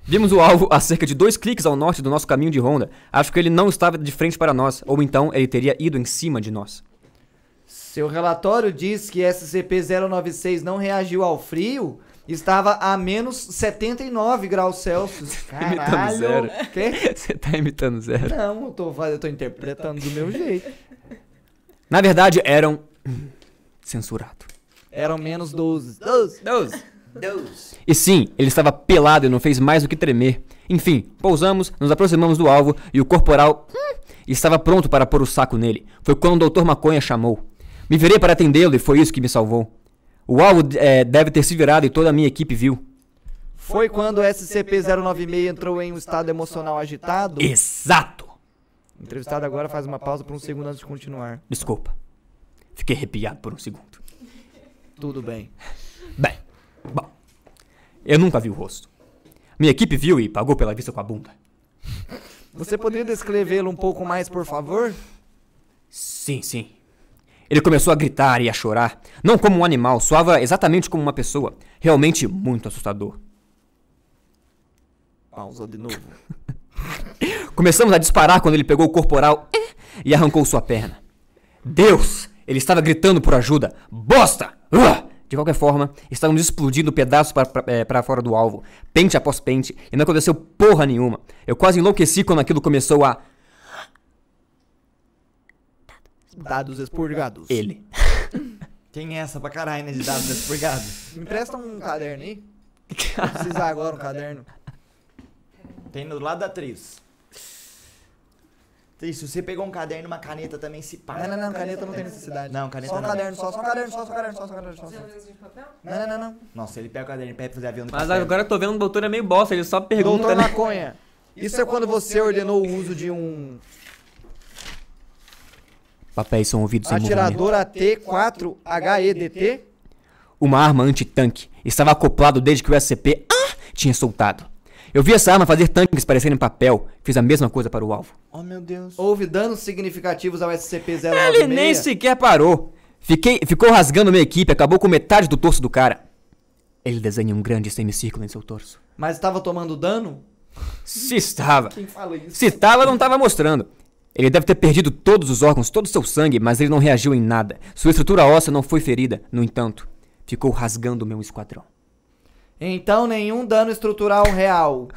Speaker 6: Vimos o alvo a cerca de dois cliques ao norte do nosso caminho de ronda. Acho que ele não estava de frente para nós, ou então ele teria ido em cima de nós.
Speaker 1: Seu relatório diz que SCP-096 não reagiu ao frio. Estava a menos 79 graus Celsius.
Speaker 6: Imitando zero.
Speaker 1: Quê?
Speaker 6: Você tá imitando zero.
Speaker 1: Não, eu tô, faz- eu tô interpretando do meu jeito.
Speaker 6: Na verdade, eram. censurado.
Speaker 1: Eram menos 12. 12.
Speaker 6: E sim, ele estava pelado e não fez mais do que tremer. Enfim, pousamos, nos aproximamos do alvo e o corporal hum, estava pronto para pôr o saco nele. Foi quando o Dr. Maconha chamou. Me virei para atendê-lo e foi isso que me salvou. O alvo eh, deve ter se virado e toda a minha equipe viu.
Speaker 1: Foi quando o SCP-096 entrou em um estado emocional agitado.
Speaker 6: Exato!
Speaker 1: O entrevistado agora faz uma pausa por um segundo antes de continuar.
Speaker 6: Desculpa. Fiquei arrepiado por um segundo.
Speaker 1: Tudo bem.
Speaker 6: Bem, bom. Eu nunca vi o rosto. Minha equipe viu e pagou pela vista com a bunda.
Speaker 1: Você poderia descrevê-lo um pouco mais, por favor?
Speaker 6: Sim, sim. Ele começou a gritar e a chorar. Não como um animal, soava exatamente como uma pessoa. Realmente muito assustador.
Speaker 1: Pausa de novo.
Speaker 6: Começamos a disparar quando ele pegou o corporal eh, e arrancou sua perna. Deus! Ele estava gritando por ajuda. Bosta! Uah! De qualquer forma, estávamos explodindo pedaços para- para eh, para fora do alvo, pente após pente, e não aconteceu porra nenhuma. Eu quase enlouqueci quando aquilo começou a.
Speaker 1: Dados expurgados.
Speaker 6: Ele.
Speaker 2: Tem essa pra caralho, né, de dados expurgados.
Speaker 1: Me empresta um caderno aí? Vou precisar agora um caderno.
Speaker 2: Tem no lado da atriz. Atriz, se você pegou um caderno e uma caneta também, se
Speaker 1: Não,
Speaker 2: para.
Speaker 1: não, não, caneta não tem necessidade.
Speaker 2: Não, caneta
Speaker 1: só um
Speaker 2: não.
Speaker 1: caderno, só, só um caderno, só, só um caderno, só, só um caderno, só.
Speaker 5: Você
Speaker 1: só.
Speaker 5: já viu os de papel?
Speaker 1: Não, não, não, não.
Speaker 2: Nossa, ele pega o caderno e pega pra fazer avião do
Speaker 7: Mas
Speaker 2: café.
Speaker 7: agora eu tô vendo que o doutor é meio bosta, ele só pergunta,
Speaker 1: Doutor
Speaker 7: né?
Speaker 1: Maconha, isso é quando você ordenou o uso de um
Speaker 6: Papéis são ouvidos sem movimento.
Speaker 1: atirador AT-4HEDT?
Speaker 6: uma arma antitanque. Estava acoplado desde que o SCP ah, tinha soltado. Eu vi essa arma fazer tanques parecerem papel. Fiz a mesma coisa para o alvo.
Speaker 2: Oh, meu Deus.
Speaker 1: Houve danos significativos ao SCP-096?
Speaker 6: Ele nem sequer parou. Fiquei, ficou rasgando minha equipe, acabou com metade do torso do cara. Ele desenha um grande semicírculo em seu torso.
Speaker 1: Mas estava tomando dano?
Speaker 6: Se estava.
Speaker 1: Quem fala isso?
Speaker 6: Se tava, não tava mostrando. Ele deve ter perdido todos os órgãos, todo o seu sangue, mas ele não reagiu em nada. Sua estrutura óssea não foi ferida. No entanto, ficou rasgando meu esquadrão.
Speaker 1: Então, nenhum dano estrutural real.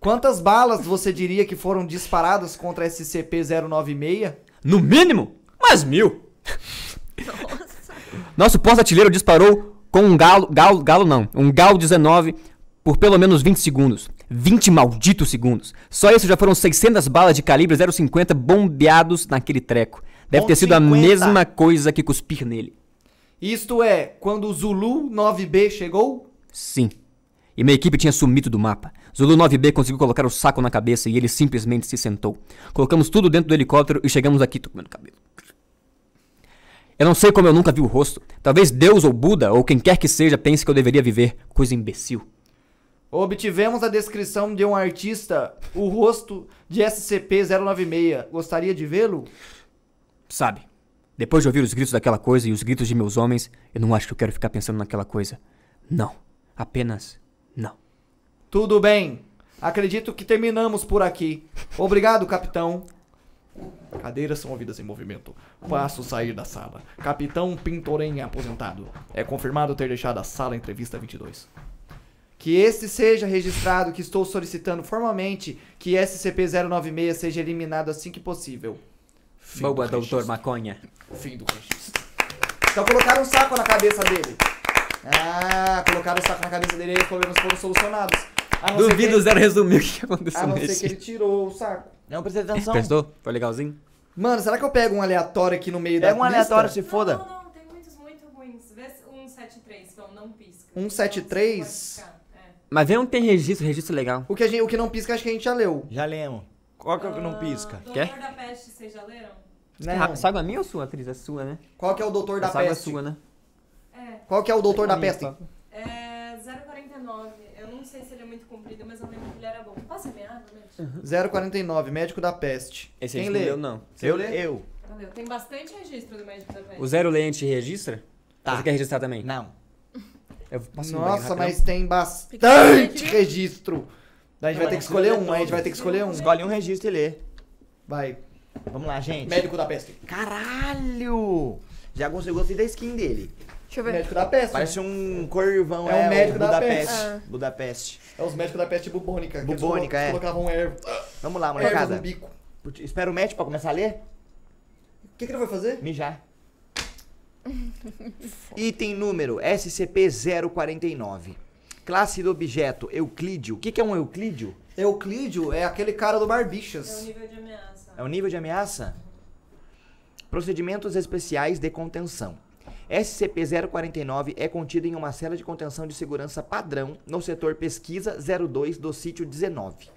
Speaker 1: Quantas balas você diria que foram disparadas contra SCP-096?
Speaker 6: No mínimo, mais mil. Nosso porta-artilheiro disparou com um galo, galo, galo não, um galo 19 por pelo menos 20 segundos. 20 malditos segundos. Só isso já foram 600 balas de calibre 0,50 bombeados naquele treco. Deve ter sido a
Speaker 2: 0,50.
Speaker 6: mesma coisa que cuspir nele.
Speaker 1: Isto é, quando o Zulu 9B chegou?
Speaker 6: Sim. E minha equipe tinha sumido do mapa. Zulu 9B conseguiu colocar o saco na cabeça e ele simplesmente se sentou. Colocamos tudo dentro do helicóptero e chegamos aqui. Tô comendo cabelo. Eu não sei como eu nunca vi o rosto. Talvez Deus ou Buda ou quem quer que seja pense que eu deveria viver. Coisa imbecil.
Speaker 1: Obtivemos a descrição de um artista, o rosto de SCP-096. Gostaria de vê-lo?
Speaker 6: Sabe? Depois de ouvir os gritos daquela coisa e os gritos de meus homens, eu não acho que eu quero ficar pensando naquela coisa. Não. Apenas não.
Speaker 1: Tudo bem. Acredito que terminamos por aqui. Obrigado, capitão. Cadeiras são ouvidas em movimento. Passo sair da sala. Capitão Pintorém aposentado. É confirmado ter deixado a sala entrevista 22. Que este seja registrado que estou solicitando formalmente que SCP-096 seja eliminado assim que possível. Fim
Speaker 6: Boa,
Speaker 1: do registro.
Speaker 6: doutor Maconha.
Speaker 1: Fim do registro. Então colocaram um saco na cabeça dele. Ah, colocaram o saco na cabeça dele e os problemas foram solucionados.
Speaker 2: Ah,
Speaker 1: A não ser que
Speaker 6: Duvido
Speaker 1: ele-
Speaker 6: zero resumir o que
Speaker 1: A
Speaker 6: aconteceu
Speaker 1: não ser Ah, que ele
Speaker 6: nesse.
Speaker 1: tirou o saco.
Speaker 2: Não presta atenção.
Speaker 6: Prestou? Foi legalzinho?
Speaker 1: Mano, será que eu pego um aleatório aqui no meio da
Speaker 2: Pega um
Speaker 1: lista?
Speaker 2: aleatório, se foda.
Speaker 5: Não, não, tem muitos muito ruins. Vê 173, que é um não pisca. Então,
Speaker 1: 173?
Speaker 5: é.
Speaker 6: Mas vê onde tem registro, registro legal.
Speaker 1: O que, a gente, o que não pisca, acho que a gente já leu.
Speaker 2: Já lemos. Qual que é o que não pisca?
Speaker 6: Quer?
Speaker 5: Doutor da Peste, vocês já leram?
Speaker 1: Não.
Speaker 6: Saga minha ou sua, atriz? É sua, né?
Speaker 1: né? Qual que é o doutor da
Speaker 6: a saga é
Speaker 1: peste?
Speaker 6: sua, né?
Speaker 5: É.
Speaker 1: Qual que é o doutor da peste?
Speaker 5: É 049. Eu não sei se ele é muito comprido, mas eu lembro que ele era bom. Passa minha água,
Speaker 1: Hum.
Speaker 5: né?
Speaker 1: 049, médico da peste.
Speaker 6: Esse
Speaker 1: Quem
Speaker 6: aí
Speaker 1: lê?
Speaker 6: não leu, não.
Speaker 1: Eu lê?
Speaker 2: Eu.
Speaker 5: Valeu. Tem bastante registro do médico da Peste.
Speaker 6: O zero lente registra?
Speaker 2: Tá.
Speaker 6: Você quer registrar também?
Speaker 2: Não.
Speaker 6: Eu posso né? ir no banheiro
Speaker 1: Nossa,
Speaker 6: rapidão?
Speaker 1: mas tem bastante registro. Daí A gente vai ter que escolher um, a gente vai ter que escolher um.
Speaker 2: Escolhe um registro e lê.
Speaker 1: Vai.
Speaker 2: Vamos lá, gente.
Speaker 1: Médico da peste.
Speaker 2: Caralho! Já gostei, gostei da skin dele.
Speaker 3: Deixa eu ver.
Speaker 1: Médico da peste.
Speaker 2: Parece um corvão.
Speaker 1: É um médico da
Speaker 2: Budapeste.
Speaker 3: peste.
Speaker 2: Budapeste.
Speaker 1: É os médicos da peste bubônica. que eles
Speaker 2: Bubônica,
Speaker 1: colo-
Speaker 2: é.
Speaker 1: Colocavam erva,
Speaker 2: Vamos lá,
Speaker 1: ervas no
Speaker 2: molecada.
Speaker 1: bico.
Speaker 2: Espera o médico pra começar a ler.
Speaker 1: O que, que ele vai fazer?
Speaker 2: Mijar. Item número SCP-049. Classe do objeto, Euclídeo. O que, que é um Euclídeo?
Speaker 1: Euclídeo é aquele cara do
Speaker 5: É o
Speaker 1: Barbichas.
Speaker 5: nível de ameaça.
Speaker 2: É o nível de ameaça? Procedimentos especiais de contenção. SCP-049 é contido em uma cela de contenção de segurança padrão no setor Pesquisa 02 do sítio 19.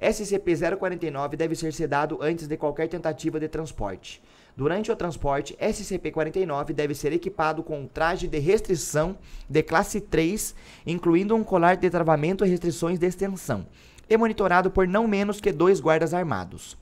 Speaker 2: SCP-049 deve ser sedado antes de qualquer tentativa de transporte. Durante o transporte, SCP-49 deve ser equipado com um traje de restrição de classe 3, incluindo um colar de travamento e restrições de extensão, e monitorado por não menos que dois guardas armados.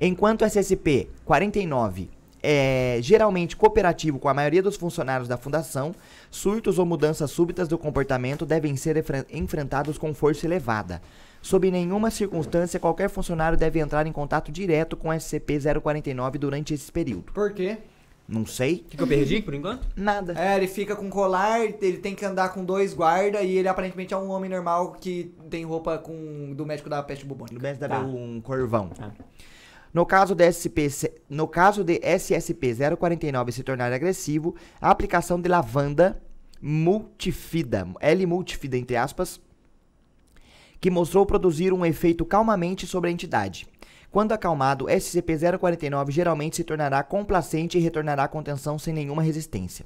Speaker 2: Enquanto SCP-49 é geralmente cooperativo com a maioria dos funcionários da fundação, surtos ou mudanças súbitas do comportamento devem ser enfren- enfrentados com força elevada. Sob nenhuma circunstância, qualquer funcionário deve entrar em contato direto com SCP-049 durante esse período.
Speaker 1: Por quê?
Speaker 2: Não sei?
Speaker 6: O que, que eu perdi por enquanto?
Speaker 2: Nada.
Speaker 1: É, ele fica com colar, ele tem que andar com dois guarda e ele aparentemente é um homem normal que tem roupa com do médico da peste
Speaker 2: No
Speaker 1: bubônica.
Speaker 2: BSW,
Speaker 6: Tá.
Speaker 2: um corvão.
Speaker 6: Tá.
Speaker 2: No caso, de SCP, se- no caso de SSP-049 se tornar agressivo, a aplicação de lavanda multifida, L multifida entre aspas, que mostrou produzir um efeito calmamente sobre a entidade. Quando acalmado, SCP-049 geralmente se tornará complacente e retornará à contenção sem nenhuma resistência.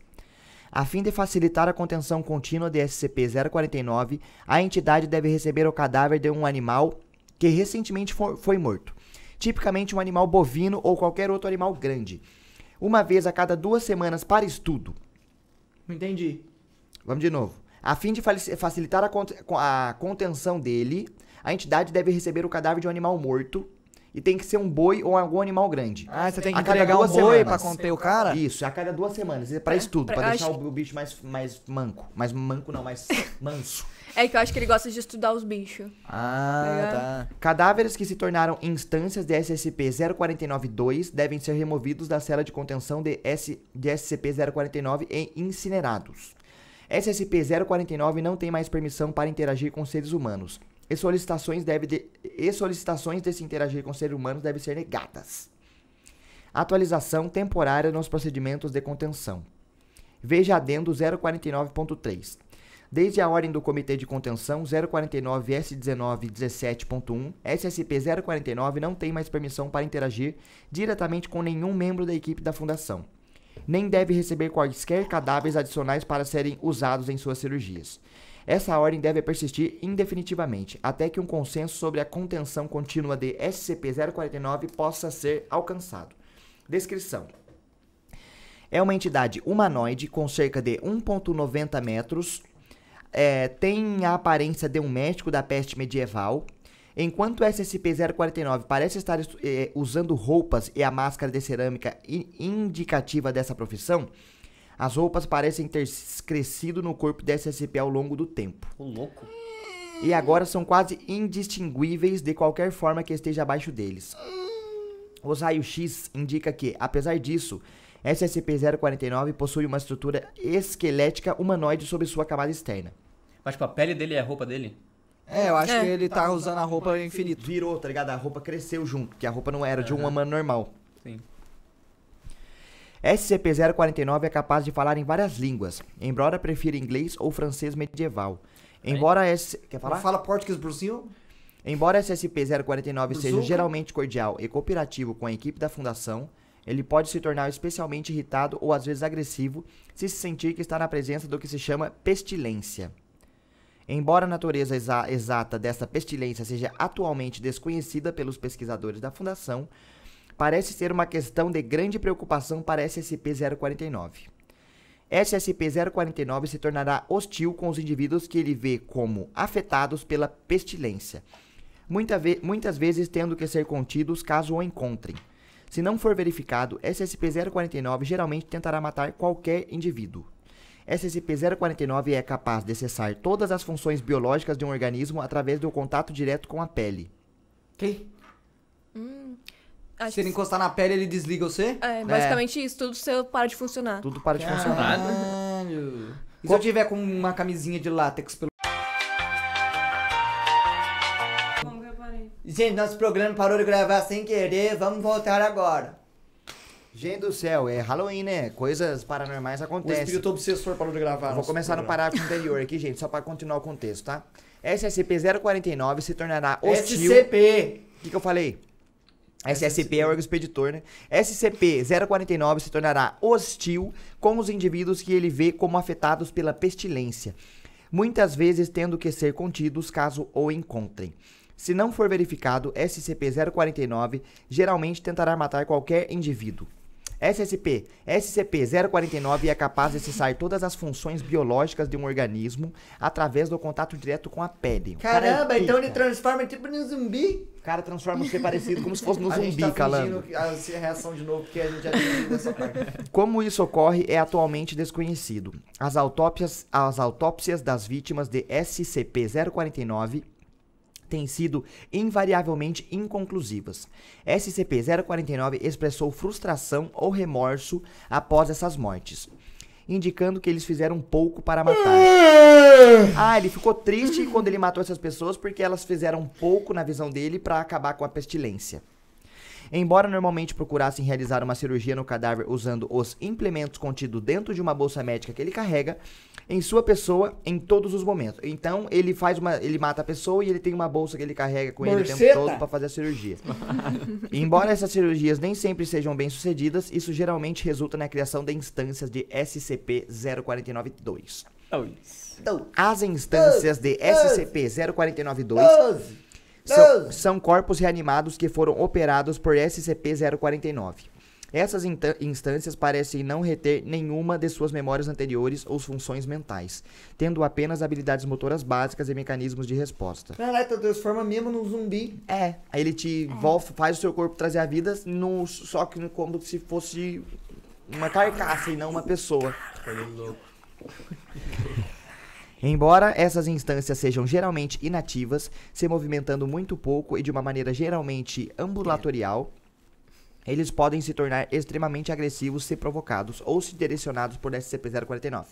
Speaker 2: A fim de facilitar a contenção contínua de SCP-049, a entidade deve receber o cadáver de um animal que recentemente fo- foi morto, tipicamente um animal bovino ou qualquer outro animal grande, uma vez a cada duas semanas para estudo.
Speaker 1: Não entendi.
Speaker 2: Vamos de novo. A fim de fali- facilitar a, cont- a contenção dele, a entidade deve receber o cadáver de um animal morto e tem que ser um boi ou algum animal grande.
Speaker 1: Ah, você tem
Speaker 2: A
Speaker 1: que
Speaker 2: cada
Speaker 1: entregar um
Speaker 2: duas
Speaker 1: boi pra
Speaker 2: semanas.
Speaker 1: conter o cara?
Speaker 2: Isso, a cada duas semanas. É pra estudo,
Speaker 3: Ah. pra-
Speaker 2: pra
Speaker 3: eu
Speaker 2: deixar
Speaker 3: acho-
Speaker 2: o o bicho mais, mais manco. Mais manco não, mais manso.
Speaker 3: É que eu acho que ele gosta de estudar os bichos.
Speaker 2: Ah, tá. Cadáveres que se tornaram instâncias de SCP-049-2 devem ser removidos da cela de contenção de, S de SCP-049 e incinerados. SCP-049 não tem mais permissão para interagir com seres humanos. E solicitações, deve de, e solicitações de se interagir com seres humanos devem ser negadas. Atualização temporária nos procedimentos de contenção. Veja adendo 049.3. Desde a ordem do Comitê de Contenção 049-S19-17.1, SSP-049 não tem mais permissão para interagir diretamente com nenhum membro da equipe da Fundação. Nem deve receber quaisquer cadáveres adicionais para serem usados em suas cirurgias. Essa ordem deve persistir indefinitivamente, até que um consenso sobre a contenção contínua de SCP-049 possa ser alcançado. Descrição: É uma entidade humanoide com cerca de 1,90 metros. é, tem a aparência de um médico da peste medieval. Enquanto o SCP-049 parece estar estu- eh, usando roupas e a máscara de cerâmica i- indicativa dessa profissão, as roupas parecem ter s- crescido no corpo do SCP ao longo do tempo.
Speaker 7: Ô, louco.
Speaker 2: E agora são quase indistinguíveis de qualquer forma que esteja abaixo deles. Os raios-x indica que, apesar disso, SCP-049 possui uma estrutura esquelética humanoide sob sua camada externa.
Speaker 7: Mas, tipo, a pele dele é a roupa dele?
Speaker 1: É, eu acho
Speaker 3: É.
Speaker 1: que ele tá usando a roupa infinito.
Speaker 2: Virou, tá ligado? A roupa cresceu junto, que a roupa não era de um humano normal.
Speaker 7: Sim.
Speaker 2: SCP-049 é capaz de falar em várias línguas, embora prefira inglês ou francês medieval. Embora S... Quer falar?
Speaker 1: Fala português por cima.
Speaker 2: Embora SCP-049 seja
Speaker 1: Zuka.
Speaker 2: geralmente cordial e cooperativo com a equipe da fundação, ele pode se tornar especialmente irritado ou às vezes agressivo se se sentir que está na presença do que se chama pestilência. Embora a natureza exa- exata desta pestilência seja atualmente desconhecida pelos pesquisadores da fundação, parece ser uma questão de grande preocupação para SCP-049. SCP-049 se tornará hostil com os indivíduos que ele vê como afetados pela pestilência, muita ve- muitas vezes tendo que ser contidos caso o encontrem. Se não for verificado, SCP-049 geralmente tentará matar qualquer indivíduo. SCP-049 é capaz de cessar todas as funções biológicas de um organismo através do contato direto com a pele.
Speaker 1: Que?
Speaker 3: Acho
Speaker 1: Se ele
Speaker 3: que-
Speaker 1: encostar na pele, ele desliga você?
Speaker 3: É, basicamente isso, tudo seu para de funcionar.
Speaker 2: Tudo para de funcionar.
Speaker 1: Caralho. E se eu tiver com uma camisinha de látex pelo.
Speaker 5: Como que eu parei?
Speaker 1: Gente, nosso programa parou de gravar sem querer, vamos voltar agora.
Speaker 2: Gente do céu, é Halloween, né? Coisas paranormais
Speaker 1: O
Speaker 2: acontecem.
Speaker 1: espírito obsessor parou de gravar.
Speaker 2: Eu Vou
Speaker 1: nosso
Speaker 2: começar no
Speaker 1: programa.
Speaker 2: parágrafo anterior aqui, gente, só pra continuar o contexto, tá? SCP-049 se tornará hostil...
Speaker 1: SCP.
Speaker 2: O que, que eu falei? SCP é o expeditor, né? SCP-049 se tornará hostil com os indivíduos que ele vê como afetados pela pestilência, muitas vezes tendo que ser contidos caso o encontrem. Se não for verificado, SCP-049 geralmente tentará matar qualquer indivíduo. SCP. SCP-049 é capaz de cessar todas as funções biológicas de um organismo através do contato direto com a pele. O cara é
Speaker 1: Caramba, então
Speaker 2: pica.
Speaker 1: ele transforma tipo num zumbi.
Speaker 2: O cara transforma você parecido como se fosse no
Speaker 1: a gente
Speaker 2: zumbi,
Speaker 1: tá
Speaker 2: calando.
Speaker 1: fingindo que- a reação de novo, porque a gente já tem dessa parte.
Speaker 2: Como isso ocorre é atualmente desconhecido. As autópsias, as autópsias das vítimas de SCP-049 têm sido invariavelmente inconclusivas. SCP-049 expressou frustração ou remorso após essas mortes, indicando que eles fizeram pouco para matar. Ah, ele ficou triste quando ele matou essas pessoas porque elas fizeram pouco na visão dele para acabar com a pestilência. Embora normalmente procurassem realizar uma cirurgia no cadáver usando os implementos contidos dentro de uma bolsa médica que ele carrega, em sua pessoa, em todos os momentos. Então, ele faz uma. ele mata a pessoa e ele tem uma bolsa que ele carrega com ele o tempo
Speaker 1: Borceta.
Speaker 2: todo para fazer a cirurgia. Embora essas cirurgias nem sempre sejam bem-sucedidas, isso geralmente resulta na criação de instâncias de SCP-049-2.
Speaker 1: Então,
Speaker 2: As instâncias de SCP-049-2
Speaker 1: 12.
Speaker 2: são, são corpos reanimados que foram operados por SCP-049. Essas inta- instâncias parecem não reter nenhuma de suas memórias anteriores ou funções mentais, tendo apenas habilidades motoras básicas e mecanismos de resposta.
Speaker 1: Caralho, né, tu transforma mesmo num zumbi.
Speaker 2: É, aí ele te vol- faz o seu corpo trazer a vida, no, só que no- como se fosse uma carcaça e não uma pessoa. Embora essas instâncias sejam geralmente inativas, se movimentando muito pouco e de uma maneira geralmente ambulatorial, eles podem se tornar extremamente agressivos se provocados ou se direcionados por SCP-049.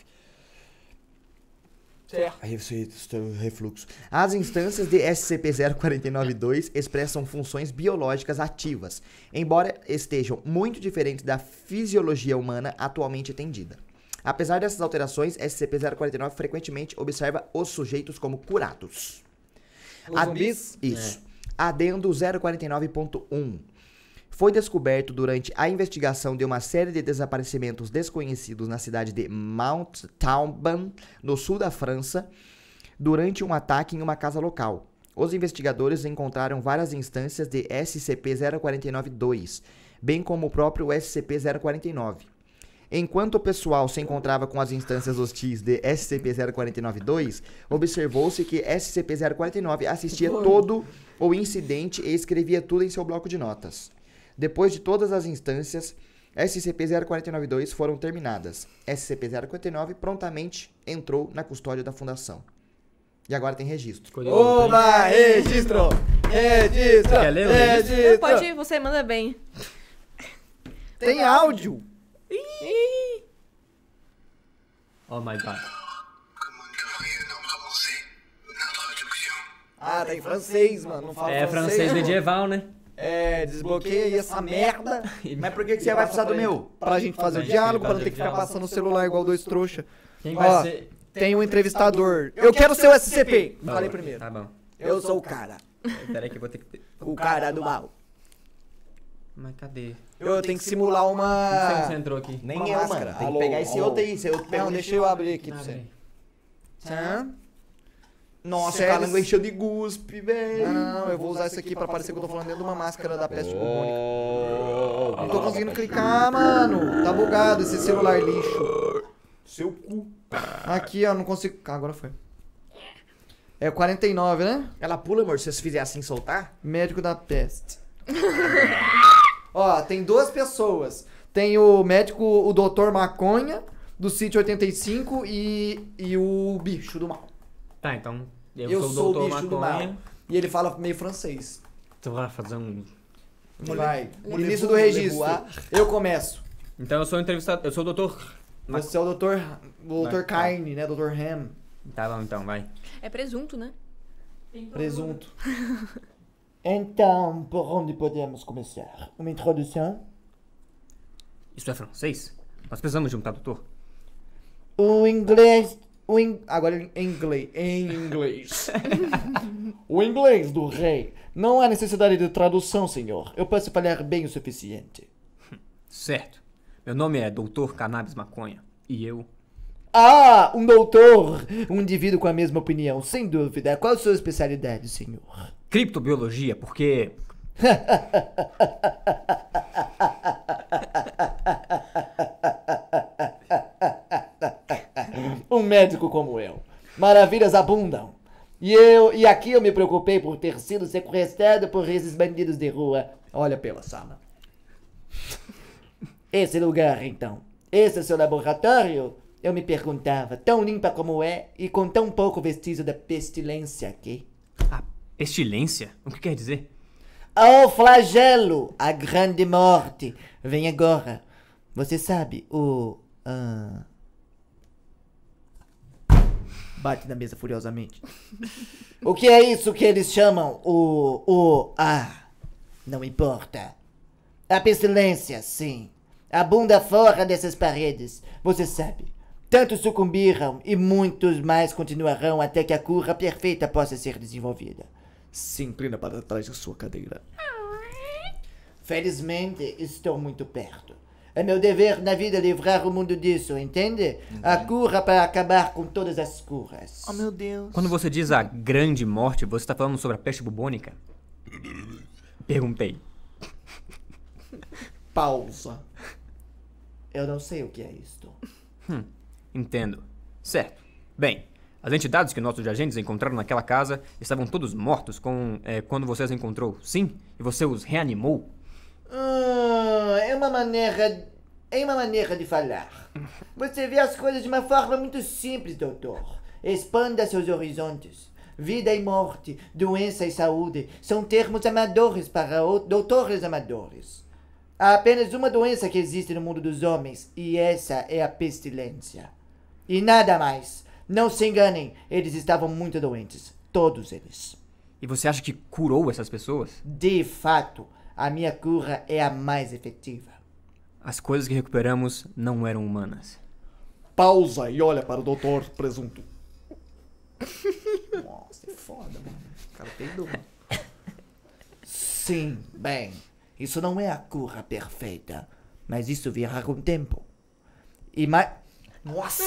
Speaker 2: Aí eu sei, estou- refluxo. As instâncias de SCP-049-2 expressam funções biológicas ativas, embora estejam muito diferentes da fisiologia humana atualmente atendida. Apesar dessas alterações, SCP-049 frequentemente observa os sujeitos como curados.
Speaker 1: Os
Speaker 2: Ad-
Speaker 1: zumbis? É.
Speaker 2: Isso. Adendo 049.1. Foi descoberto durante a investigação de uma série de desaparecimentos desconhecidos na cidade de Mount Tauban, no sul da França, durante um ataque em uma casa local. Os investigadores encontraram várias instâncias de SCP-049-2, bem como o próprio SCP-049. Enquanto o pessoal se encontrava com as instâncias hostis de SCP-049-2, observou-se que SCP-049 assistia todo o incidente e escrevia tudo em seu bloco de notas. Depois de todas as instâncias, SCP-049-2 foram terminadas. SCP-049 prontamente entrou na custódia da fundação. E agora tem registro.
Speaker 1: Oba, registro! Registro!
Speaker 7: Quer ler o registro?
Speaker 3: Não, pode ir, você manda bem.
Speaker 1: Tem áudio!
Speaker 7: Oh my god.
Speaker 1: Ah, tá em francês, mano. Não fala
Speaker 7: É francês
Speaker 1: mano.
Speaker 7: medieval, né?
Speaker 1: É, desbloqueia essa merda.
Speaker 2: Mas por que, que você vai precisar do meu?
Speaker 1: Pra gente fazer o
Speaker 7: Mas,
Speaker 1: diálogo,
Speaker 7: tem
Speaker 1: pra não
Speaker 7: que
Speaker 1: ter que ficar
Speaker 7: fazer o
Speaker 1: passando o celular igual dois trouxa.
Speaker 7: Quem
Speaker 1: Ó,
Speaker 7: vai ser.
Speaker 1: Tem um entrevistador. Eu quero ser o SCP! Falei primeiro.
Speaker 7: Tá bom.
Speaker 1: Eu sou o cara.
Speaker 7: Peraí que eu vou ter que. ter-
Speaker 1: O cara do mal.
Speaker 7: Mas cadê?
Speaker 1: Eu tenho que simular
Speaker 7: Não sei onde
Speaker 1: uma.
Speaker 7: você entrou aqui.
Speaker 2: Nem
Speaker 1: Uma
Speaker 2: eu,
Speaker 1: máscara.
Speaker 2: mano. Tem
Speaker 1: Alô,
Speaker 2: que pegar esse
Speaker 1: alô.
Speaker 2: outro aí. Esse outro pega
Speaker 1: Não,
Speaker 2: um-
Speaker 1: deixa eu abrir aqui pra você.
Speaker 7: Abre.
Speaker 1: Hã?
Speaker 2: Nossa,
Speaker 1: Sério?
Speaker 2: o calango encheu de guspe,
Speaker 1: Não,
Speaker 2: velho.
Speaker 1: não, não, eu vou usar isso aqui pra parecer que eu tô falando dentro de uma máscara da peste bubônica. Não tô conseguindo clicar, mano. Tá bugado esse celular lixo.
Speaker 2: Seu cu.
Speaker 1: Aqui, ó, não consigo. Ah, agora foi. É 49, né?
Speaker 2: Ela pula, amor, se vocês fizerem assim soltar.
Speaker 1: Médico da peste. ó, tem duas pessoas. Tem o médico, o Dr. Maconha, do sítio 85, e, e o bicho do mal.
Speaker 7: Tá, então. Eu,
Speaker 1: Eu
Speaker 7: sou o
Speaker 1: sou o
Speaker 7: doutor
Speaker 1: bicho do
Speaker 7: Maconha.
Speaker 1: E ele fala meio francês.
Speaker 7: Tu vai fazer um.
Speaker 1: Vai. Início do registro. Eu começo.
Speaker 7: Então eu sou o entrevistado. Eu sou o doutor. Mas-
Speaker 1: Você é o Dr. O Dr. Carne, né? Dr. Ham.
Speaker 7: Tá bom, então, vai.
Speaker 3: É presunto, né?
Speaker 1: Presunto. Então, por onde podemos começar? Uma introdução?
Speaker 7: Isso é francês? Nós precisamos um juntar, doutor.
Speaker 1: O inglês. O in... Agora em inglês. Em inglês. o inglês do rei. Não há necessidade de tradução, senhor. Eu posso falar bem o suficiente.
Speaker 7: Certo. Meu nome é Doutor Cannabis Maconha. E eu.
Speaker 1: Ah, um doutor! Um indivíduo com a mesma opinião, sem dúvida. Qual a sua especialidade, senhor?
Speaker 7: Criptobiologia, porque.
Speaker 1: Um médico como eu. Maravilhas abundam. E eu, e aqui eu me preocupei por ter sido sequestrado por esses bandidos de rua. Olha pela sala. Esse lugar, então. Esse é seu laboratório? Eu me perguntava, tão limpa como é e com tão pouco vestígio da pestilência aqui.
Speaker 7: A pestilência? O que quer dizer?
Speaker 1: Ao flagelo, a grande morte. Vem agora. Você sabe, o. ah, Bate na mesa furiosamente. o que é isso que eles chamam? O. O. Ah. Não importa. A pestilência, sim. A bunda fora dessas paredes. Você sabe. Tantos sucumbiram e muitos mais continuarão até que a cura perfeita possa ser desenvolvida. Se inclina para trás da sua cadeira. Felizmente, estou muito perto. É meu dever na vida livrar o mundo disso, entende? A cura para acabar com todas as curas.
Speaker 2: Oh, meu Deus.
Speaker 7: Quando você diz a grande morte, você tá falando sobre a peste bubônica? Perguntei.
Speaker 1: Pausa. Eu não sei o que é isto.
Speaker 7: Entendo. Certo. Bem, as entidades que nossos agentes encontraram naquela casa estavam todos mortos com, é, quando você as encontrou, sim? E você os reanimou?
Speaker 1: Hum, é uma maneira. É uma maneira de falar. Você vê as coisas de uma forma muito simples, doutor. Expanda seus horizontes. Vida e morte, doença e saúde são termos amadores para o- doutores amadores. Há apenas uma doença que existe no mundo dos homens e essa é a pestilência. E nada mais. Não se enganem, eles estavam muito doentes. Todos eles.
Speaker 7: E você acha que curou essas pessoas?
Speaker 1: De fato, a minha cura é a mais efetiva.
Speaker 7: As coisas que recuperamos não eram humanas.
Speaker 1: pausa e olha para o doutor presunto. Nossa, é foda, mano. O cara tem dor. Sim, bem, isso não é a cura perfeita, mas isso virá com o tempo. E mais... Nossa!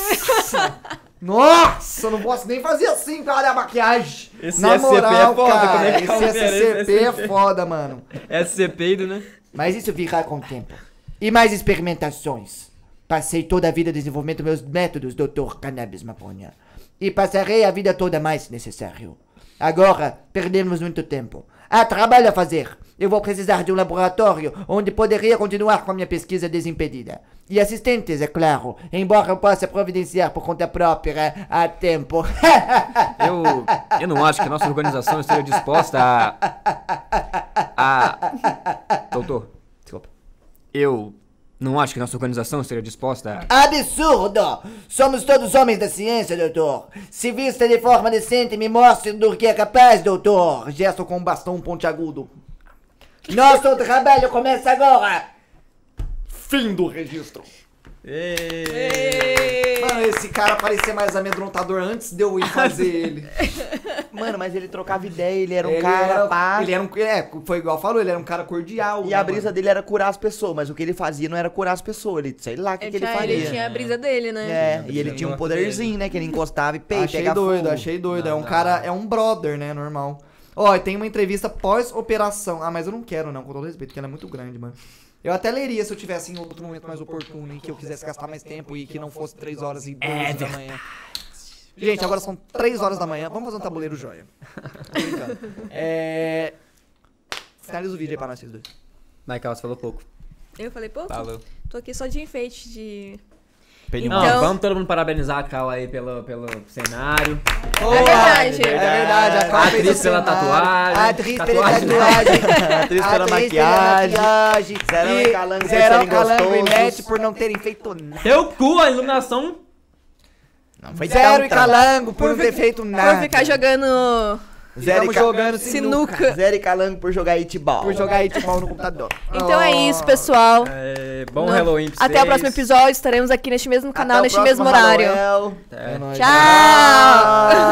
Speaker 1: Nossa, eu não posso nem fazer assim pra olhar a maquiagem.
Speaker 6: Esse
Speaker 1: Na
Speaker 6: SCP é
Speaker 1: moral,
Speaker 6: foda,
Speaker 1: cara,
Speaker 6: como é que fala
Speaker 1: esse SCP é foda, mano.
Speaker 6: SCP, ido, né?
Speaker 1: Mas isso virá com o tempo. E mais experimentações. Passei toda a vida desenvolvendo meus métodos, Dr. Cannabis Maponia. E passarei a vida toda mais se necessário. Agora, perdemos muito tempo. Há trabalho a fazer. Eu vou precisar de um laboratório onde poderia continuar com a minha pesquisa desimpedida. E assistentes, é claro, embora eu possa providenciar por conta própria a tempo.
Speaker 7: Eu, eu não acho que a nossa organização esteja disposta a. a. Doutor, desculpa. Eu não acho que nossa organização esteja disposta a.
Speaker 1: Absurdo! Somos todos homens da ciência, doutor. Se vista de forma decente, me mostre do que é capaz, doutor. Gesto com um bastão pontiagudo. Nosso trabalho começa agora!
Speaker 2: é-
Speaker 1: Fim do registro. Mano, esse cara parecia mais amedrontador antes de eu ir fazer ele.
Speaker 2: Mano, mas ele trocava ideia, ele era um
Speaker 1: Ele
Speaker 2: cara
Speaker 1: era-
Speaker 2: pá.
Speaker 1: Ele era um. É, foi igual falou, ele era um cara cordial.
Speaker 2: E
Speaker 1: né,
Speaker 2: a
Speaker 1: mano?
Speaker 2: brisa dele era curar as pessoas, mas o que ele fazia não era curar as pessoas, ele sei
Speaker 1: É
Speaker 2: lá o que,
Speaker 3: Ele,
Speaker 2: que ele
Speaker 3: tinha,
Speaker 2: fazia.
Speaker 3: É ele tinha a brisa dele, né?
Speaker 2: É, e ele tinha um poderzinho, né? Que ele encostava e peito,
Speaker 1: Achei doido, achei doido. é um cara, é um brother, né? Normal. Ó, e tem uma entrevista pós-operação. Ah, mas eu não quero, não, com todo respeito, porque ela é muito grande, mano. Eu até leria se eu tivesse em outro momento mais oportuno, em que eu quisesse gastar mais tempo e que não fosse 3 horas e 12 da manhã. Gente, agora são 3 horas da manhã. Vamos fazer um tabuleiro joia. Tô brincando. é... Finaliza o vídeo aí pra nós, vocês dois.
Speaker 7: Michael, você falou pouco.
Speaker 3: Eu falei, pô, tô,
Speaker 7: Falou.
Speaker 3: tô aqui só de enfeite de.
Speaker 6: Não,
Speaker 3: Então-
Speaker 6: vamos todo mundo parabenizar a Cal aí pelo, pelo cenário.
Speaker 3: é verdade.
Speaker 1: É verdade, a Cal
Speaker 6: A
Speaker 1: fez
Speaker 6: atriz
Speaker 1: o
Speaker 6: pela
Speaker 1: cenário.
Speaker 6: tatuagem.
Speaker 1: A atriz pela
Speaker 6: Tatuagem.
Speaker 1: tatuagem.
Speaker 2: Atriz pela
Speaker 1: Atriz pela
Speaker 2: maquiagem.
Speaker 1: maquiagem.
Speaker 2: Zerão
Speaker 1: E
Speaker 2: e Calango por
Speaker 1: Zerão,
Speaker 2: serem
Speaker 1: Calango e
Speaker 2: gostosos.
Speaker 1: Matt por não terem feito nada.
Speaker 6: Teu cu, a iluminação.
Speaker 2: Não, foi um
Speaker 1: Zero
Speaker 2: tão tranquilo.
Speaker 1: e Calango por
Speaker 3: Por
Speaker 1: não
Speaker 3: fi-
Speaker 1: ter feito
Speaker 3: Por
Speaker 1: nada.
Speaker 3: ficar jogando
Speaker 2: Zero e
Speaker 1: Estamos
Speaker 2: ca...
Speaker 1: jogando sinuca.
Speaker 3: sinuca.
Speaker 2: Zero e calango por jogar itball.
Speaker 1: Por jogar hitball no computador.
Speaker 3: Então é isso, pessoal.
Speaker 6: É, bom
Speaker 3: Não-
Speaker 6: Halloween pra
Speaker 3: Até o
Speaker 6: vocês.
Speaker 3: próximo episódio. Estaremos aqui neste Ah, mesmo canal,
Speaker 2: Até o
Speaker 3: neste
Speaker 2: próximo
Speaker 3: mesmo horário.
Speaker 2: Halloween.
Speaker 6: É.
Speaker 3: Tchau!
Speaker 6: Ah,